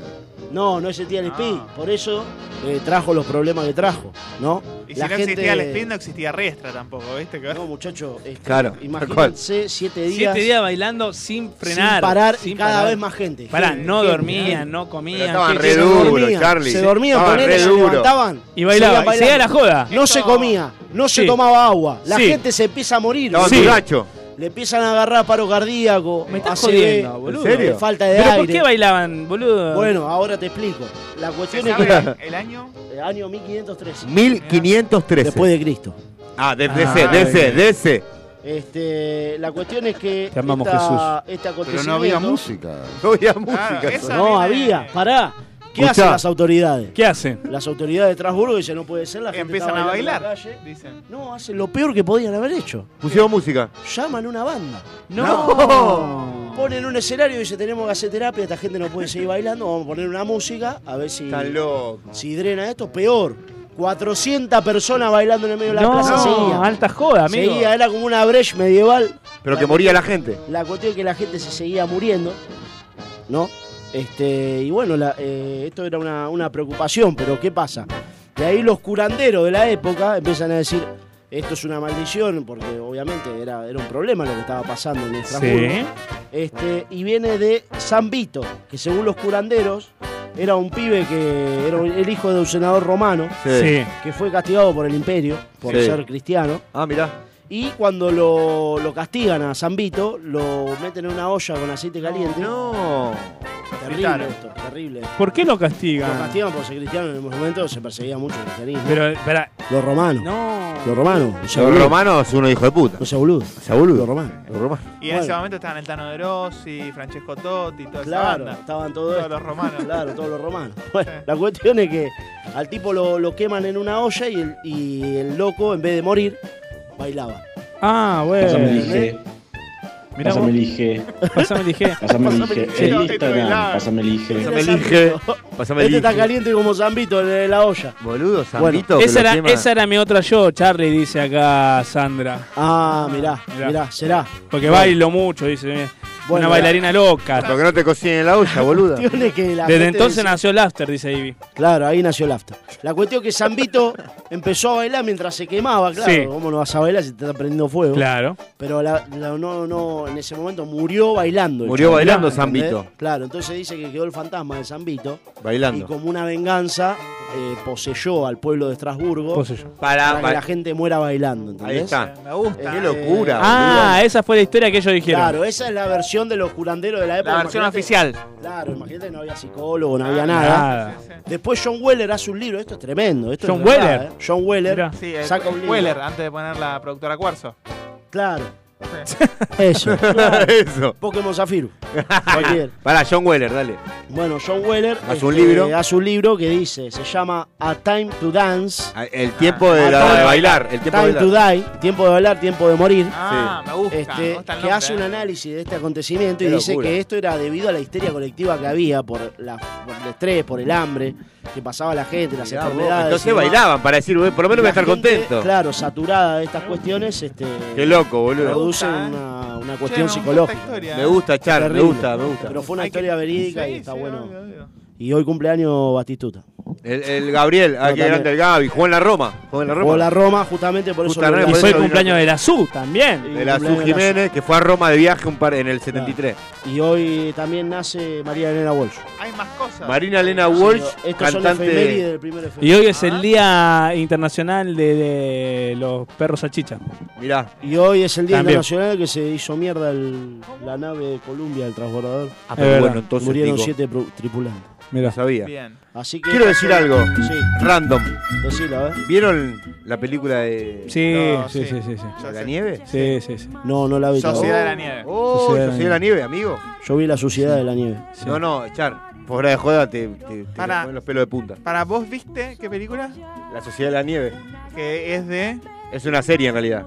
No, no existía el speed.
Ah.
Por eso eh, trajo los problemas que trajo, ¿no?
Y si no existía el spin, no existía riestra tampoco, ¿viste? No,
muchacho.
Claro, tal
Imagínense siete días.
Siete días bailando sin frenar.
Sin parar
sin
y cada
parar.
vez más gente.
Pará,
Gente,
no
gente,
dormían,
gente.
no comían.
estaban
¿qué?
re duros, Charlie. Se dormían, Estaban ponele, re se duros. levantaban,
Y bailaban.
seguían
Y seguía la
bailando.
joda.
No se comía, no se
Sí.
tomaba agua. La
Sí.
gente se empieza a morir.
Estaban Sí. borrachos.
Le empiezan a agarrar paro cardíaco.
Me estás
ACV,
jodiendo, boludo.
Falta de
¿Pero
aire.
por qué bailaban, boludo?
Bueno, ah, ahora te explico. La cuestión
¿Se
es
sabe
que. ¿El año? El año 1513.
1513.
Después de Cristo.
Ah, de,
Ah,
DC, DC,
bien.
DC.
Este, la cuestión es que
Te amamos,
esta-
Jesús.
este
Pero no había
acontecimiento-
música.
No había música.
No había, pará. ¿Qué
Escuchá.
hacen las autoridades?
¿Qué hacen?
Las autoridades de Trasburgo dicen, no puede ser, la gente
Empiezan
está
a
bailando en la
bailar.
calle.
Dicen.
No, hacen lo peor que podían haber hecho.
Pusieron música.
Llaman una banda.
No.
Ponen un escenario y dicen, tenemos que hacer terapia, esta gente no puede seguir bailando, vamos a poner una música, a ver si...
Están locos.
Si drena esto, peor. 400 personas bailando en el medio de la
No,
plaza. seguía.
alta joda, amigo.
Seguía, era como una breche medieval.
Pero que moría la gente.
La cuestión es que la gente se seguía muriendo, ¿no? Este, y bueno, la- eh, esto era una, una preocupación, pero ¿qué pasa? De ahí los curanderos de la época empiezan a decir, esto es una maldición, porque obviamente era, era un problema lo que estaba pasando en el Estrasburgo. Este, y viene de San Vito, que según los curanderos era un pibe que era el hijo de un senador romano,
Sí. Sí.
que fue castigado por el imperio, por
Sí.
ser cristiano.
Ah, mirá.
Y cuando lo, lo castigan a San Vito, lo meten en una olla con aceite caliente.
No.
Terrible esto, terrible.
¿Por qué lo
Lo
castigan?
castigan por ser cristiano en el momento, se perseguía mucho el cristianismo.
Pero, espera.
Los romanos.
No.
Los romanos. no sea
Los
boludo.
romanos, uno hijo de puta.
No sea boludo.
boludo.
Los romanos.
Los romanos.
Y en ese momento estaban el Tano de Rossi, Francesco Totti, toda esa
Claro,
banda.
estaban todos,
Todos los romanos.
Claro, todos los romanos. Bueno, la cuestión es que al tipo lo, lo queman en una olla y el, y el loco, en vez de morir, bailaba.
Ah,
Pásame el
bueno.
IG. Pásame el IG.
Pásame el IG.
Pásame
Pásame
el
el
IG.
IG.
El
No,
Instagram.
esto
Pásame el IG.
Mira, Zambito. Este está caliente como Zambito de la olla.
Boludo,
Zambito que
esa,
lo
era,
quema.
esa era mi otra yo, Charlie, dice acá Sandra.
Ah, mirá, mirá, será.
Porque bailo mucho, dice. eh.
Bueno,
una bailarina loca.
Porque no te cocinen en la olla, boluda.
La cuestión es que la
Desde
gente
entonces
decía-
nació el after, dice Ivy.
Claro, ahí nació el after. La cuestión es que Zambito empezó a bailar mientras se quemaba, claro.
Sí.
¿Cómo no vas a bailar si te está prendiendo fuego?
Claro.
Pero la- la- no, no, en ese momento murió bailando. el
Murió
chabón,
bailando
¿entendés?
Zambito.
Claro, entonces dice que quedó el fantasma de Zambito.
Bailando.
Y como una venganza, eh, poseyó al pueblo de Estrasburgo.
Poseyó.
Para,
Para-
que la gente muera bailando, ¿entendés?
Ahí está.
Me gusta.
Qué locura,
Ah, esa fue la historia que ellos dijeron.
Claro, esa es la versión de los curanderos de la época.
La versión
Imagínate- Claro, imagínate, no había psicólogo, no había
Ah,
nada.
nada.
Después John Weller hace un libro, esto es tremendo. Esto
John
es verdad,
Weller.
¿eh? John Weller
Sí, el-
saca un libro.
Weller, ah. antes de poner la productora Cuarzo.
Claro. Eso.
Eso.
Pokémon Zafiro. Cualquier.
Pará, John Weller, dale.
Bueno, John Weller este,
Hace un libro.
hace un libro que dice, se llama A Time to Dance.
Ah, El tiempo
Ah,
de, la- de bailar. El tiempo
Time
de
to
bailar.
Die, tiempo de bailar, tiempo de morir.
Ah, me gusta. eh.
Este, que hace un análisis de este acontecimiento y
Qué
dice
locura.
que esto era debido a la histeria colectiva que había por, la- por el estrés, por el hambre que pasaba la gente, las enfermedades. y
Entonces
demás.
bailaban para decir, "Uy, por lo menos voy a
La
estar
gente,
contento.
Claro, saturada de estas cuestiones, este,
Qué loco, boludo.
produce una, una cuestión psicológica.
¿eh? Me gusta, Char, me
Terrible.
gusta, me gusta.
Pero fue una historia verídica y está bueno. Y hoy cumpleaños Batistuta.
El, el Gabriel, aquí
también.
grande el Gaby, jugó en la Roma. Jugó en la Roma.
O la Roma, justamente por eso.
Justamente
lo-
por eso lo vino.
de la SU también.
De la Su
cumpleaños de la
Jiménez, que fue a Roma de viaje un par, en el 73.
Y hoy también nace María Elena Walsh.
Hay más cosas.
Marina Elena
Sí,
Walsh,
pero estos son efemérides
cantante.
del primer
Y hoy es
Ah.
el Día Internacional de, de los Perros Salchicha.
Mirá.
Y hoy es el Día
También.
Internacional que se hizo mierda el- la nave de Columbia, el transbordador.
Ah, pero
Es verdad.
bueno, entonces.
Murieron
digo,
siete pro- tripulantes.
Mirá.
no sabía.
Bien.
Así que
Quiero decir algo.
Sí,
Random.
decilo, a ver.
¿Vieron la película de.
¿eh? Sí,
No,
sí, sí, sí, sí.
¿La de la nieve?
Sí, sí, sí.
No, no la vi.
Sociedad de la
nieve.
Oh,
Sociedad de la
Sociedad de la nieve, amigo.
Yo vi la suciedad de la nieve.
No, no, Char. Fuera de joda te, te, te
Pará.
ponen los pelos de punta.
Para vos, ¿viste qué película?
La Sociedad de la Nieve.
Que es de.
Es una serie en realidad.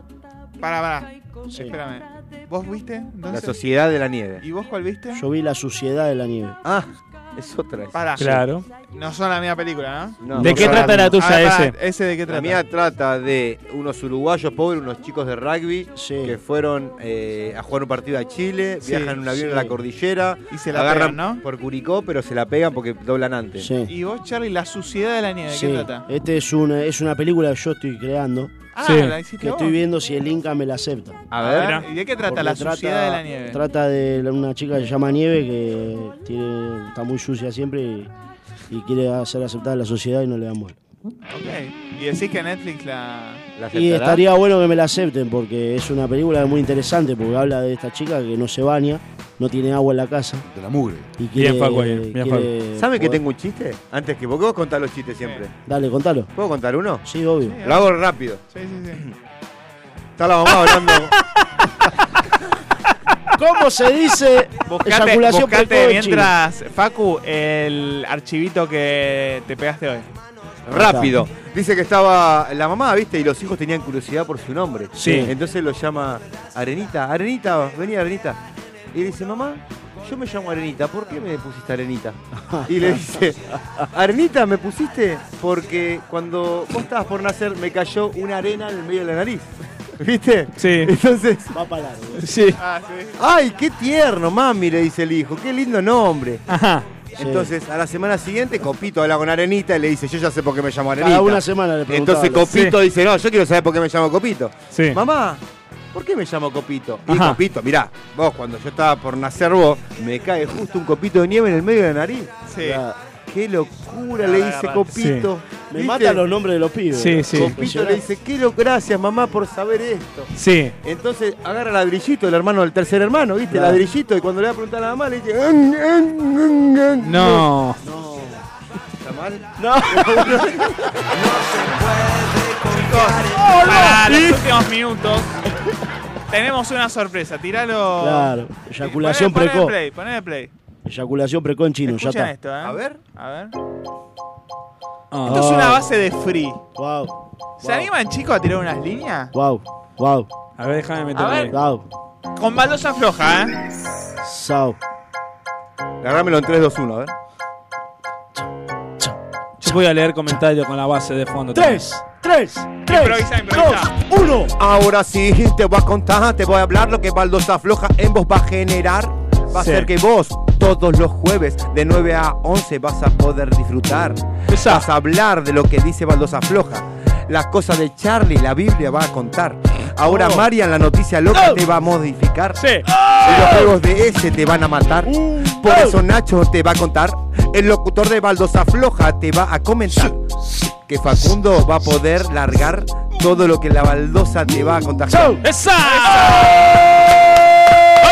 Para, para. Espérame. ¿Vos viste?
La
entonces?
sociedad de la nieve.
¿Y vos cuál viste?
Yo vi La suciedad de la nieve.
Ah, es otra.
Pará.
Claro.
No son la misma película, ¿eh? ¿no?
No,
¿De
no
qué
son
trata la tuya,
misma.
Ah, pará,
ese? ese de qué
La
trata?
mía trata de unos uruguayos pobres, unos chicos de rugby que fueron eh, a jugar un partido a Chile,
Sí,
viajan en un avión
sí.
a la cordillera,
Y se la
agarran
pegan,
por Curicó, pero se la pegan porque doblan antes.
¿Y vos, Charlie, La suciedad de la nieve? ¿De
Sí,
qué trata?
este es una, es una película que yo estoy creando.
Ah, Sí. ¿la hiciste
Que
vos?
estoy viendo si el Inca me la acepta.
A
Mirá, ¿Y de qué trata
Porque
La suciedad de la nieve?
Trata de la- una chica que se llama Nieve que tiene, está muy sucia siempre y, y quiere hacer aceptada en la sociedad y no le dan bola.
Ok. Y decís que Netflix la...
Y estaría bueno que me la acepten porque es una película muy interesante porque habla de esta chica que no se baña, no tiene agua en la casa. De la mugre. Y quiere,
Bien, Facu, ahí, bien,
quiere
Facu. ¿Saben que
poder-
tengo un chiste? Antes que porque vos contás los chistes siempre.
Dale, contalo.
¿Puedo contar uno?
Sí, obvio.
Lo hago rápido.
Sí, sí, sí.
Está la mamá hablando.
¿Cómo se dice
Buscate,
eyaculación
buscate
precoz en
mientras, Facu, el archivito que te pegaste hoy.
Rápido. Dice que estaba la mamá, ¿viste? Y los hijos tenían curiosidad por su nombre.
Sí.
Entonces lo llama Arenita. Arenita, vení Arenita. Y le dice, mamá, yo me llamo Arenita. ¿Por qué me pusiste Arenita? Y le dice, Arenita, me pusiste porque cuando vos estabas por nacer me cayó una arena en el medio de la nariz. ¿Viste?
Sí.
Entonces...
Va para largo.
Sí.
Ah, sí.
¡Ay, qué tierno, mami! Le dice el hijo. ¡Qué lindo nombre!
Ajá.
Entonces, a la semana siguiente, Copito habla con Arenita y le dice, yo ya sé por qué me llamo Arenita.
Cada una semana le preguntaba.
Entonces Copito
Sí.
dice, no, yo quiero saber por qué me llamo Copito.
Sí.
Mamá, ¿por qué me llamo Copito? Y
Ajá.
Copito, mirá, vos cuando yo estaba por nacer vos, me cae justo un copito de nieve en el medio de la nariz.
Sí.
¡Qué locura! Le dice Copito.
Me
¿Viste?
matan los nombres de los pibes.
Sí, sí.
Copito le dice, qué lo gracias mamá por saber esto.
Sí.
Entonces agarra ladrillito, el hermano del tercer hermano, ¿viste?
Claro.
Ladrillito, y cuando le va a preguntar a la mamá, le dice. "An, an, an, an".
No.
¿Está mal?
No.
Para los últimos minutos tenemos una sorpresa. Tiralo.
Claro, eyaculación
Poné-
precoz.
Poné el play, poné el play.
Eyaculación precoz en chino, ya está.
Escuchen
Ah.
esto, ¿eh? A
ver.
A ver. Esto es
Oh.
una base de free.
Wow.
¿Se animan, chicos, a tirar unas líneas?
Wow, wow.
A ver, déjame
meterme A ver. ahí.
Wow,
Con baldosa floja, ¿eh?
Sao.
Agarrámelo en 3, 2, 1, a ver.
Yo voy a leer comentarios con la base de fondo.
Tres,
tres,
Improvisa, improvisa.
uno.
Ahora sí, te voy a contar, te voy a hablar lo que Baldosa Floja en vos va a generar. Va a
Sí.
ser que vos, todos los jueves, de 9 a 11, vas a poder disfrutar. Vas a hablar de lo que dice Baldosa Floja. Las cosas de Charlie, la Biblia va a contar. Ahora
Oh.
Marian, la noticia loca,
Oh.
te va a modificar.
Sí. Oh. Uh.
Y los juegos de ese te van a matar. Por eso Nacho te va a contar. El locutor de Baldosa Floja te va a comentar que Facundo va a poder largar todo lo que la baldosa te va a contagiar.
¡Esa!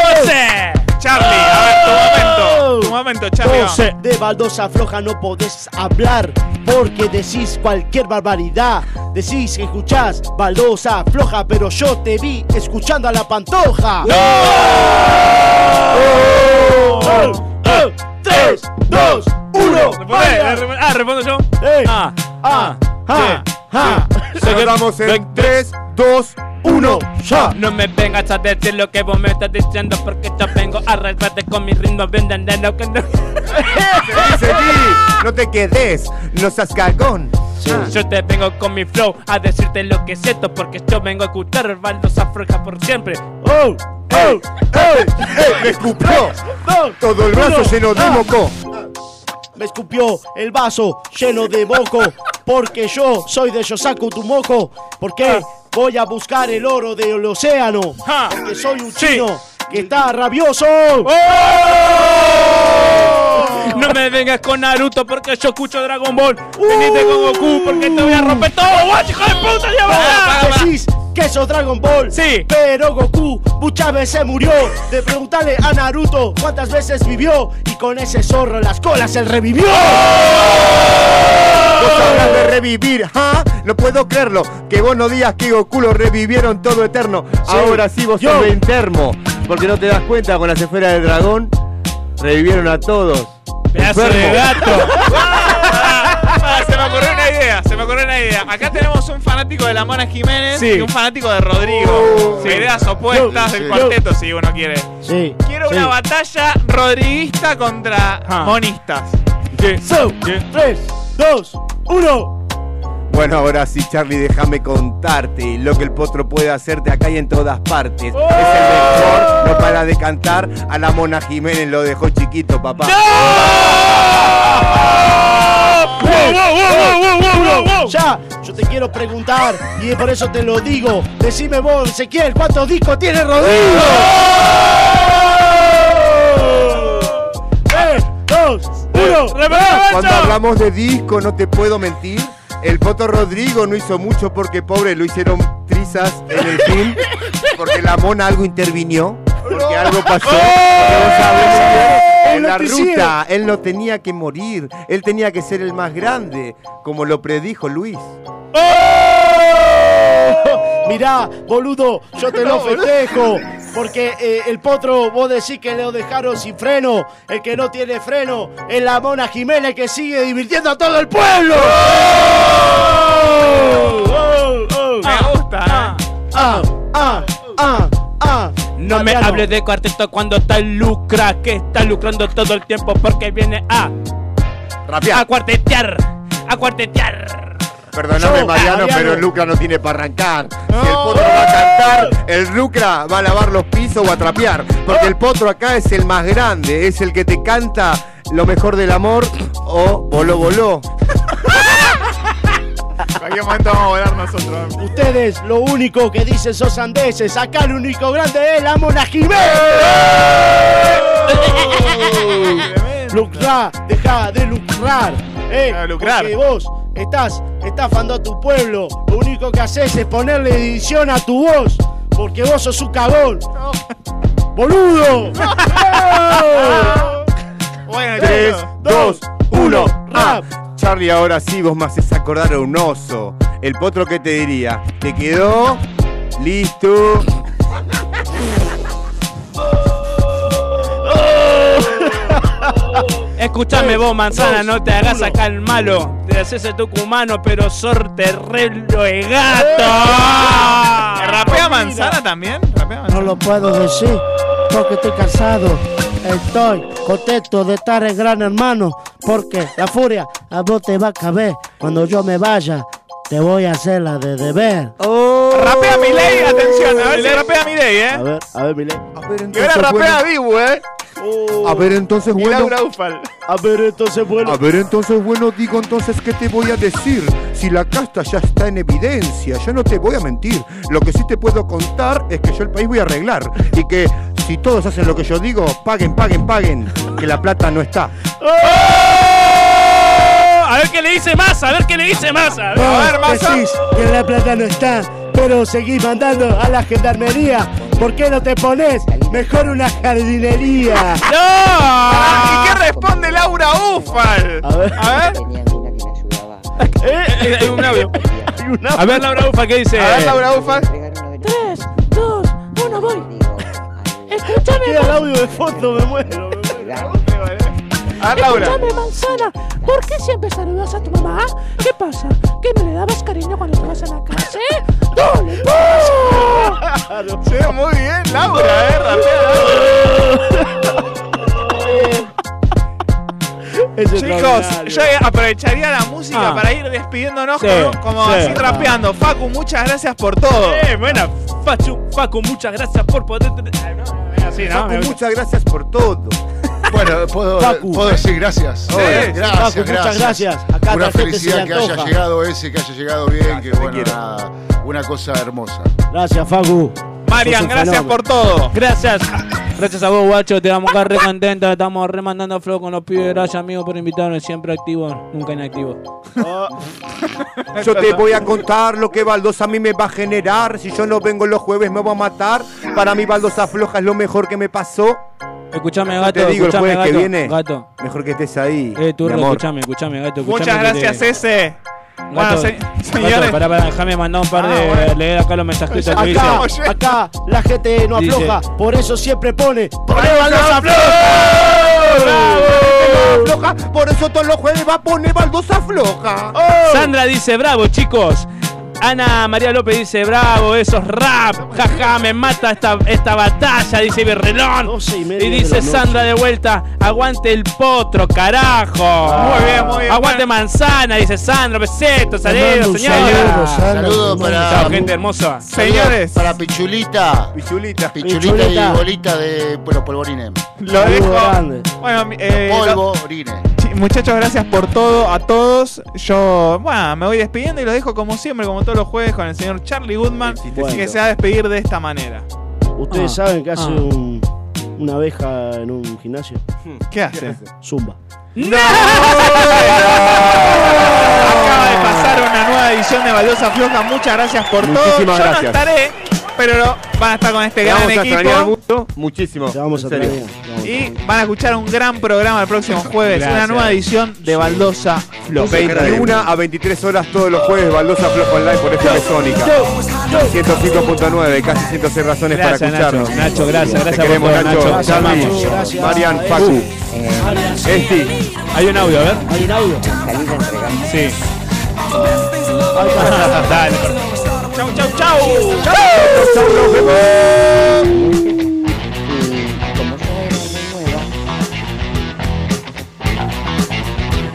¡Once!
Charlie, a ver, tu momento. Tu momento, Charlie. vamos.
Entonces, Oh. de baldosa floja no podés hablar porque decís cualquier barbaridad. Decís que escuchás baldosa floja, pero yo te vi escuchando a la pantoja. Oh. ¡No! Oh. ¡Tres, dos, uno!
Responde, responde. Ah, respondo yo. Ah, ah, ah, ah. Sé que-
Vamos
sé-
en 3, 2, 1, ya.
No me vengas a decir lo que vos me estás diciendo porque yo vengo a arreglarte con mi ritmo, ven, ven, ven, lo que no.
Seguí, seguí. No te quedes, no seas cagón.
Yo te vengo con mi flow a decirte lo que siento porque yo vengo a escuchar baldosa floja por siempre.
¡Oh!
¡Ey! ¡Ey! ¡Ey! ¡Me escupió! Todo el brazo lleno de moco.
Me escupió el vaso lleno de moco porque yo soy de Yosaku tu moco.
Ah.
Porque voy a buscar el oro del océano. Porque soy un chino que está rabioso.
Oh.
No me vengas con Naruto porque yo escucho Dragon Ball.
Uh.
Venite con Goku porque te voy a romper todo, guacho, hijo de puta, ya
Ah,
va.
Ah, Decís que sos Dragon Ball. Sí. Pero Goku muchas veces murió. De preguntarle a Naruto cuántas veces vivió. Y con ese zorro en las colas él revivió.
Vos hablas de revivir, ¿ah? No puedo creerlo. Que vos no digas que Goku lo revivieron todo eterno. Ahora sí vos sos de entermo. Porque no te das cuenta con las esferas del dragón. Revivieron a todos.
Pedazo de
Enfermo.
gato.
Ah, se me ocurrió una idea, se me
ah, ocurrió una idea. Acá tenemos un fanático de la Mona Jiménez
Sí. Uh,
y un fanático de Rodrigo.
Sí.
Ideas opuestas
Yo-
del
yo-
cuarteto, si uno quiere.
Sí.
Quiero una batalla rodriguista contra
Ah.
monistas.
So, 3, 2, 1.
Bueno, ahora sí, Charlie, déjame contarte lo que el potro puede hacerte acá y en todas partes. Es el mejor, no para de cantar. A la Mona Jiménez lo dejó chiquito, papá.
Tres,
wow, wow,
dos,
wow, wow,
uno. Ya, yo te quiero preguntar y por eso te lo digo. Decime vos, Ezequiel, ¿cuántos discos tiene Rodrigo? Tres, dos, uno.
Cuando hablamos de disco, no te puedo mentir. El Poto Rodrigo no hizo mucho porque pobre lo hicieron trizas en el film. Porque la mona algo intervinió. Porque algo pasó. porque vos sabés que En la
noticiero.
ruta, él no tenía que morir. Él tenía que ser el más grande, como lo predijo Luis.
Mirá, boludo, yo te lo
No, boludo.
festejo. Porque eh, el potro, vos decís que lo dejaron sin freno. El que no tiene freno es la Mona Jiménez que sigue divirtiendo a todo el pueblo.
Me gusta, eh.
Ah, ah, ah, ah.
No me hables de cuarteto cuando está lucra, que está lucrando todo el tiempo porque viene a.
Rapear.
A cuartetear. A cuartetear.
Perdóname,
Yo, ah,
Mariano,
Mariano.
pero el Lucra no tiene para arrancar. Si el Potro va a cantar, el Lucra va a lavar los pisos o a trapear. Porque el Potro acá es el más grande, es el que te canta lo mejor del amor o voló, voló.
cualquier momento vamos a volar nosotros.
Ustedes lo único que dicen son andeses. Acá el único grande es la Mona Jiménez. Lucra, deja de lucrar. Eh,
lucrar.
Porque vos estás estafando a tu pueblo. Lo único que haces es ponerle edición a tu voz. Porque vos sos un cagón. ¡Boludo!
Bueno,
3, 2, 1, rap. Charlie, ahora sí vos me haces acordar a un oso. El potro que te diría, te quedó listo.
Escuchame vos, manzana, no te hagas acá el malo. Te haces el tucumano, pero sorte rello de gato.
¿Rapea manzana también?
No lo puedo decir porque estoy cansado. Estoy contento de estar en gran hermano porque la furia a vos te va a caber. Cuando yo me vaya, te voy a hacer la de deber.
Oh.
Rapea mi ley, atención, a ver si rapea mi ley, eh.
A ver, a ver, Milei.
Que ahora rapea vivo, eh.
A ver, entonces,
Y
bueno.
Laura Ufal.
A ver, entonces, bueno.
A ver, entonces, bueno, digo entonces, ¿qué te voy a decir? Si la casta ya está en evidencia, yo no te voy a mentir. Lo que sí te puedo contar es que yo el país voy a arreglar. Y que si todos hacen lo que yo digo, paguen, paguen, paguen, que la plata no está.
A ver qué le dice más, a ver qué le dice más. A ver, a ver, Massa.
Decís que la plata no está, pero seguís mandando a la gendarmería. ¿Por qué no te pones mejor una jardinería?
¡No! ¿Y qué responde Laura Ufal? A ver.
Eh, Hay un audio. A ver, Laura Ufa, ¿qué dice?
A ver, Laura Ufal.
3, 2, 1, voy. Escúchame.
Queda el audio de fondo, me muero.
A ver, Laura.
Escúchame, manzana. ¿Por qué siempre saludas a tu mamá? ¿Qué pasa? ¿Que no le dabas cariño cuando estabas en la clase? ¡No le dabas!
Sí, muy bien, Laura, eh. Rapea, Laura. Chicos, yo aprovecharía la música
Ah.
para ir despidiéndonos
Sí,
como, como
sí.
así rapeando. Facu, muchas gracias por todo.
Eh, buena, Facu, Facu, muchas gracias por poder. Ay, no, no, es así, ¿no?
Facu,
Me gusta.
muchas gracias por todo.
Bueno, puedo,
Facu.
puedo decir gracias.
Sí.
Oh, gracias,
Facu, muchas gracias. Acá
una
la gente se
felicidad
le
que haya
antoja.
llegado ese, que haya llegado bien,
Gracias,
que
te
bueno,
quiero.
nada, una cosa hermosa.
Gracias, Facu.
Marian,
Sos un
gracias
fenómeno.
por todo. Gracias. Gracias a vos, guacho. Te vamos a estar re contentos. Estamos remandando flow con los pibes. Gracias, amigo, por invitarnos. Siempre activo, nunca inactivo.
Oh. Yo te voy a contar lo que Baldosa a mí me va a generar. Si yo no vengo los jueves, me va a matar. Para mí, Baldosa Floja es lo mejor que me pasó.
Escuchame,
Yo
gato.
te digo, el
escuchame,
jueves que
gato,
viene,
Gato.
mejor que estés ahí.
Eh, turro,
mi amor.
escuchame, escuchame, gato. escuchame
Muchas
que
gracias,
te-
ese.
Gato,
Bueno, se-
gato,
señores.
Pará, pará, déjame mandar un par
Ah,
de.
bueno.
Leer acá los mensajitos que dice.
Acá, acá la gente no
Dice-
afloja, por eso siempre pone. ¡Pone
Baldosa
Baldosa Floja!
floja, por eso todos los jueves va a poner baldosa floja.
Sandra dice, bravo, chicos. Ana María López dice, bravo, esos rap. Jaja, me mata esta, esta batalla, dice Virrelón. Y dice Sandra de vuelta, aguante el potro, carajo.
Muy bien, muy bien.
Aguante manzana, dice Sandra. Besitos,
Te mando
saludos,
un
señora.
saludo, Sandra.
Saludos para-
Chao, gente hermosa.
Señores. Para Pichulita.
Pichulita.
Pichulita,
Pichulita.
y bolita de los polvorines.
Lo dejo. Bueno, mi- eh,
Polvorines.
Sí, Muchachos, gracias por todo, a todos. Yo, bueno, me voy despidiendo y los dejo como siempre, como todos los jueves, con el señor Charlie Goodman, que se va a despedir de esta manera.
Ustedes
Ah,
saben que hace
ah.
un- una abeja en un gimnasio.
Hmm. ¿Qué hace?
Zumba.
Acaba de pasar una nueva edición de Baldosa Floja. Muchas gracias por todo. Yo
Muchísimas gracias.
no estaré, pero van a estar con este
Te
gran
vamos a extrañar
equipo.
mucho, muchísimo. vamos a
Y van a escuchar un gran programa el próximo jueves. Una
Gracias.
nueva edición de Baldosa Floja.
21 a 23 horas todos los jueves, Baldosa Flojo Online por FM Sónica. 105.9, casi 106 razones
Gracias,
para escucharnos.
Nacho. Nacho, gracias,
Te
gracias
queremos,
por todo,
Nacho.
Nacho.
Charlie,
Gracias, gracias.
Marian,
Eh,
Facu.
Uf.
Esti.
Eh. Hay un audio, a ver.
Hay un audio.
Sí. Dale. Chau, chau, chau.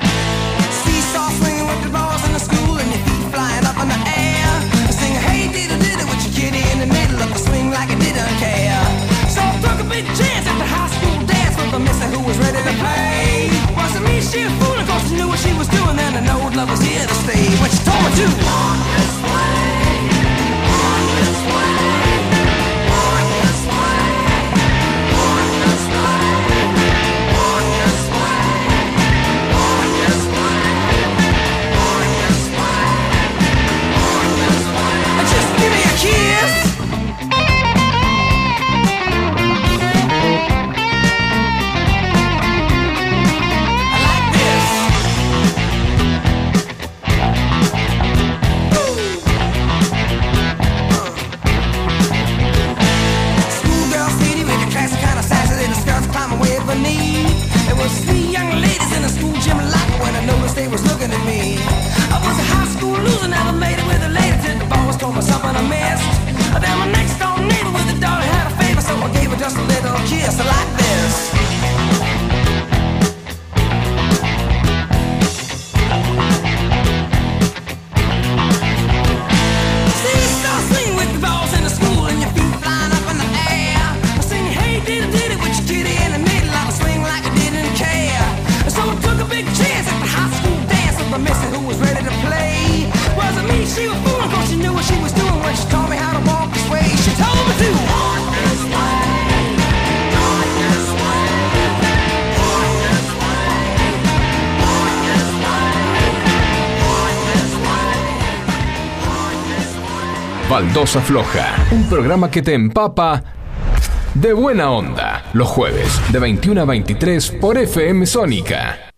Seesaw swinging with the balls in the school and your feet flying up in the air. Sing hey diddle diddle with your kitty in the middle of the swing like it didn't care. So I took a big chance at the high school dance with a missy who was ready to play. Wasn't me she was fooling 'cause she knew what she was doing and an old love was here to stay. What she told me to. On this way, on this way, on this way, on this way, on this way. Just give me a kiss. Schoolgirl sweetie with the classic kind of sassy little skirts climbing way up her knee. There was three young ladies in the school gym locker when I noticed they was looking at me. I was a high school loser, never made it with a lady till the boss told me something I missed. Then my next door neighbor with a daughter had a favor, so I gave her just a little kiss like this. See you start swinging with the balls in the school and your feet flying up in the air. I sing hey did it did it with your kitty in the middle of a swing like I didn't care. So I took a big chance at the high school dance with the missy who was ready to play. Wasn't me, she was fooling 'cause she knew what she was doing when she taught me how to walk this way. She told me to walk this way. Walk this way. Walk this way. Walk this way. Walk this way.
Baldosa Floja, un programa que te empapa de buena onda. Los jueves de 21 a 23 por FM Sónica.